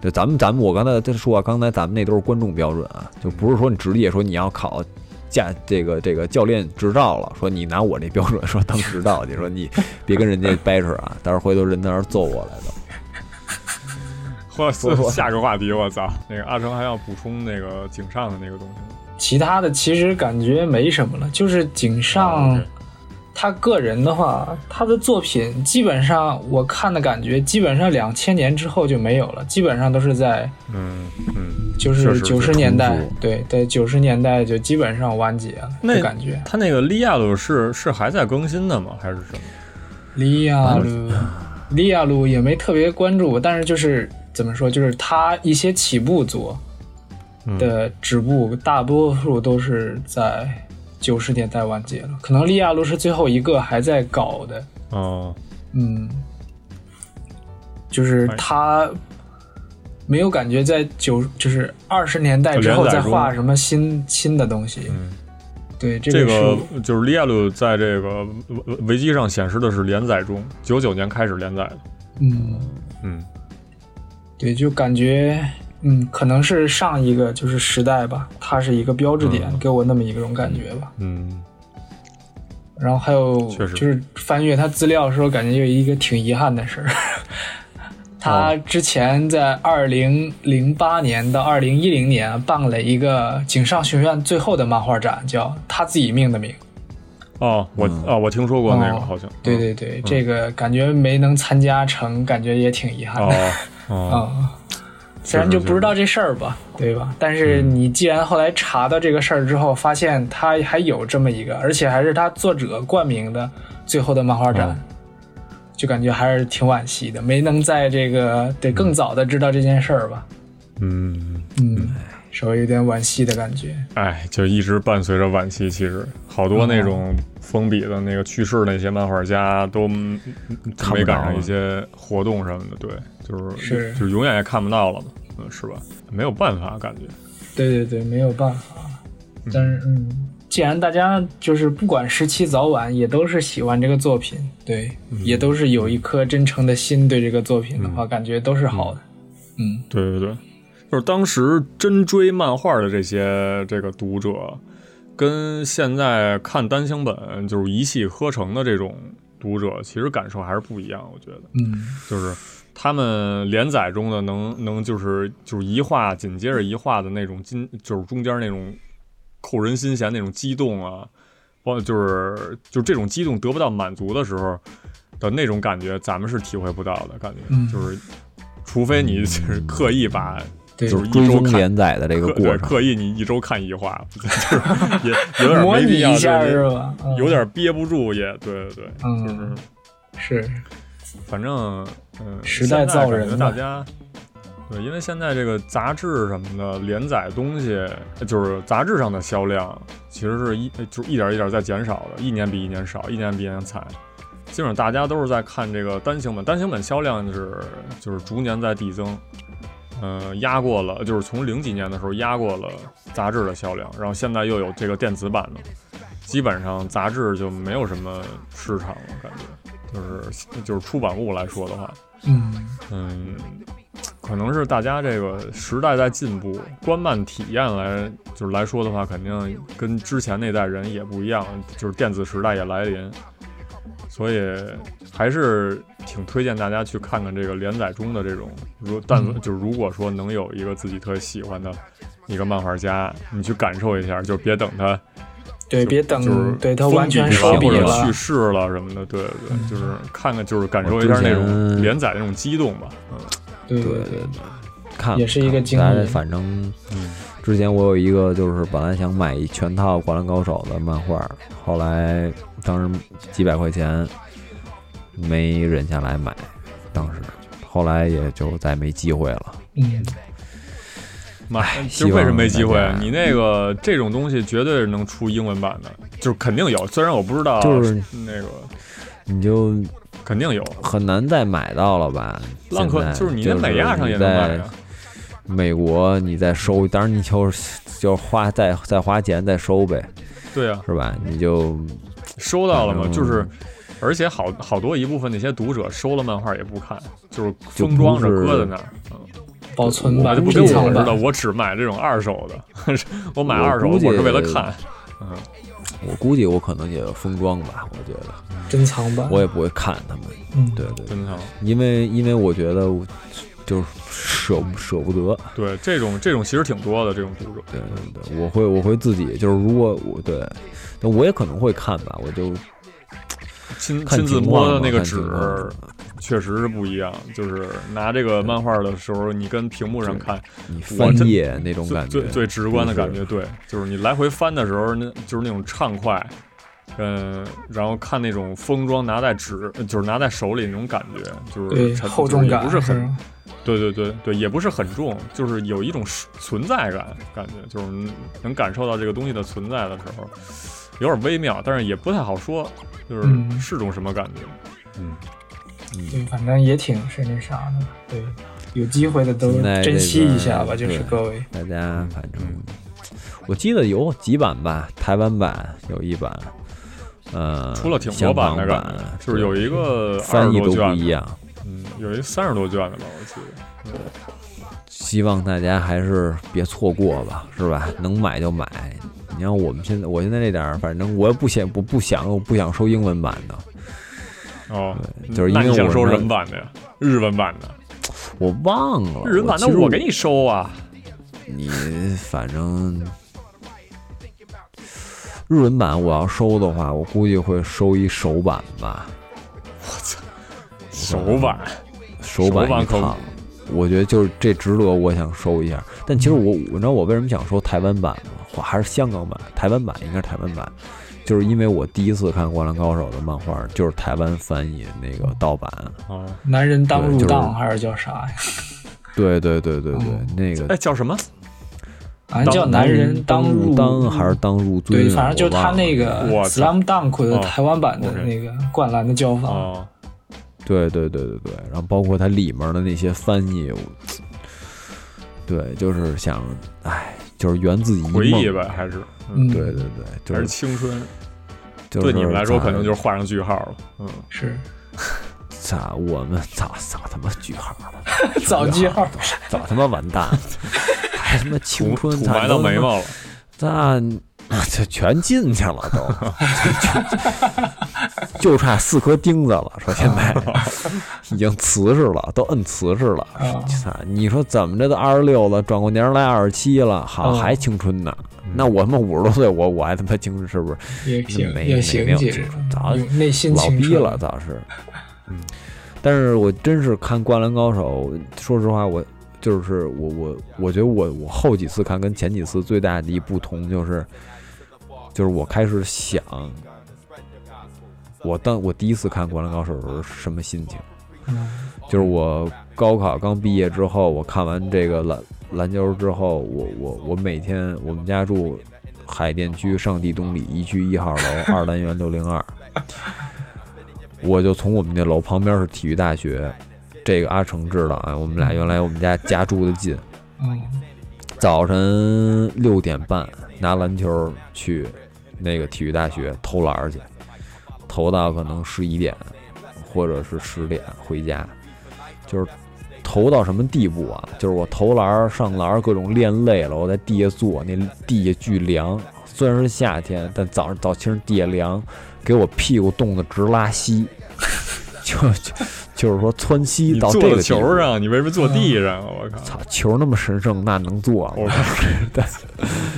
Speaker 4: 对，咱们咱们我刚才在说啊，刚才咱们那都是观众标准啊，就不是说你职业说你要考驾这个这个教练执照了，说你拿我这标准说当执照去，说你别跟人家掰扯啊，待会儿回头人在那儿揍我来的。
Speaker 3: 或
Speaker 4: 说说
Speaker 3: 下个话题，我操！那个阿成还要补充那个井上的那个东西吗
Speaker 5: 其他的其实感觉没什么了，就是井
Speaker 3: 啊
Speaker 5: 上
Speaker 3: ，OK
Speaker 5: 他个人的话，他的作品基本上我看的感觉，基本上两千年之后就没有了，基本上都是在
Speaker 3: 嗯嗯。
Speaker 5: 就
Speaker 3: 确
Speaker 5: 是
Speaker 3: 实是
Speaker 5: 九十年代
Speaker 4: 重组，
Speaker 5: 对，在九十年代就基本上完结了，
Speaker 3: 那
Speaker 5: 就感觉。
Speaker 3: 他那个利亚鲁是是还在更新的吗？还是什么？
Speaker 5: 利亚鲁， 利亚鲁也没特别关注，但是就是怎么说，就是他一些起步作的止步，大多数都是在九十年代完结了。可能利亚鲁是最后一个还在搞的，
Speaker 3: 哦，
Speaker 5: 嗯，就是他没有感觉在九就是二十年代之后
Speaker 3: 连载
Speaker 5: 再
Speaker 3: 中
Speaker 5: 画什么新新的东西。
Speaker 3: 嗯
Speaker 5: 对，这
Speaker 3: 这
Speaker 5: 是
Speaker 3: 个就是利亚鲁在这个维维基上显示的是连载中，九九年开始连载的。
Speaker 5: 嗯。
Speaker 3: 嗯，
Speaker 5: 对，就感觉，嗯，可能是上一个就是时代吧，它是一个标志点，
Speaker 3: 嗯
Speaker 5: 给我那么一种感觉吧。
Speaker 3: 嗯，
Speaker 5: 然后还有
Speaker 3: 确实
Speaker 5: 就是翻阅他资料的时候，感觉有一个挺遗憾的 事儿，
Speaker 3: 哦
Speaker 5: 他之前在二零零八年到二零一零年办了一个井上学院最后的漫画展，叫《他自己命的名》。
Speaker 3: 哦，我
Speaker 4: 嗯
Speaker 3: 啊，我听说过那个，
Speaker 5: 哦
Speaker 3: 好像。嗯。
Speaker 5: 对对对，这个感觉没能参加成，感觉也挺遗憾的。
Speaker 3: 哦 哦，
Speaker 5: 啊，虽然就不知道这事儿吧，对吧？但是你既然后来查到这个事儿之后，发现他还有这么一个，而且还是他作者冠名的最后的漫画展，
Speaker 3: 嗯
Speaker 5: 就感觉还是挺惋惜的，没能在这个得更早的知道这件事儿吧。
Speaker 3: 嗯，
Speaker 5: 嗯，稍微有点惋惜的感觉。
Speaker 3: 哎，就一直伴随着惋惜。其实好多那种封笔的那个去世那些漫画家都嗯
Speaker 4: 看不
Speaker 3: 没赶
Speaker 4: 着
Speaker 3: 上
Speaker 4: 了
Speaker 3: 一些活动什么的，对，就是
Speaker 5: 是
Speaker 3: 就永远也看不到了嘛，嗯，是吧？没有办法，感觉。
Speaker 5: 对对对，没有办法。但是，嗯，既然大家就是不管时期早晚，也都是喜欢这个作品，对，也都是有一颗真诚的心对这个作品的话，感觉都是好的。嗯，
Speaker 3: 对对对，就是当时真追漫画的这些这个读者，跟现在看单行本就是一气呵成的这种读者，其实感受还是不一样。我觉得，
Speaker 5: 嗯，
Speaker 3: 就是他们连载中的能能就是就是一画紧接着一画的那种金，就是中间那种扣人心弦那种激动啊，包就是就这种激动得不到满足的时候的那种感觉，咱们是体会不到的感觉，
Speaker 5: 嗯
Speaker 3: 就是除非你就是刻意把
Speaker 5: 对，
Speaker 3: 就是
Speaker 4: 追
Speaker 3: 一周
Speaker 4: 踪
Speaker 3: 看。
Speaker 4: 连载嗯的这个
Speaker 3: 刻
Speaker 4: 过
Speaker 3: 对
Speaker 4: 程，
Speaker 3: 刻意你一周看一画， 就是也有点
Speaker 5: 模
Speaker 3: 没
Speaker 5: 拟
Speaker 3: 必要，
Speaker 5: 一下
Speaker 3: 就是
Speaker 5: 吧？嗯
Speaker 3: 有点憋不住也，对对对，
Speaker 5: 嗯
Speaker 3: 就是
Speaker 5: 是，
Speaker 3: 反正嗯，
Speaker 5: 时代造人
Speaker 3: 现在感觉大
Speaker 5: 嘛
Speaker 3: 家对，因为现在这个杂志什么的连载东西，就是杂志上的销量，其实是一就一点一点在减少的，一年比一年少，一年比一年惨。基本上大家都是在看这个单行本，单行本销量就是就是逐年在递增，呃，压过了，就是从零几年的时候压过了杂志的销量，然后现在又有这个电子版的，基本上杂志就没有什么市场了，感觉就是就是出版物来说的话，
Speaker 5: 嗯，
Speaker 3: 嗯，可能是大家这个时代在进步，观漫体验来就是来说的话，肯定跟之前那代人也不一样，就是电子时代也来临，所以还是挺推荐大家去看看这个连载中的这种，如但就是如果说能有一个自己特喜欢的一个漫画家，你去感受一下，就别等他
Speaker 5: 对，
Speaker 3: 就
Speaker 5: 别
Speaker 3: 就是
Speaker 5: 等，对他
Speaker 3: 封
Speaker 5: 完全
Speaker 3: 了
Speaker 5: 收笔
Speaker 3: 或者
Speaker 5: 了嗯
Speaker 3: 去。世了什么的，对对对，就是看看就是感受
Speaker 4: 我
Speaker 3: 一
Speaker 4: 之
Speaker 3: 下那种
Speaker 4: 前
Speaker 3: 连载那种激动吧，嗯。
Speaker 5: 对
Speaker 4: 对
Speaker 5: 对
Speaker 4: 对对，看
Speaker 5: 也是一个经历
Speaker 4: 大家反正
Speaker 3: 嗯
Speaker 4: 之前我有一个就是本来想买一全套《灌篮高手》的漫画，后来当时几百块钱没忍下来买，当时后来也就再没机会了。
Speaker 5: 嗯，
Speaker 3: 妈，
Speaker 4: 哎希
Speaker 3: 就哎为什么没机会啊
Speaker 4: 望大？家
Speaker 3: 你那个这种东西绝对是能出英文版的，就是肯定有，虽然我不知道，
Speaker 4: 就是
Speaker 3: 那个
Speaker 4: 你就
Speaker 3: 肯定有。
Speaker 4: 很难再买到了吧？
Speaker 3: 浪客
Speaker 4: 现在
Speaker 3: 就
Speaker 4: 就是
Speaker 3: 你在美亚上也能买啊
Speaker 4: 是你
Speaker 3: 呀，
Speaker 4: 在美国你再收，当然你就是就花再再花钱再收呗，
Speaker 3: 对啊，
Speaker 4: 是吧？你就
Speaker 3: 收到了嘛，
Speaker 4: 反正
Speaker 3: 就是，而且好好多一部分那些读者收了漫画也不看，就是
Speaker 4: 就
Speaker 3: 封装着
Speaker 4: 不是
Speaker 3: 搁在那儿。嗯
Speaker 5: 保存
Speaker 3: 我
Speaker 5: 版、
Speaker 3: 就不跟我
Speaker 5: 珍藏
Speaker 3: 似的，
Speaker 5: 版，
Speaker 3: 我只买这种二手的， 我买二手
Speaker 4: 我估计
Speaker 3: 我是为了看。
Speaker 4: 我估计我可能也要封装吧，我觉得
Speaker 5: 珍藏版。
Speaker 4: 我也不会看他们。
Speaker 5: 嗯，
Speaker 4: 对对对，
Speaker 3: 真的，
Speaker 4: 因为因为我觉得我就是舍不舍不得，
Speaker 3: 对这种这种其实挺多的，这种读者，
Speaker 4: 对对对，我会我会自己就是如果我对，但我也可能会看吧，我就
Speaker 3: 亲
Speaker 4: 看
Speaker 3: 亲自
Speaker 4: 情
Speaker 3: 摸
Speaker 4: 况
Speaker 3: 的
Speaker 4: 吧
Speaker 3: 那个
Speaker 4: 看
Speaker 3: 纸
Speaker 4: 情况
Speaker 3: 确实是不一样，就是拿这个漫画的时候，你跟屏幕上看
Speaker 4: 你
Speaker 3: 我
Speaker 4: 翻
Speaker 3: 真
Speaker 4: 页那种
Speaker 3: 最
Speaker 4: 感觉，
Speaker 3: 最最直观的
Speaker 4: 就
Speaker 3: 感
Speaker 4: 是
Speaker 3: 觉，对，就是你来回翻的时候，那就是那种畅快，嗯，然后看那种封装拿在纸，呃就是拿在手里那种感觉，就是
Speaker 5: 对，
Speaker 3: 沉
Speaker 5: 厚
Speaker 3: 就是
Speaker 5: 重
Speaker 3: 也
Speaker 5: 感
Speaker 3: 不是很
Speaker 5: 吧
Speaker 3: 对对对对，也不是很重，就是有一种存在感，感觉就是能感受到这个东西的存在的时候，有点微妙，但是也不太好说，就是
Speaker 5: 嗯
Speaker 3: 是种什么感觉。
Speaker 4: 嗯
Speaker 5: 对，嗯反正也挺是那啥的。对，有机会的都
Speaker 4: 现在这
Speaker 5: 珍惜一下吧，
Speaker 4: 边
Speaker 5: 就是
Speaker 4: 对
Speaker 5: 各位。
Speaker 4: 大
Speaker 3: 嗯
Speaker 4: 家反正我记得有几版吧，台湾版有一版，呃，
Speaker 3: 出了挺多版的感
Speaker 4: 香港版啊
Speaker 3: 觉，就是有一个二
Speaker 4: 翻
Speaker 3: 十
Speaker 4: 译都
Speaker 3: 多
Speaker 4: 不
Speaker 3: 卷
Speaker 4: 一
Speaker 3: 的，
Speaker 4: 样。
Speaker 3: 嗯，有一三十多卷的吧，我记得。
Speaker 4: 希望大家还是别错过吧，是吧？能买就买。你看我们现在，我现在这点儿，反正我也不想，我不想，我不想收英文版的，
Speaker 3: 哦，
Speaker 4: 就是
Speaker 3: 那
Speaker 4: 因为
Speaker 3: 你想
Speaker 4: 我
Speaker 3: 收
Speaker 4: 们
Speaker 3: 什么版的呀？日文版的，
Speaker 4: 我忘了。
Speaker 3: 日文版的
Speaker 4: 其实
Speaker 3: 我给你收啊。
Speaker 4: 你反正日文版我要收的话，我估计会收一首版吧，
Speaker 3: 首版，
Speaker 4: 首
Speaker 3: 首
Speaker 4: 版
Speaker 3: 版
Speaker 4: 一
Speaker 3: 可
Speaker 4: 套。我觉得就是这值得，我想收一下。但其实
Speaker 5: 嗯
Speaker 4: 我，你知道我为什么想收台湾版吗？我还是香港版，台湾版应该是台湾版，就是因为我第一次看《灌篮高手》的漫画，就是台湾翻译那个盗版。
Speaker 3: 哦，
Speaker 5: 男人当
Speaker 4: 对
Speaker 5: 入
Speaker 4: 就是
Speaker 5: 当还是叫啥呀？
Speaker 4: 对对对对对，
Speaker 5: 嗯
Speaker 4: 那
Speaker 3: 哎，
Speaker 4: 个
Speaker 3: 叫什么？
Speaker 5: 好像叫男人
Speaker 4: 当
Speaker 5: 入
Speaker 4: 当还是当入樽啊？
Speaker 5: 对，反正就
Speaker 4: 我忘
Speaker 5: 他那
Speaker 4: 了
Speaker 5: 个
Speaker 3: 我
Speaker 5: 《
Speaker 3: 操
Speaker 5: Slam Dunk》的
Speaker 3: 哦
Speaker 5: 台湾版的
Speaker 3: OK
Speaker 5: 那个灌篮的叫
Speaker 4: 啊
Speaker 5: 法，
Speaker 3: 哦，
Speaker 4: 对对对对对，然后包括它里面的那些翻译，我对，就是想，哎，就是圆自己一
Speaker 3: 回忆
Speaker 4: 梦
Speaker 3: 呗，。还是
Speaker 5: 嗯，
Speaker 4: 对对对，就
Speaker 3: 还是
Speaker 4: 是
Speaker 3: 青春？
Speaker 4: 就
Speaker 3: 对
Speaker 4: 是
Speaker 3: 你们来说，可能就是是画上句号了。嗯，
Speaker 5: 是
Speaker 4: 咋我们咋咋他妈句号了，
Speaker 5: 早句 号，
Speaker 4: 早他妈完 蛋了，还他妈青春
Speaker 3: 土
Speaker 4: 咋
Speaker 3: 埋到
Speaker 4: 都他
Speaker 3: 眉
Speaker 4: 妈
Speaker 3: 毛了。
Speaker 4: 那这全进去了 都，就就差四颗钉子了。说现 在已经瓷实了，都摁瓷实了。
Speaker 5: 啊
Speaker 4: 操、你说怎么着都二十六了，转过年来二十七了，好、
Speaker 3: 啊
Speaker 5: 嗯
Speaker 4: 还青春呢？那我他妈五十多岁，我我还他妈青春是不是？
Speaker 5: 也行，
Speaker 4: 没
Speaker 5: 也
Speaker 4: 没
Speaker 5: 行
Speaker 4: 没，有
Speaker 5: 其
Speaker 4: 这
Speaker 5: 实
Speaker 4: 种
Speaker 3: 嗯
Speaker 4: 早
Speaker 5: 有内心
Speaker 4: 老
Speaker 5: 情
Speaker 4: 逼
Speaker 5: 绪
Speaker 4: 了，倒是。嗯，但是我真是看《灌篮高手》，说实话，我就是我我我觉得我我后几次看跟前几次最大的一不同就是，就是我开始想，我当我第一次看《灌篮高手》的时候是什么心情？
Speaker 5: 嗯
Speaker 4: 就是我高考刚毕业之后，我看完这个篮篮球之后，我我我每天我们家住海淀区上地东里一区一号楼二单元六零二，我就从我们那楼旁边是体育大学，这个阿成知道啊，我们俩原来我们家家住的近，
Speaker 5: 嗯，
Speaker 4: 早晨六点半拿篮球去那个体育大学投篮儿去，投到可能十一点或者是十点回家，就是投到什么地步啊？就是我投篮儿上篮儿各种练累了，我在地下坐，那地下巨凉，虽然是夏天，但早上早清地下凉，给我屁股冻得直拉稀，就就就是说窜稀
Speaker 3: 你
Speaker 4: 到
Speaker 3: 坐
Speaker 4: 这个
Speaker 3: 到
Speaker 4: 地步
Speaker 3: 球上，你为什么坐地上啊？我靠！
Speaker 4: 操，球那么神圣，那能做啊吗
Speaker 3: 我？
Speaker 4: 但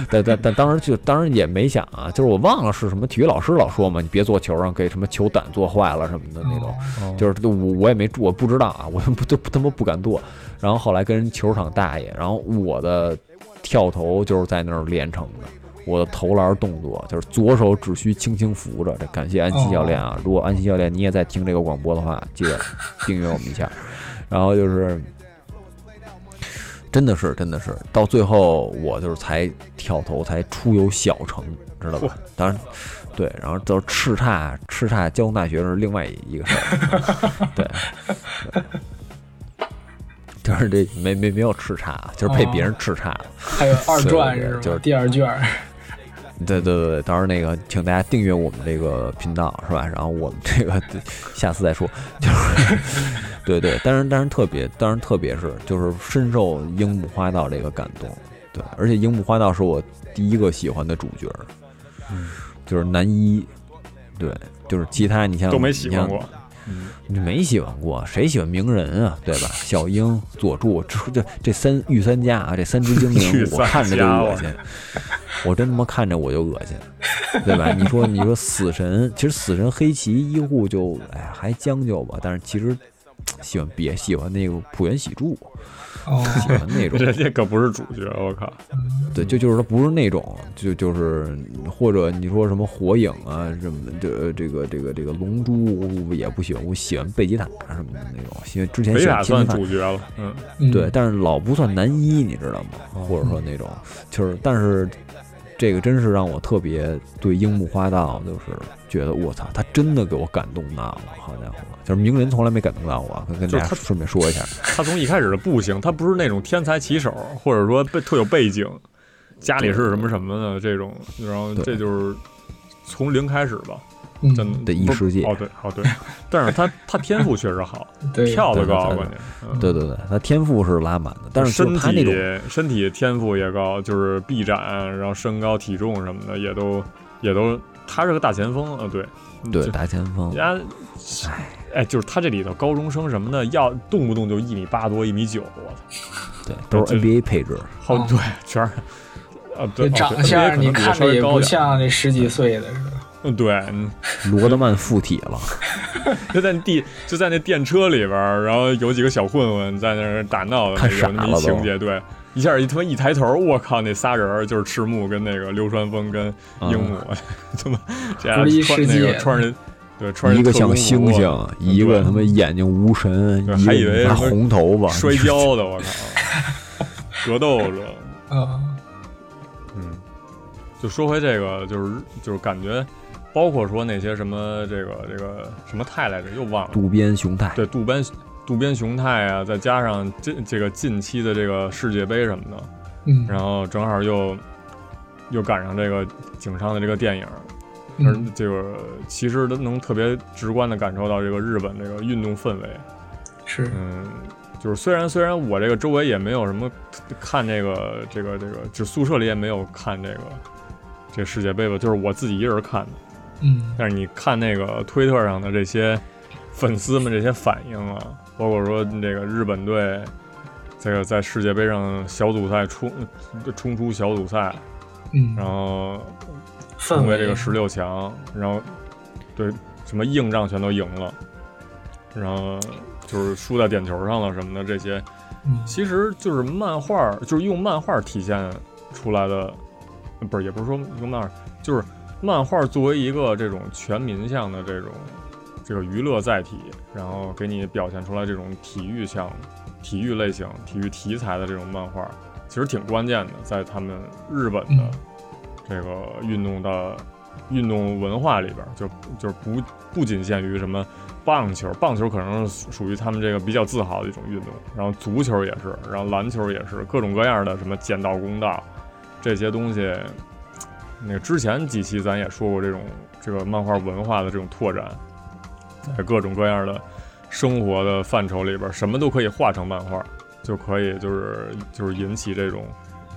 Speaker 4: 但但但当时就当时也没想啊，就是我忘了是什么体育老师老说嘛，你别坐球上，啊给什么球胆做坏了什么的那种。就是我我也没我不知道啊，我都不都不他妈不敢做。然后后来跟球场大爷，然后我的跳投就是在那儿练成的。我的投篮动作就是左手只需轻轻扶着。这感谢安琪教练啊！如果安琪教练你也在听这个广播的话，记得订阅我们一下。然后就是， 真的是真的是，到最后我就是才跳投，才出游小城，知道吧？当然，对，然后到叱咤叱咤交通大学是另外一个事儿，对。对就是这没没没有叱咤，就是被别人叱咤了。
Speaker 5: 还有二转
Speaker 4: 对对
Speaker 5: 是吧？
Speaker 4: 就是
Speaker 5: 第二卷儿，
Speaker 4: 对对对，到时候那个，请大家订阅我们这个频道，是吧？然后我们这个下次再说，就是对对，当然当然特别，当然特别是就是深受樱木花道这个感动，对，而且樱木花道是我第一个喜欢的主角，就是男一，对，就是其他你像
Speaker 3: 都没喜欢，
Speaker 4: 你
Speaker 3: 过。
Speaker 4: 像没喜欢过，谁喜欢鸣人啊，对 吧？小樱、佐助，这这这三御三家啊，这三只精
Speaker 3: 御
Speaker 4: 灵，
Speaker 3: 三
Speaker 4: 我看着就
Speaker 3: 家
Speaker 4: 恶心。我真他妈看着我就恶心，对吧？你说你说死神，其实死神黑崎一护就哎呀还将就吧，但是其实喜欢别喜欢那个浦原喜助，
Speaker 5: 哦，
Speaker 4: 喜欢那 种，
Speaker 3: 人家可不是主角，我靠！
Speaker 4: 对，就就是说不是那种，就就是或者你说什么火影啊什么的，这这个这个这个龙珠也不喜欢，我喜欢贝吉塔什么的那种，喜欢之前
Speaker 3: 北
Speaker 4: 喜
Speaker 3: 塔
Speaker 4: 欢
Speaker 3: 算
Speaker 4: 天才
Speaker 3: 主角了，嗯，
Speaker 5: 嗯
Speaker 4: 对，，但是老不算男一，你知道吗？或者说那种，
Speaker 3: 嗯
Speaker 4: 就是，但是这个真是让我特别对樱木花道，就是觉得我操，他真的给我感动到了，好家伙，就是鸣人从来没感动到我，跟跟
Speaker 3: 就
Speaker 4: 大
Speaker 3: 是
Speaker 4: 家
Speaker 3: 他
Speaker 4: 顺便说一下，
Speaker 3: 他从一开始的步行，他不是那种天才棋手，或者说被特有背景，家里是什么什么的这种，然后
Speaker 4: 对
Speaker 3: 这就是从零开始吧，
Speaker 5: 嗯
Speaker 3: 真的
Speaker 4: 的异
Speaker 3: 不
Speaker 4: 世界
Speaker 3: 哦对，哦对，但是他他天赋确实好，
Speaker 5: 嗯对，
Speaker 3: 跳得
Speaker 4: 对
Speaker 3: 高，
Speaker 4: 对
Speaker 3: 关键，嗯
Speaker 4: 对对对，他天赋是拉满的，但是就
Speaker 3: 身
Speaker 4: 是他那种
Speaker 3: 体身体天赋也高，就是臂展，然后身高体重什么的也都也都，他是个大前锋啊，对
Speaker 4: 对
Speaker 3: 就
Speaker 4: 大前锋
Speaker 3: 人，家。哎，就是他这里头高中生什么的，要动不动就一米八多、一米九，我操！
Speaker 4: 对，都
Speaker 3: 就是
Speaker 4: NBA 配置，
Speaker 3: 好，
Speaker 5: 哦
Speaker 3: 对，全是。啊，
Speaker 5: 这
Speaker 4: 哦
Speaker 3: 对，
Speaker 5: 长相你看着也不
Speaker 3: 高点。
Speaker 5: 像这十几岁的，是吧？
Speaker 3: 嗯，对，嗯
Speaker 4: 罗德曼附体了，
Speaker 3: 就在那地，就在那电车里边儿，然后有几个小混混在那儿打闹的，
Speaker 4: 看
Speaker 3: 有那么一
Speaker 4: 傻了都
Speaker 3: 情节，对，一下一他妈一抬头，我靠，那仨人儿就是赤木跟那个流川枫跟
Speaker 4: 嗯
Speaker 3: 樱 木，他妈这
Speaker 5: 不是
Speaker 3: 俩
Speaker 5: 一
Speaker 3: 穿
Speaker 5: 世
Speaker 3: 那
Speaker 5: 界
Speaker 3: 个穿着，对，穿着
Speaker 4: 一个
Speaker 3: 特工啊
Speaker 4: 像星
Speaker 3: 服
Speaker 4: 星，一个
Speaker 3: 对
Speaker 4: 他妈眼睛无神，
Speaker 3: 对
Speaker 4: 一
Speaker 3: 还以为
Speaker 4: 个他妈
Speaker 3: 什么
Speaker 4: 红头发，
Speaker 3: 摔跤的，我靠，格斗者。
Speaker 5: 嗯，
Speaker 3: 嗯，就说回这个，就是就是感觉，包括说那些什么这个这个什么泰来着，又忘了。
Speaker 4: 渡边雄太，
Speaker 3: 对，渡边渡边雄太啊，再加上这这个近期的这个世界杯什么的，
Speaker 5: 嗯
Speaker 3: 然后正好又又赶上这个井上的这个电影，而
Speaker 5: 嗯，
Speaker 3: 这个其实都能特别直观的感受到这个日本这个运动氛围。
Speaker 5: 是，
Speaker 3: 嗯，就是虽然虽然我这个周围也没有什么看这个这个这个，就宿舍里也没有看这个这个世界杯吧，就是我自己一人看的。
Speaker 5: 嗯
Speaker 3: 但是你看那个推特上的这些粉丝们这些反应啊，包括说这个日本队这个在世界杯上小组赛冲冲出小组赛，
Speaker 5: 嗯，
Speaker 3: 然后
Speaker 5: 氛
Speaker 3: 成为
Speaker 5: 围
Speaker 3: 这个十六强，然后对什么硬仗全都赢了，然后就是输在点球上了什么的这些，
Speaker 5: 嗯
Speaker 3: 其实就是漫画儿，就是用漫画儿体现出来的，呃不是也不是说用漫画儿，就是漫画儿作为一个这种全民向的这种这个娱乐载体，然后给你表现出来这种体育项目、体育类型、体育题材的这种漫画儿，其实挺关键的，在他们日本的
Speaker 5: 嗯
Speaker 3: 这个运动的运动文化里边儿，就就是不不仅限于什么棒球，棒球可能是属于他们这个比较自豪的一种运动，然后足球也是，然后篮球也是，各种各样的什么剑道、弓道这些东西。那个之前几期咱也说过这种这个漫画文化的这种拓展，在各种各样的生活的范畴里边儿，什么都可以画成漫画，就可以就是就是引起这种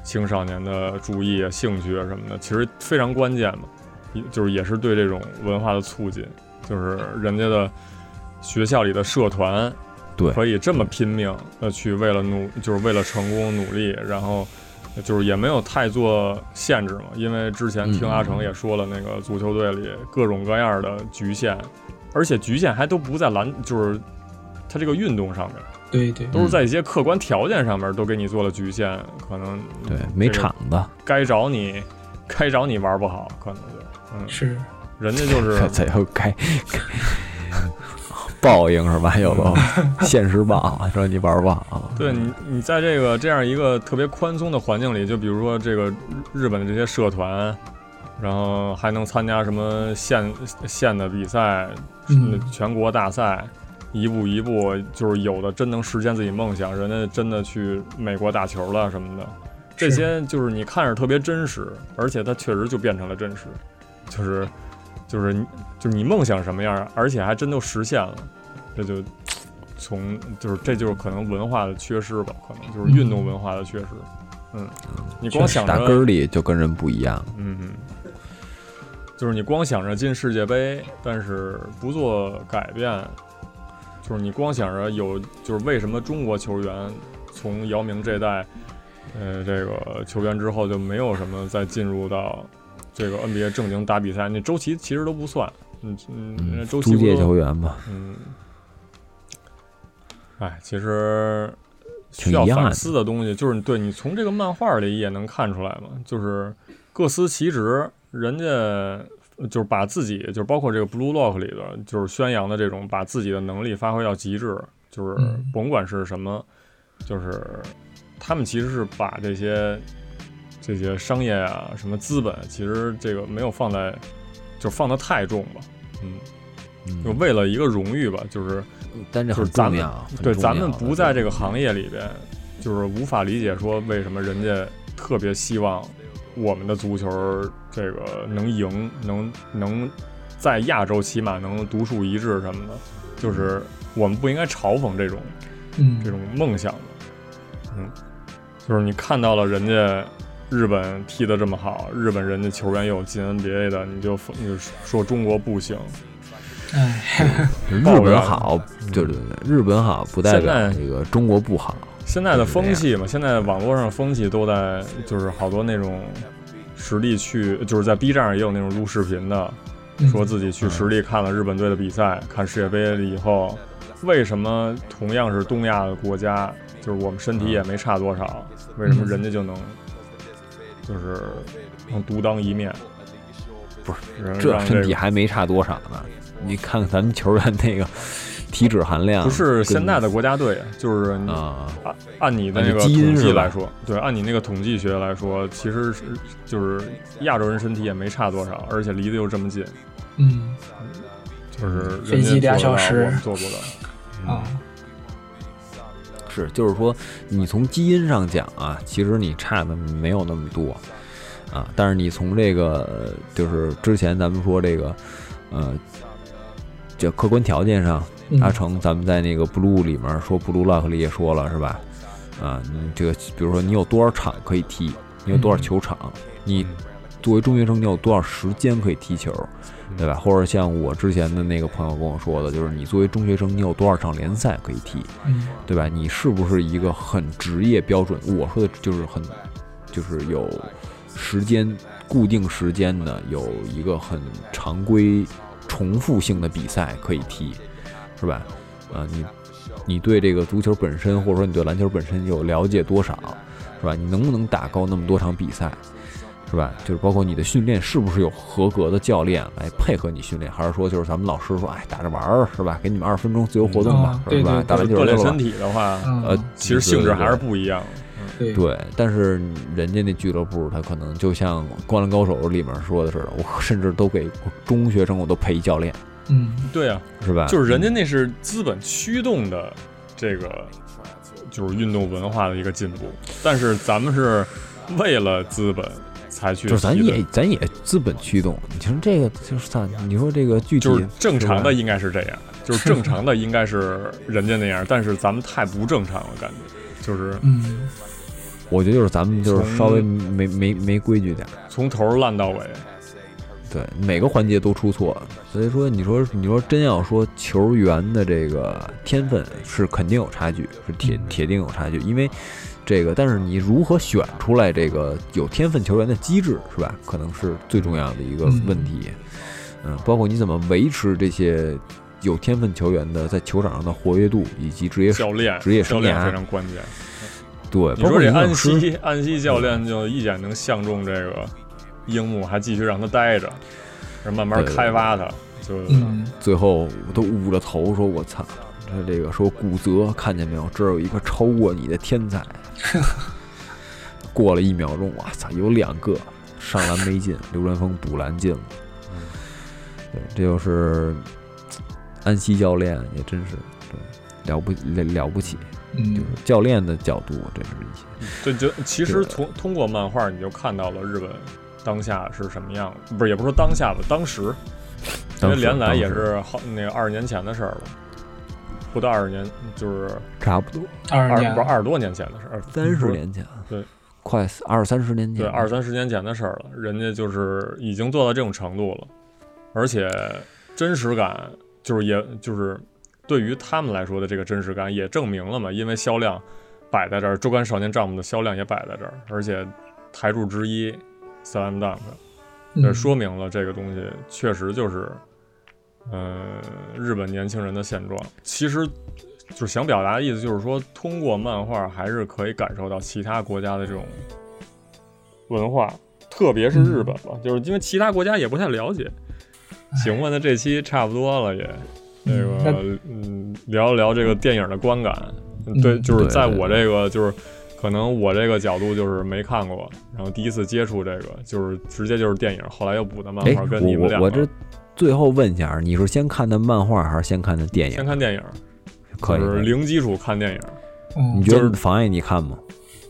Speaker 3: 青少年的注意啊、兴趣啊什么的，其实非常关键嘛，也就是也是对这种文化的促进，就是人家的学校里的社团
Speaker 4: 对
Speaker 3: 可以这么拼命的去为了努，就是为了成功努力，然后就是也没有太做限制嘛，因为之前听
Speaker 4: 嗯
Speaker 3: 阿成也说了，那个足球队里各种各样的局限，而且局限还都不在篮，就是它这个运动上面，
Speaker 5: 对对，
Speaker 3: 都是在一些客观条件上面都给你做了局限，可能
Speaker 4: 对，没
Speaker 3: 这个
Speaker 4: 场子，
Speaker 3: 该找你，该找你玩不好，可能就，嗯，
Speaker 5: 是
Speaker 3: 人家 就是
Speaker 4: 这这又该报应是吧？又 都现实报，说你玩吧啊，
Speaker 3: 对你，你在这个这样一个特别宽松的环境里，就比如说这个日日本的这些社团，然后还能参加什么县县的比赛、
Speaker 5: 嗯
Speaker 3: 全国大赛，一步一步，就是有的真能实现自己梦想，人家真的去美国打球了什么的，这
Speaker 5: 是
Speaker 3: 些就是你看着特别真实，而且它确实就变成了真实，就是就是你就是你梦想什么样，而且还真都实现了，这就从就是这就是可能文化的缺失吧，可能就是运动文化的缺失。嗯，你光想
Speaker 4: 打根儿
Speaker 3: 着，
Speaker 4: 里就跟人不一样。
Speaker 3: 嗯，嗯就是你光想着进世界杯，但是不做改变，就是你光想着有，就是为什么中国球员从姚明这代，呃，这个球员之后就没有什么再进入到这个 NBA 正经打比赛，那周琦其实都不算，嗯嗯，那周琦
Speaker 4: 租
Speaker 3: 不
Speaker 4: 界
Speaker 3: 都
Speaker 4: 球员嘛，
Speaker 3: 嗯，哎，其实需
Speaker 4: 挺
Speaker 3: 要
Speaker 4: 遗憾
Speaker 3: 反
Speaker 4: 的
Speaker 3: 思的东西，就是你对你从这个漫画里也能看出来嘛，就是各司其职，人家就是把自己，就是包括这个 Blue Lock 里的，就是宣扬的这种把自己的能力发挥到极致，就是
Speaker 5: 嗯
Speaker 3: 甭管是什么，就是他们其实是把这些这些商业啊、什么资本，其实这个没有放在，就放得太重吧，嗯。
Speaker 4: 嗯
Speaker 3: 就为了一个荣誉吧，就是
Speaker 4: 但这
Speaker 3: 就
Speaker 4: 很
Speaker 3: 是咱
Speaker 4: 重
Speaker 3: 们
Speaker 4: 要。很
Speaker 3: 对
Speaker 4: 重
Speaker 3: 咱
Speaker 4: 要
Speaker 3: 们
Speaker 4: 的
Speaker 3: 不在这个行业里边，就是无法理解说为什么人家特别希望我们的足球这个能赢，能能在亚洲起码能独树一帜什么的，就是我们不应该嘲讽这种
Speaker 5: 嗯
Speaker 3: 这种梦想的。嗯，就是你看到了人家日本踢得这么好，日本人家球员有进 NBA 的，你就你就说中国不行，
Speaker 5: 哎
Speaker 4: 日
Speaker 3: 抱
Speaker 4: 本
Speaker 3: 怨
Speaker 4: 好，对对对，日本好不代
Speaker 3: 嗯现
Speaker 4: 表
Speaker 3: 在
Speaker 4: 这个中国不好。
Speaker 3: 现在的风气嘛，现在网络上风气都在，就是好多那种实地去，就是在 B 站上也有那种录视频的，
Speaker 5: 嗯
Speaker 3: 说自己去实地看了日本队的比赛，看世界杯了以后，为什么同样是东亚的国家，就是我们身体也没差多少，为什么人家就能，就是能独当一面？
Speaker 4: 不
Speaker 3: 是
Speaker 4: 这
Speaker 3: 让
Speaker 4: 身体
Speaker 3: 个
Speaker 4: 还没差多少呢。你看看咱们球员那个体脂含量，
Speaker 3: 不是
Speaker 4: 跟
Speaker 3: 现在的国家队，就是你
Speaker 4: 啊，
Speaker 3: 按按你的
Speaker 4: 按
Speaker 3: 那
Speaker 4: 你
Speaker 3: 个
Speaker 4: 基因
Speaker 3: 统
Speaker 4: 是
Speaker 3: 计
Speaker 4: 吧
Speaker 3: 来说，对，按你那个统计学来说，其实是就是亚洲人身体也没差多少，而且离得又这么近，
Speaker 5: 嗯
Speaker 3: 就是
Speaker 4: 嗯
Speaker 3: 人
Speaker 5: 飞机
Speaker 3: 家
Speaker 5: 俩
Speaker 3: 做得到
Speaker 5: 小时
Speaker 3: 我们做不到。嗯
Speaker 5: 啊
Speaker 4: 是就是说，你从基因上讲啊，其实你差的没有那么多啊，但是你从这个就是之前咱们说这个呃，这客观条件上，
Speaker 5: 嗯
Speaker 4: 阿成，咱们在那个 Blue 里面说 Blue Lock 里也说了是吧？啊，你这个比如说你有多少场可以踢，你有多少球场，你作为中学生你有多少时间可以踢球，对吧？或者像我之前的那个朋友跟我说的，就是你作为中学生你有多少场联赛可以踢，
Speaker 5: 嗯
Speaker 4: 对吧？你是不是一个很职业标准？我说的就是很，就是有时间固定时间的，有一个很常规、重复性的比赛可以踢，是吧？啊、你你对这个足球本身，或者说你对篮球本身有了解多少，是吧？你能不能打够那么多场比赛？是吧？就是包括你的训练是不是有合格的教练来配合你训练，还是说就是咱们老师说，哎，打着玩儿是吧？给你们二十分钟自由活动吧，
Speaker 5: 嗯对
Speaker 4: 是吧
Speaker 5: 对？
Speaker 4: 打篮球
Speaker 3: 哦锻
Speaker 4: 去
Speaker 3: 炼
Speaker 4: 了吧
Speaker 3: 身体的话，
Speaker 5: 嗯
Speaker 4: 呃，
Speaker 3: 其实性质还是不一样。
Speaker 5: 对
Speaker 4: 对，但是人家那俱乐部，他可能就像《灌篮高手》里面说的似的，我甚至都给中学生我都配一教练，
Speaker 5: 嗯
Speaker 3: 对啊，
Speaker 4: 是吧？嗯
Speaker 3: 就是人家那是资本驱动的这个，就是运动文化的一个进步，但是咱们是为了资本才去
Speaker 4: 就是咱
Speaker 3: 踢的
Speaker 4: 也咱也资本驱动，你说这个就是咱，你说这个具体
Speaker 3: 就是正常的
Speaker 4: 嗯是吧
Speaker 3: 应该是这样，就是正常的应该是人家那样，但是咱们太不正常了，感觉就是
Speaker 5: 嗯
Speaker 4: 我觉得就是咱们就是
Speaker 3: 从
Speaker 4: 稍微没没没规矩点儿，
Speaker 3: 从头烂到尾。
Speaker 4: 对，每个环节都出错，所以说你说你说真要说球员的这个天分是肯定有差距，是铁
Speaker 3: 嗯
Speaker 4: 铁定有差距，因为这个，但是你如何选出来这个有天分球员的机制是吧？嗯可能是最重要的一个问题，嗯，包括你怎么维持这些有天分球员的在球场上的活跃度以及职业
Speaker 3: 教练
Speaker 4: 职业
Speaker 3: 教
Speaker 4: 生
Speaker 3: 练非
Speaker 4: 涯
Speaker 3: 常。关键。
Speaker 4: 对，
Speaker 3: 你
Speaker 4: 包
Speaker 3: 说
Speaker 4: 括
Speaker 3: 这
Speaker 4: 影响
Speaker 3: 安
Speaker 4: 师
Speaker 3: 西安西教练就一眼能相中这个樱木，还继续让他待着，然后慢慢
Speaker 4: 对对
Speaker 3: 开发他，就
Speaker 5: 嗯，
Speaker 4: 最后我都捂着头说：“我操！”他这个说骨折，看见没有？这儿有一个超过你的天才。 过了一秒钟，我操，有两个上篮没进，刘传峰补篮进了。对，这就是安西教练，也真是对了不了了不起，就是
Speaker 5: 嗯，
Speaker 4: 教练的角度，真是一些。
Speaker 3: 这就其实
Speaker 4: 对
Speaker 3: 从通过漫画你就看到了日本当下是什么样的，不是也不是说当下吧，当时，因
Speaker 4: 当
Speaker 3: 为
Speaker 4: 时
Speaker 3: 连
Speaker 4: 当
Speaker 3: 载也
Speaker 4: 时
Speaker 3: 是好那个二十年前的事儿了，不到二十年，就是
Speaker 4: 差不多
Speaker 5: 二
Speaker 3: 二不
Speaker 5: 十年
Speaker 3: 是二十多年前的事儿，
Speaker 4: 三
Speaker 3: 不
Speaker 4: 十
Speaker 3: 是
Speaker 4: 年前，
Speaker 3: 嗯对，
Speaker 4: 快二三十年前，
Speaker 3: 对，二三十年前的事儿了，人家就是已经做到这种程度了，而且真实感就是也就是对于他们来说的这个真实感也证明了嘛，因为销量摆在这儿，《周刊少年丈夫》的销量也摆在这儿，而且台柱之一 Slam Dunk，这
Speaker 5: 嗯
Speaker 3: 呃说明了这个东西确实就是，呃，日本年轻人的现状。其实就是想表达的意思，就是说通过漫画还是可以感受到其他国家的这种文化，特别是日本吧，就是因为其他国家也不太了解。行吧，那这期差不多了也，那
Speaker 5: 那
Speaker 3: 个嗯，聊一聊这个电影的观感。对，
Speaker 5: 嗯
Speaker 3: 就是在
Speaker 4: 对对
Speaker 3: 我这个就是。可能我这个角度就是没看过，然后第一次接触这个，就是直接就是电影，后来又补的漫
Speaker 4: 哎
Speaker 3: 画，，跟你
Speaker 4: 我
Speaker 3: 们
Speaker 4: 我
Speaker 3: 两
Speaker 4: 我
Speaker 3: 个
Speaker 4: 这最后问一下，你是先看的漫画还是先看的电
Speaker 3: 先
Speaker 4: 影？
Speaker 3: 看电影，
Speaker 4: 可以
Speaker 3: 就
Speaker 4: 可
Speaker 3: 是
Speaker 4: 以，
Speaker 3: 零基础看电影
Speaker 5: 嗯
Speaker 4: 你觉
Speaker 3: 就
Speaker 4: 得
Speaker 3: 是
Speaker 4: 妨碍你看吗？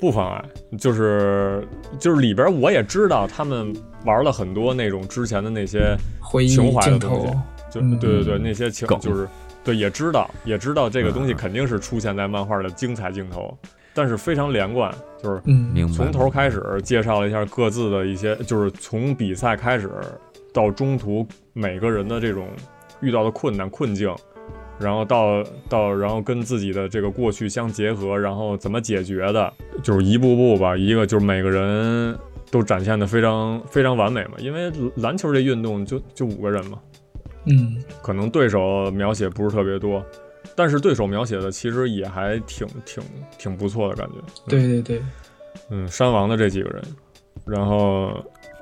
Speaker 3: 不妨碍，就是就是里边我也知道他们玩了很多那种之前的那些，
Speaker 5: 回忆
Speaker 3: 情怀的
Speaker 5: 镜
Speaker 3: 东西
Speaker 5: 头，
Speaker 3: 就
Speaker 5: 嗯
Speaker 3: 对对对那些情
Speaker 4: 梗
Speaker 3: 就是对也知道也知道这个东西
Speaker 4: 嗯
Speaker 3: 肯定是出现在漫画的精彩镜头，但是非常连贯，就是
Speaker 5: 嗯，
Speaker 4: 明白。
Speaker 3: 从头开始介绍了一下各自的一些，就是从比赛开始到中途每个人的这种遇到的困难困境，然后到到然后跟自己的这个过去相结合，然后怎么解决的，就是一步步吧，一个就是每个人都展现的非常非常完美嘛，因为篮球这运动就就五个人嘛，
Speaker 5: 嗯
Speaker 3: 可能对手描写不是特别多，但是对手描写的其实也还挺挺挺不错的感觉，嗯，
Speaker 5: 对对对，
Speaker 3: 嗯，山王的这几个人，然后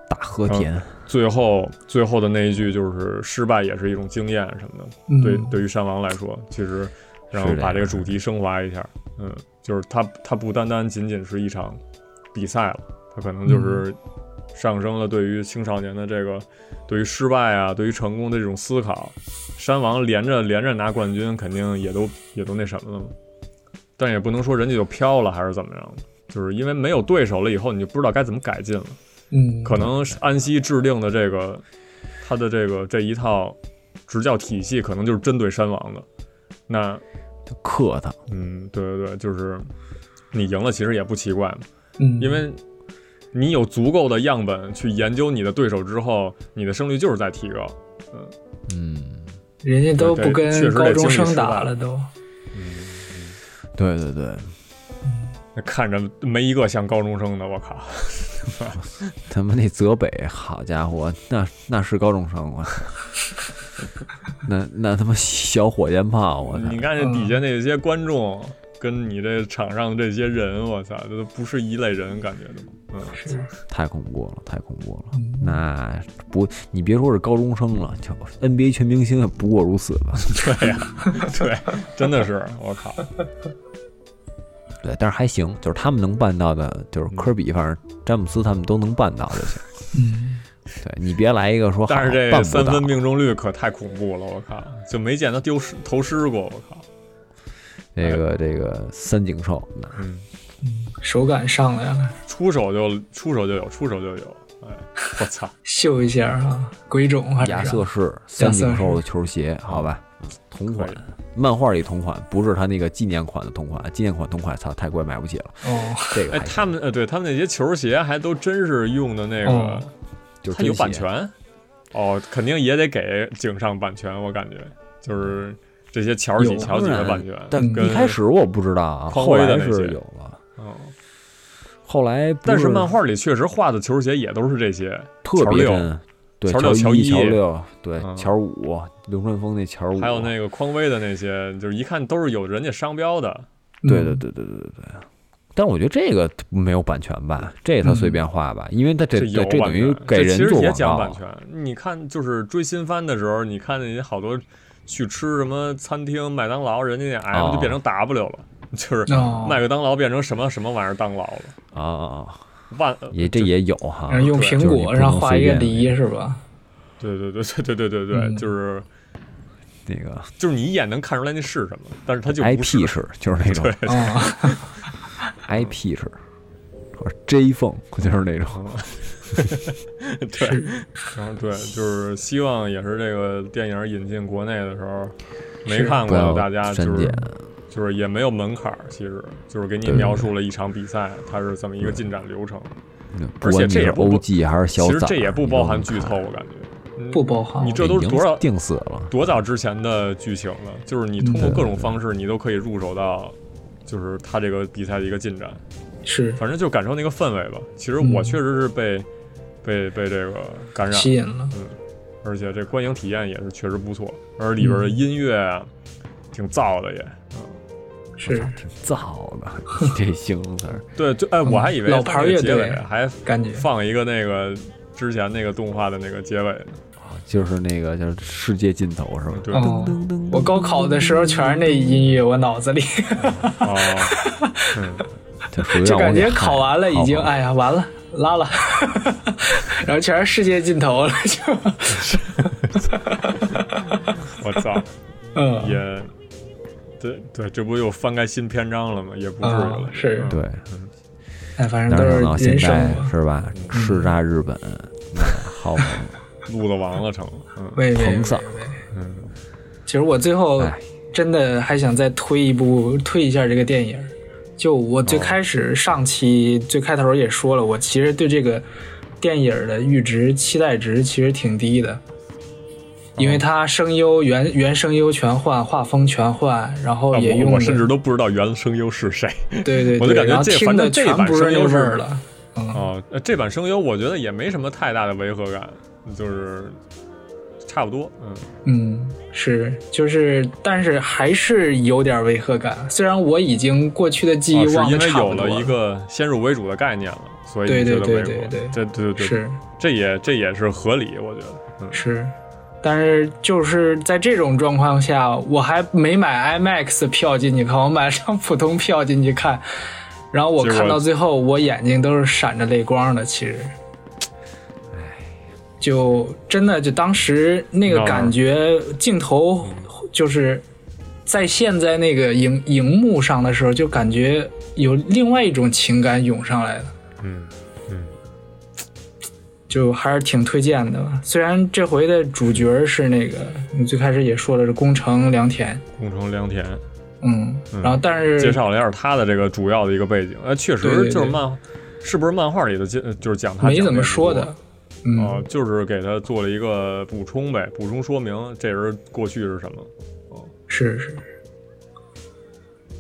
Speaker 4: 大和
Speaker 3: 嗯
Speaker 4: 田，
Speaker 3: 最后最后的那一句就是失败也是一种经验什么的。
Speaker 5: 嗯
Speaker 3: 对，对于山王来说，其实然后
Speaker 4: 是这
Speaker 3: 把这个
Speaker 4: 样
Speaker 3: 主题升华一下，嗯，就是它它不单单仅仅是一场比赛了，它可能就是上升了对于青少年的这个对于失败啊，对于成功的这种思考。山王连着连着拿冠军，肯定也都也都那什么了嘛，但也不能说人家就飘了还是怎么样的。就是因为没有对手了以后，你就不知道该怎么改进了。
Speaker 5: 嗯，
Speaker 3: 可能是安西制定的这个他的这个这一套执教体系，可能就是针对山王的。那
Speaker 4: 克他，
Speaker 3: 嗯，对对对，就是你赢了其实也不奇怪嘛，
Speaker 5: 嗯，
Speaker 3: 因为你有足够的样本去研究你的对手之后，你的胜率就是在提高。
Speaker 4: 嗯，
Speaker 5: 人家都
Speaker 3: 对
Speaker 5: 不
Speaker 3: 确实
Speaker 5: 跟
Speaker 3: 得
Speaker 5: 高中
Speaker 3: 经历失
Speaker 5: 生
Speaker 3: 败
Speaker 5: 打
Speaker 3: 了
Speaker 5: 了都，
Speaker 4: 对对对，
Speaker 3: 那看着没一个像高中生的，我靠！
Speaker 4: 他们那泽北，好家伙，那那是高中生，我操， 那那他妈小火箭炮，啊我操，
Speaker 3: 你看这底下那些观众，跟你这场上的这些人，我操，这都不是一类人，感觉的嘛。嗯，
Speaker 5: 是，
Speaker 4: 太恐怖了，太恐怖了。
Speaker 5: 嗯
Speaker 4: 那不，你别说是高中生了，就 NBA 全明星也不过如此吧。
Speaker 3: 对呀、对，真的是，我靠。
Speaker 4: 对，但是还行，就是他们能办到的，就是科比，反正詹姆斯他们都能办到就行。
Speaker 5: 嗯，
Speaker 4: 对你别来一个说好，
Speaker 3: 但是这
Speaker 4: 办
Speaker 3: 三
Speaker 4: 不到
Speaker 3: 分，命中率可太恐怖了，我靠，就没见他丢失投失过，我靠。
Speaker 4: 这个这个三井寿，那
Speaker 3: 嗯，
Speaker 5: 手感上来了，
Speaker 3: 出手就出手就有，出手就有。哎，我操，
Speaker 5: 秀一下啊，鬼冢还是
Speaker 4: 亚
Speaker 5: 啥
Speaker 4: 瑟士三井
Speaker 5: 瑟
Speaker 4: 寿
Speaker 5: 士
Speaker 4: 的球鞋，好吧，同款
Speaker 3: 可以。
Speaker 4: 漫画里同款，不是他那个纪念款的同款，纪念款同款，操，太贵买不起了。
Speaker 5: 哦，
Speaker 4: 这个
Speaker 3: 哎，
Speaker 4: 还行嗯
Speaker 3: 他们呃，对他们那些球鞋还都真是用的那个
Speaker 5: 哦，
Speaker 4: 就是
Speaker 3: 他有
Speaker 4: 真
Speaker 3: 版
Speaker 4: 鞋，
Speaker 3: 权。哦，肯定也得给井上版权，我感觉就是这些乔几
Speaker 4: 有
Speaker 3: 乔几的
Speaker 4: 当然
Speaker 3: 版权。
Speaker 4: 但
Speaker 5: 嗯
Speaker 4: 一
Speaker 3: 跟
Speaker 4: 开始我不知道啊，
Speaker 3: 匡
Speaker 4: 后
Speaker 3: 威的
Speaker 4: 来
Speaker 3: 那
Speaker 4: 是
Speaker 3: 些
Speaker 4: 有了。
Speaker 3: 哦，
Speaker 4: 后来不
Speaker 3: 但是漫
Speaker 4: 画
Speaker 3: 画里确实画的球鞋也都是这些，
Speaker 4: 特
Speaker 3: 球
Speaker 4: 别
Speaker 3: 六
Speaker 4: 真，对，
Speaker 3: 乔六
Speaker 4: 乔
Speaker 3: 乔一
Speaker 4: 乔六，对，
Speaker 3: 嗯
Speaker 4: 乔五，流川枫那乔五，
Speaker 3: 还有那个匡威的那些，就是一看都是有人家商标的。
Speaker 4: 对对对对对对对。但我觉得这个没有版权吧，这他随便画吧，因为他这
Speaker 3: 嗯有
Speaker 4: 这这
Speaker 3: 版
Speaker 4: 等于
Speaker 3: 权，
Speaker 4: 给
Speaker 3: 这
Speaker 4: 人
Speaker 3: 其实
Speaker 4: 做
Speaker 3: 也
Speaker 4: 广
Speaker 3: 讲
Speaker 4: 告
Speaker 3: 版
Speaker 4: 啊。
Speaker 3: 权。你看，就是追新番的时候，你看那些好多去吃什么餐厅，麦当劳，人家那 M
Speaker 4: 哦
Speaker 3: 就变成 W 了，就是
Speaker 5: 哦
Speaker 3: 麦克当劳变成什么什么玩意儿当劳了，
Speaker 4: 啊啊啊！
Speaker 3: 万
Speaker 4: 也这也有哈，
Speaker 5: 然后用
Speaker 3: 对
Speaker 5: 苹
Speaker 4: 就是你
Speaker 5: 果
Speaker 4: 不
Speaker 5: 上
Speaker 4: 能
Speaker 5: 画
Speaker 4: 随
Speaker 5: 一个
Speaker 4: 便
Speaker 5: 梨是吧？
Speaker 3: 对对对对对对对对，
Speaker 5: 嗯
Speaker 3: 就是
Speaker 4: 那个
Speaker 3: 就是你一眼能看出来那是什么，但是它 就不是
Speaker 4: IP 式，就是那种
Speaker 5: 啊，
Speaker 4: IP 式，或者 J 缝，就是 那种。
Speaker 3: 对，然后对，就是希望也是这个电影引进国内的时候，没看
Speaker 4: 不
Speaker 3: 过的
Speaker 4: 要
Speaker 3: 大家
Speaker 4: 删
Speaker 3: 就
Speaker 4: 减
Speaker 3: 是，就是也没有门槛儿，其实就是给你
Speaker 4: 对对
Speaker 3: 描述了一场比赛，它是这么一个进展流程。
Speaker 4: 不管你
Speaker 3: 这
Speaker 4: 是
Speaker 3: 也不
Speaker 4: OG 还是小
Speaker 3: 其
Speaker 4: 崽
Speaker 3: 实
Speaker 4: 儿，
Speaker 3: 这也不
Speaker 4: 你
Speaker 3: 包
Speaker 4: 都
Speaker 3: 含
Speaker 4: 能
Speaker 3: 剧
Speaker 4: 看
Speaker 3: 透，，我感觉嗯
Speaker 5: 不包含
Speaker 3: 你这都
Speaker 4: 已
Speaker 3: 是
Speaker 4: 经
Speaker 3: 多少
Speaker 4: 定死 了？
Speaker 3: 多早之前的剧情了，就是你通过
Speaker 4: 嗯对
Speaker 3: 各种方式，你都可以入手到，就是它这个比赛的一个进展。
Speaker 5: 是
Speaker 3: 反正就感受那个氛围吧。其实
Speaker 5: 嗯
Speaker 3: 我确实是被、被被这个
Speaker 4: 啊
Speaker 3: 感染，
Speaker 5: 吸引了，
Speaker 3: 而且这观影体验也是确实不错，而里边的
Speaker 5: 嗯
Speaker 3: 音乐啊，挺燥的也。
Speaker 5: 是
Speaker 4: 挺燥的，你这形容词儿。
Speaker 3: 对，就哎，我还以为
Speaker 5: 老牌
Speaker 3: 它那个
Speaker 5: 乐
Speaker 3: 结尾
Speaker 5: 队
Speaker 3: 还
Speaker 5: 感觉
Speaker 3: 放一个那个之前那个动画的那个结尾呢，
Speaker 4: 就是那个叫世界尽头 是吧？
Speaker 3: 对，
Speaker 5: 哦
Speaker 4: 噔噔噔
Speaker 5: 我高考的时候全是那音乐，我脑子里
Speaker 3: 哦，
Speaker 4: 这属于
Speaker 5: 就
Speaker 4: 让我
Speaker 5: 感觉
Speaker 4: 给
Speaker 5: 考完了已经
Speaker 4: 好吧
Speaker 5: 哎呀完了拉了， 然后全是世界尽头了就
Speaker 3: 我操，
Speaker 5: 嗯
Speaker 3: 也。对对，这不又翻开新篇章了吗？也不至于了，
Speaker 5: 嗯是
Speaker 3: 嗯
Speaker 4: 对，
Speaker 5: 哎反正
Speaker 4: 哪
Speaker 5: 都
Speaker 4: 想到
Speaker 5: 是
Speaker 4: 现
Speaker 5: 人生嗯
Speaker 4: 在
Speaker 5: 嘛，
Speaker 4: 是吧？叱咤日本，那 好吧，
Speaker 3: 路子王了成，嗯，
Speaker 5: 喂喂喂
Speaker 4: 膨胀，
Speaker 5: 喂其实我最后
Speaker 4: 嗯哎
Speaker 5: 真的还想再推一部推一下这个电影。就我最开始上期最开头也说了，我其实对这个电影的阈值期待值其实挺低的，因为
Speaker 3: 哦
Speaker 5: 它声优原原声优全换，画风全换，然后
Speaker 3: 啊
Speaker 5: 也
Speaker 3: 我
Speaker 5: 用
Speaker 3: 我
Speaker 5: 的
Speaker 3: 甚至都不知道原声优是谁，
Speaker 5: 对对
Speaker 3: 我就
Speaker 5: 对，
Speaker 3: 感觉
Speaker 5: 然后
Speaker 3: 这
Speaker 5: 听
Speaker 3: 反正
Speaker 5: 的
Speaker 3: 这
Speaker 5: 全
Speaker 3: 版
Speaker 5: 不是
Speaker 3: 声
Speaker 5: 那
Speaker 3: 优
Speaker 5: 味儿
Speaker 3: 是
Speaker 5: 了。
Speaker 3: 哦，呃这版声优我觉得也没什么太大的违和感，就是差不多，嗯，
Speaker 5: 嗯，是，就是，但是还是有点违和感。虽然我已经过去的记
Speaker 3: 啊
Speaker 5: 忆
Speaker 3: 是
Speaker 5: 忘得
Speaker 3: 因为
Speaker 5: 差
Speaker 3: 有
Speaker 5: 不多
Speaker 3: 了一个先入为主的概念了，所以
Speaker 5: 对
Speaker 3: 你觉
Speaker 5: 对
Speaker 3: 得
Speaker 5: 对
Speaker 3: 违
Speaker 5: 对
Speaker 3: 和
Speaker 5: 对，
Speaker 3: 这对对对，
Speaker 5: 是
Speaker 3: 这也这也是合理，我觉得，嗯，
Speaker 5: 是，但是就是在这种状况下，我还没买 IMAX 的票进去看，我买了张普通票进去看，然后我
Speaker 3: 结果
Speaker 5: 看到最后，我眼睛都是闪着泪光的。其实，就真的就当时那个
Speaker 3: 闹
Speaker 5: 感觉，镜头就是在现在那个荧荧幕上的时候，就感觉有另外一种情感涌上来了。
Speaker 3: 嗯嗯，
Speaker 5: 就还是挺推荐的吧。虽然这回的主角是那个，你最开始也说了是宫城良田，
Speaker 3: 宫城良田
Speaker 5: 嗯，
Speaker 3: 嗯
Speaker 5: 然后但
Speaker 3: 介
Speaker 5: 是
Speaker 3: 绍了一下他的这个主要的一个背景，哎，确
Speaker 5: 对
Speaker 3: 实
Speaker 5: 对
Speaker 3: 就是
Speaker 5: 对
Speaker 3: 漫，是不是漫画里的介呃就是讲他
Speaker 5: 没
Speaker 3: 讲
Speaker 5: 怎么
Speaker 3: 这个
Speaker 5: 说
Speaker 3: 故
Speaker 5: 的
Speaker 3: 事，
Speaker 5: 嗯，
Speaker 3: 哦，就是给他做了一个补充呗，补充说明这人过去是什么。
Speaker 5: 是是。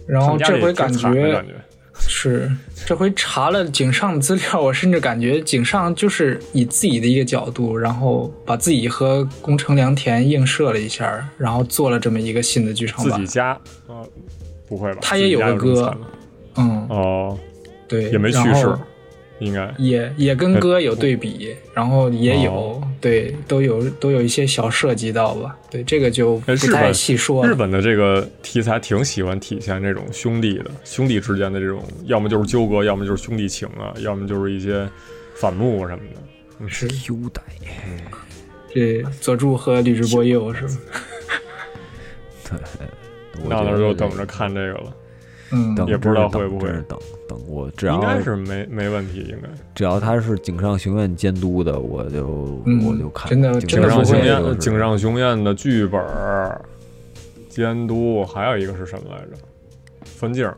Speaker 5: 然
Speaker 3: 他们
Speaker 5: 后
Speaker 3: 家
Speaker 5: 哦这
Speaker 3: 里
Speaker 5: 回
Speaker 3: 挺
Speaker 5: 感
Speaker 3: 惨的
Speaker 5: 觉
Speaker 3: 感觉，
Speaker 5: 是，这回查了井上的资料，我甚至感觉井上就是以自己的一个角度，然后把自己和宫城良田映射了一下，然后做了这么一个新的剧场
Speaker 3: 自
Speaker 5: 版
Speaker 3: 己。家啊，不会吧？
Speaker 5: 他也
Speaker 3: 自己家
Speaker 5: 有个
Speaker 3: 这么
Speaker 5: 哥
Speaker 3: 惨吗
Speaker 5: 嗯，
Speaker 3: 哦，
Speaker 5: 对，
Speaker 3: 也没去
Speaker 5: 然后嗯
Speaker 3: 世，应该
Speaker 5: 也也跟歌有对比，然后也有、
Speaker 3: 哦
Speaker 5: 对都有都有一些小涉及到吧，对这个就
Speaker 3: 哎
Speaker 5: 不
Speaker 3: 日
Speaker 5: 太
Speaker 3: 本
Speaker 5: 细说
Speaker 3: 日
Speaker 5: 了。
Speaker 3: 本的这个题材挺喜欢体现这种兄弟的，兄弟之间的这种，要么就是纠葛，要么就是兄弟情啊，要么就是一些反目什么的。
Speaker 5: 是
Speaker 4: 优待，
Speaker 5: 这佐助和吕志波鼬是吧？
Speaker 4: 对，我
Speaker 3: 那
Speaker 4: 觉
Speaker 3: 那
Speaker 4: 得
Speaker 3: 就
Speaker 4: 这
Speaker 3: 等着看这个了，
Speaker 5: 嗯，
Speaker 4: 等
Speaker 3: 也不知道会不会
Speaker 4: 真是等等我，只
Speaker 3: 应
Speaker 4: 要
Speaker 3: 该是没没问题，应该。
Speaker 4: 只要他是井上雄彦监督的，我就
Speaker 5: 嗯
Speaker 4: 我就看。
Speaker 5: 真的
Speaker 4: 井
Speaker 5: 真
Speaker 3: 井
Speaker 5: 的
Speaker 4: 上
Speaker 3: 上
Speaker 5: 不
Speaker 3: 雄
Speaker 5: 会
Speaker 4: 雄
Speaker 5: 这
Speaker 4: 彦，
Speaker 3: 彦，井上雄彦的剧本儿监督，还有一个是什么来着？分镜儿，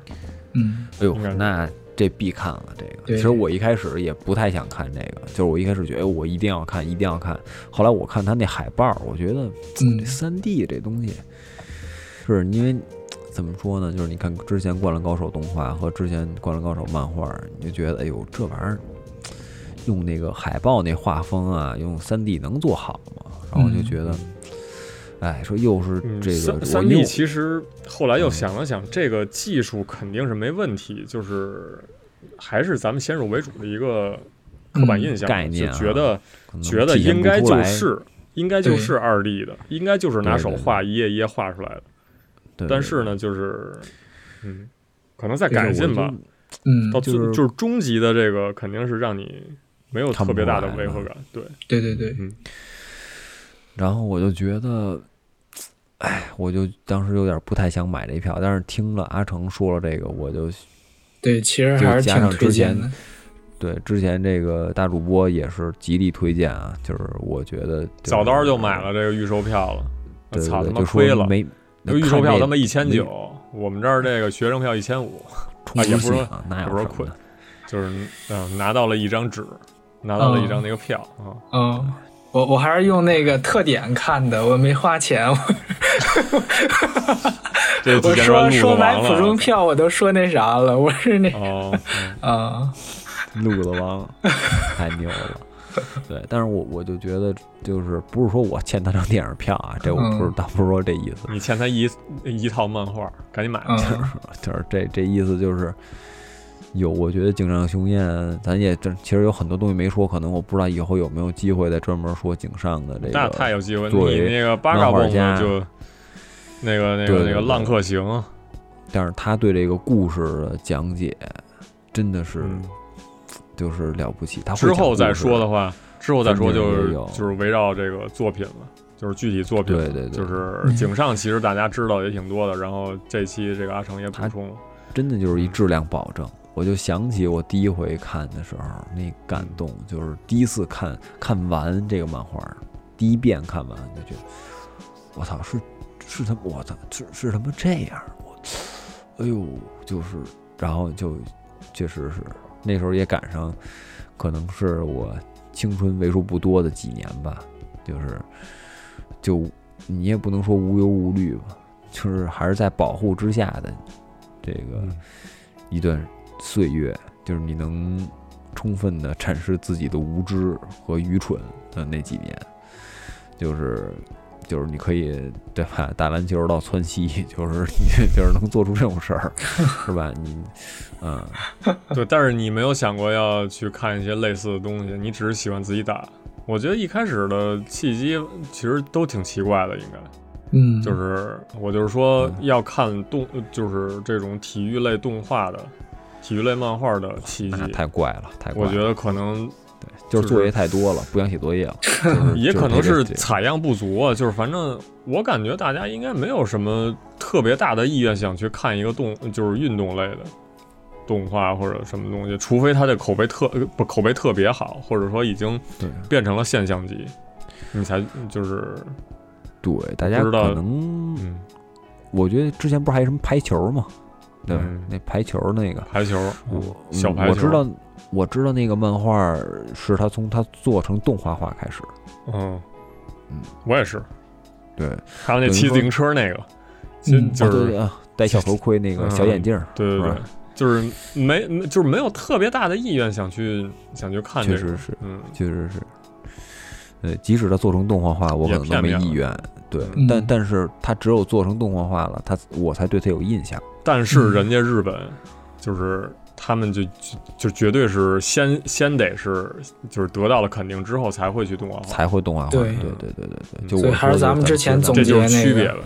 Speaker 5: 嗯
Speaker 4: 哎呦
Speaker 3: 应该，是
Speaker 4: 那这必看了。这个
Speaker 5: 对
Speaker 4: 其实我一开始也不太想看这个，就是我一开始觉得哎我一定要看，一定要看。后来我看他那海报儿，我觉得
Speaker 5: 嗯
Speaker 4: 这三 D 这东西，是因为怎么说呢？就是你看之前《灌篮高手》动画和之前《灌篮高手》漫画，你就觉得哎呦这玩意儿用那个海报那画风啊，用三 D 能做好吗？然后我就觉得，哎，说又是
Speaker 3: 嗯
Speaker 4: 这个
Speaker 3: 三
Speaker 4: 我嗯
Speaker 3: 三 D
Speaker 4: 又
Speaker 3: 其实后来又想了想，这个技术肯定是没问题，就是还是咱们先入为主的一个刻板印象，
Speaker 4: 概念啊
Speaker 3: 就觉得
Speaker 4: 可能
Speaker 3: 觉得
Speaker 4: 体现
Speaker 3: 应
Speaker 4: 不
Speaker 3: 该
Speaker 4: 出
Speaker 3: 就
Speaker 4: 来
Speaker 3: 是应该就是二 D 的，应该就是拿手
Speaker 4: 对对对
Speaker 3: 画一页一页画出来的。
Speaker 4: 对
Speaker 3: 但是呢，就是嗯，可能再改
Speaker 4: 就是我
Speaker 3: 进吧
Speaker 4: 就，
Speaker 5: 嗯
Speaker 3: 到，最
Speaker 4: 就是
Speaker 3: 就是终极的这个肯定是让你没有特
Speaker 4: 看不
Speaker 3: 别
Speaker 4: 出
Speaker 3: 大的
Speaker 4: 来嗯
Speaker 3: 违
Speaker 4: 了
Speaker 3: 和感，对，
Speaker 5: 对对对，
Speaker 4: 然后我就觉得，哎，我就当时有点不太想买这票，但是听了阿成说了这个，我就
Speaker 5: 对，其实
Speaker 4: 就
Speaker 5: 还是
Speaker 4: 加
Speaker 5: 挺
Speaker 4: 上
Speaker 5: 推
Speaker 4: 之
Speaker 5: 荐
Speaker 4: 前
Speaker 5: 的。
Speaker 4: 对之前这个大主播也是极力推荐啊，就是我觉得就是
Speaker 3: 早刀就买了这个预售票了，我
Speaker 4: 对对
Speaker 3: 操他
Speaker 4: 对，
Speaker 3: 妈
Speaker 4: 就
Speaker 3: 亏
Speaker 4: 说
Speaker 3: 了。
Speaker 4: 没
Speaker 3: 那预售票他妈一千
Speaker 4: 没
Speaker 3: 九，我们这儿这个学生票一千五，
Speaker 4: 充
Speaker 3: 啊也
Speaker 4: 值
Speaker 3: 不是
Speaker 4: 信啊，那
Speaker 3: 也
Speaker 4: 有
Speaker 3: 不是
Speaker 4: 什
Speaker 3: 亏
Speaker 4: 么的？
Speaker 3: 就是嗯、拿到了一张纸，拿到了一张那个票啊、
Speaker 5: 嗯，我我还是用那个特点看的，我没花钱。我
Speaker 3: 这
Speaker 5: 我
Speaker 3: 提前
Speaker 5: 说
Speaker 3: 录
Speaker 5: 说
Speaker 3: 个
Speaker 5: 买
Speaker 3: 完
Speaker 5: 普通
Speaker 3: 了。
Speaker 5: 票，我都说那啥了，我是那
Speaker 3: 哦，嗯
Speaker 5: 啊，
Speaker 4: 路子王 太牛了。对，但是我我就觉得，就是不是说我欠他张电影票啊，这我不是
Speaker 5: 嗯
Speaker 4: 倒不是说这意思，
Speaker 3: 你欠他一一套漫画，赶紧买吧。
Speaker 5: 嗯
Speaker 4: 就是这这意思就是有，我觉得井上雄彦，咱也这其实有很多东西没说，可能我不知道以后有没有机会再专门说井上的这个。
Speaker 3: 那太有机会，
Speaker 4: 作
Speaker 3: 你
Speaker 4: 为
Speaker 3: 那个八嘎
Speaker 4: 漫画
Speaker 3: 蹦
Speaker 4: 家
Speaker 3: 就那个那个
Speaker 4: 对对
Speaker 3: 那个
Speaker 4: 对
Speaker 3: 浪客行，
Speaker 4: 但是他对这个故事的讲解真的是、
Speaker 3: 嗯
Speaker 4: 就是了不起，他会
Speaker 3: 之
Speaker 4: 讲
Speaker 3: 后再
Speaker 4: 故事
Speaker 3: 说的话，之后再说就
Speaker 4: 分
Speaker 3: 是
Speaker 4: 镜也有
Speaker 3: 就是围绕这个作品了，就是具体作品了，
Speaker 4: 对对对
Speaker 3: 就是井上其实大家知道也挺多的，然后这期这个阿成也补
Speaker 4: 他
Speaker 3: 充了，
Speaker 4: 真的就是一质量保证。我就想起我第一回看的时候那感动，就是第一次看看完这个漫画，第一遍看完就觉得，我操，是是他妈，我操，是是他妈这样，我，哎呦，就是，然后就确实是那时候也赶上，可能是我青春为数不多的几年吧，就是就你也不能说无忧无虑吧，就是还是在保护之下的这个
Speaker 3: 嗯
Speaker 4: 一段岁月，就是你能充分的阐释自己的无知和愚蠢的那几年，就是。就是你可以对吧？打篮球到窜稀， 就是就是能做出这种事儿，是吧？你，嗯，
Speaker 3: 对，但是你没有想过要去看一些类似的东西，你只是喜欢自己打。我觉得一开始的契机其实都挺奇怪的，应该
Speaker 5: 嗯，
Speaker 3: 就是我就是
Speaker 4: 嗯
Speaker 3: 说要看动，就是这种体育类动画的、体育类漫画的契机。
Speaker 4: 那太怪了，太怪
Speaker 3: 我
Speaker 4: 了。
Speaker 3: 觉得可能
Speaker 4: 就是是作业太多了，不想写 作业了，嗯就是
Speaker 3: 也可能是
Speaker 4: 就是这个
Speaker 3: 采样不足啊，就是反正我感觉大家应该没有什么特别大的意愿想去看一个动，就是运动类的动画或者什么东西，除非它的口碑特呃不口碑特别好，或者说已经
Speaker 4: 对啊
Speaker 3: 变成了现象级，你才就是
Speaker 4: 对大家
Speaker 3: 不知道
Speaker 4: 可能，
Speaker 3: 嗯
Speaker 4: 我觉得之前不是还有什么排球嘛，对吧
Speaker 3: 嗯，
Speaker 4: 那排球那个，
Speaker 3: 排球，
Speaker 4: 我
Speaker 3: 嗯
Speaker 4: 嗯
Speaker 3: 小排球，
Speaker 4: 我知道，我知道那个漫画是他从他做成动画化开始，
Speaker 3: 嗯
Speaker 4: 嗯，
Speaker 3: 我也是，
Speaker 4: 对，
Speaker 3: 还有那
Speaker 4: 等于
Speaker 3: 骑
Speaker 4: 说
Speaker 3: 自行车那个，就
Speaker 5: 嗯
Speaker 3: 就
Speaker 4: 啊对
Speaker 3: 是
Speaker 4: 对啊，戴小头盔那个
Speaker 3: 嗯
Speaker 4: 小眼镜儿，
Speaker 3: 对对
Speaker 4: 是
Speaker 3: 对
Speaker 4: 吧，
Speaker 3: 就是没没就是没有特别大的意愿想去想去看这
Speaker 4: 确
Speaker 3: 个，
Speaker 4: 实是，
Speaker 3: 嗯。
Speaker 4: 确实是。呃，即使他做成动画化，我
Speaker 3: 也
Speaker 4: 可能都没
Speaker 3: 片面了
Speaker 4: 意愿。对，
Speaker 5: 嗯
Speaker 4: 但但是他只有做成动画化了，他我才对他有印象。
Speaker 3: 但是人家
Speaker 5: 嗯
Speaker 3: 日本就是他们就就就绝对是先先得是就是得到了肯定之后才会去动画化，
Speaker 4: 才会动画化。
Speaker 5: 对
Speaker 4: 对对对对对，
Speaker 3: 嗯
Speaker 4: 就
Speaker 5: 所以
Speaker 4: 我
Speaker 5: 还
Speaker 4: 说的
Speaker 5: 是咱们之前
Speaker 4: 咱
Speaker 3: 这
Speaker 5: 总
Speaker 4: 们
Speaker 3: 就是
Speaker 5: 总结那
Speaker 3: 区
Speaker 5: 个
Speaker 3: 别了。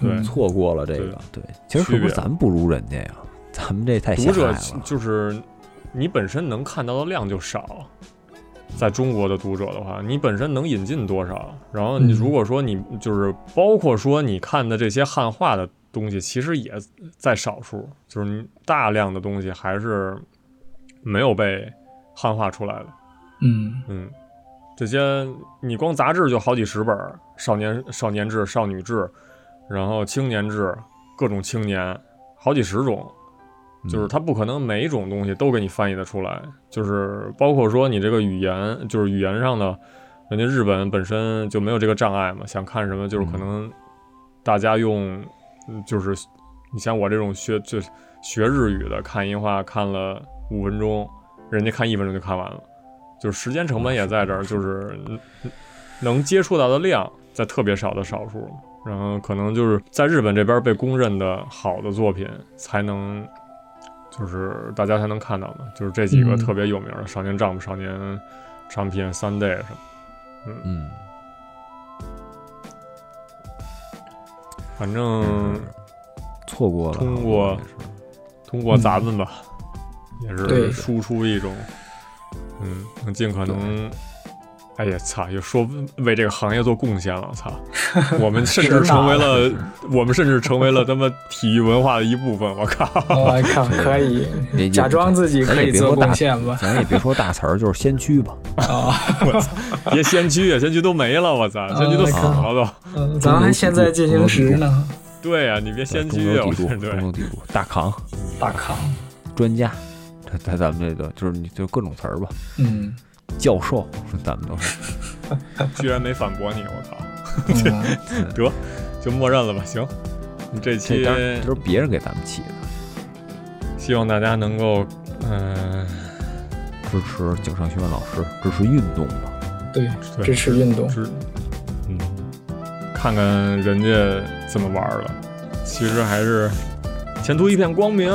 Speaker 5: 嗯
Speaker 3: 对，
Speaker 4: 错过了这个。对，其实是
Speaker 3: 区
Speaker 4: 不
Speaker 3: 别
Speaker 4: 是咱不如人家呀？ 咱们这太
Speaker 5: 嗯
Speaker 4: 狭
Speaker 3: 读者
Speaker 4: 隘了。
Speaker 3: 就是你本身能看到的量就少。在中国的读者的话，你本身能引进多少？然后你
Speaker 5: 嗯
Speaker 3: 如果说你就是包括说你看的这些汉化的东西，其实也在少数，就是你大量的东西还是没有被汉化出来的。
Speaker 5: 嗯
Speaker 3: 嗯，这些你光杂志就好几十本儿，少年少年志、少女志，然后青年志，各种青年，好几十种，
Speaker 4: 嗯
Speaker 3: 就是它不可能每一种东西都给你翻译的出来，就是包括说你这个语言，就是语言上的，人家日本本身就没有这个障碍嘛，想看什么就是可能大家用，嗯就是你像我这种学就是学日语的看音画看了五分钟，人家看一分钟就看完了。就是啊时间成本也在这儿，就是能接触到的量在特别少的少数，然后可能就是在日本这边被公认的好的作品才能。就是大家才能看到的，就是这几个
Speaker 5: 嗯
Speaker 3: 特别有名的《少年丈夫》《少年 Champion》《Sunday》什么，
Speaker 4: 嗯，
Speaker 3: 反正
Speaker 4: 错过了，啊
Speaker 3: 通过通过咱们吧，也是
Speaker 5: 对
Speaker 3: 输出一种，嗯，能尽可能。哎呀，操！又说为这个行业做贡献了，操！我们甚至成为了， 我们甚至成为了他妈体育文化的一部分。我 靠！
Speaker 5: 我靠，可以
Speaker 4: 别
Speaker 5: 假装自己可以做贡献吧？
Speaker 4: 咱也别说大词儿，就是先驱吧。
Speaker 3: 别先驱啊，先驱都没了，我操！先驱都死了都。
Speaker 5: 嗯，咱还现在进行时呢，
Speaker 3: 对呀、你别先
Speaker 4: 呃中
Speaker 3: 驱啊！
Speaker 4: 流
Speaker 3: 我
Speaker 4: 砥柱，
Speaker 3: 对
Speaker 4: 中流砥柱，大扛
Speaker 5: 大康，
Speaker 4: 专家，这在咱们这个就是你就各种词儿吧，
Speaker 5: 嗯，
Speaker 4: 教授，咱们都是
Speaker 3: 居然没反驳你，我操！
Speaker 5: 嗯
Speaker 3: 得，就默认了吧。行，你这
Speaker 4: 这
Speaker 3: 期
Speaker 4: 当然都是别人给咱们起的。
Speaker 3: 希望大家能够，嗯、
Speaker 4: 支持井上学院老师，支持运动嘛。
Speaker 5: 对，
Speaker 3: 对
Speaker 5: 支持运动，
Speaker 3: 是，嗯，看看人家怎么玩儿了，其实还是前途一片光明。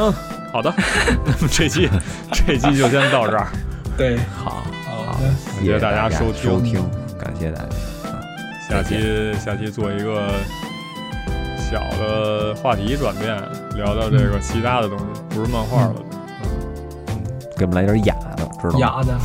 Speaker 3: 好的， 那么这期这期就先到这儿，
Speaker 5: 对，
Speaker 4: 好，
Speaker 5: 好
Speaker 4: 好
Speaker 5: 的，
Speaker 3: 谢谢大家收听
Speaker 4: 收听，感谢大家。
Speaker 3: 下期下期做一个小的话题转变，聊到这个其他的东西，不是漫画了。
Speaker 4: 给我们来点雅的，知道吗？
Speaker 5: 牙的，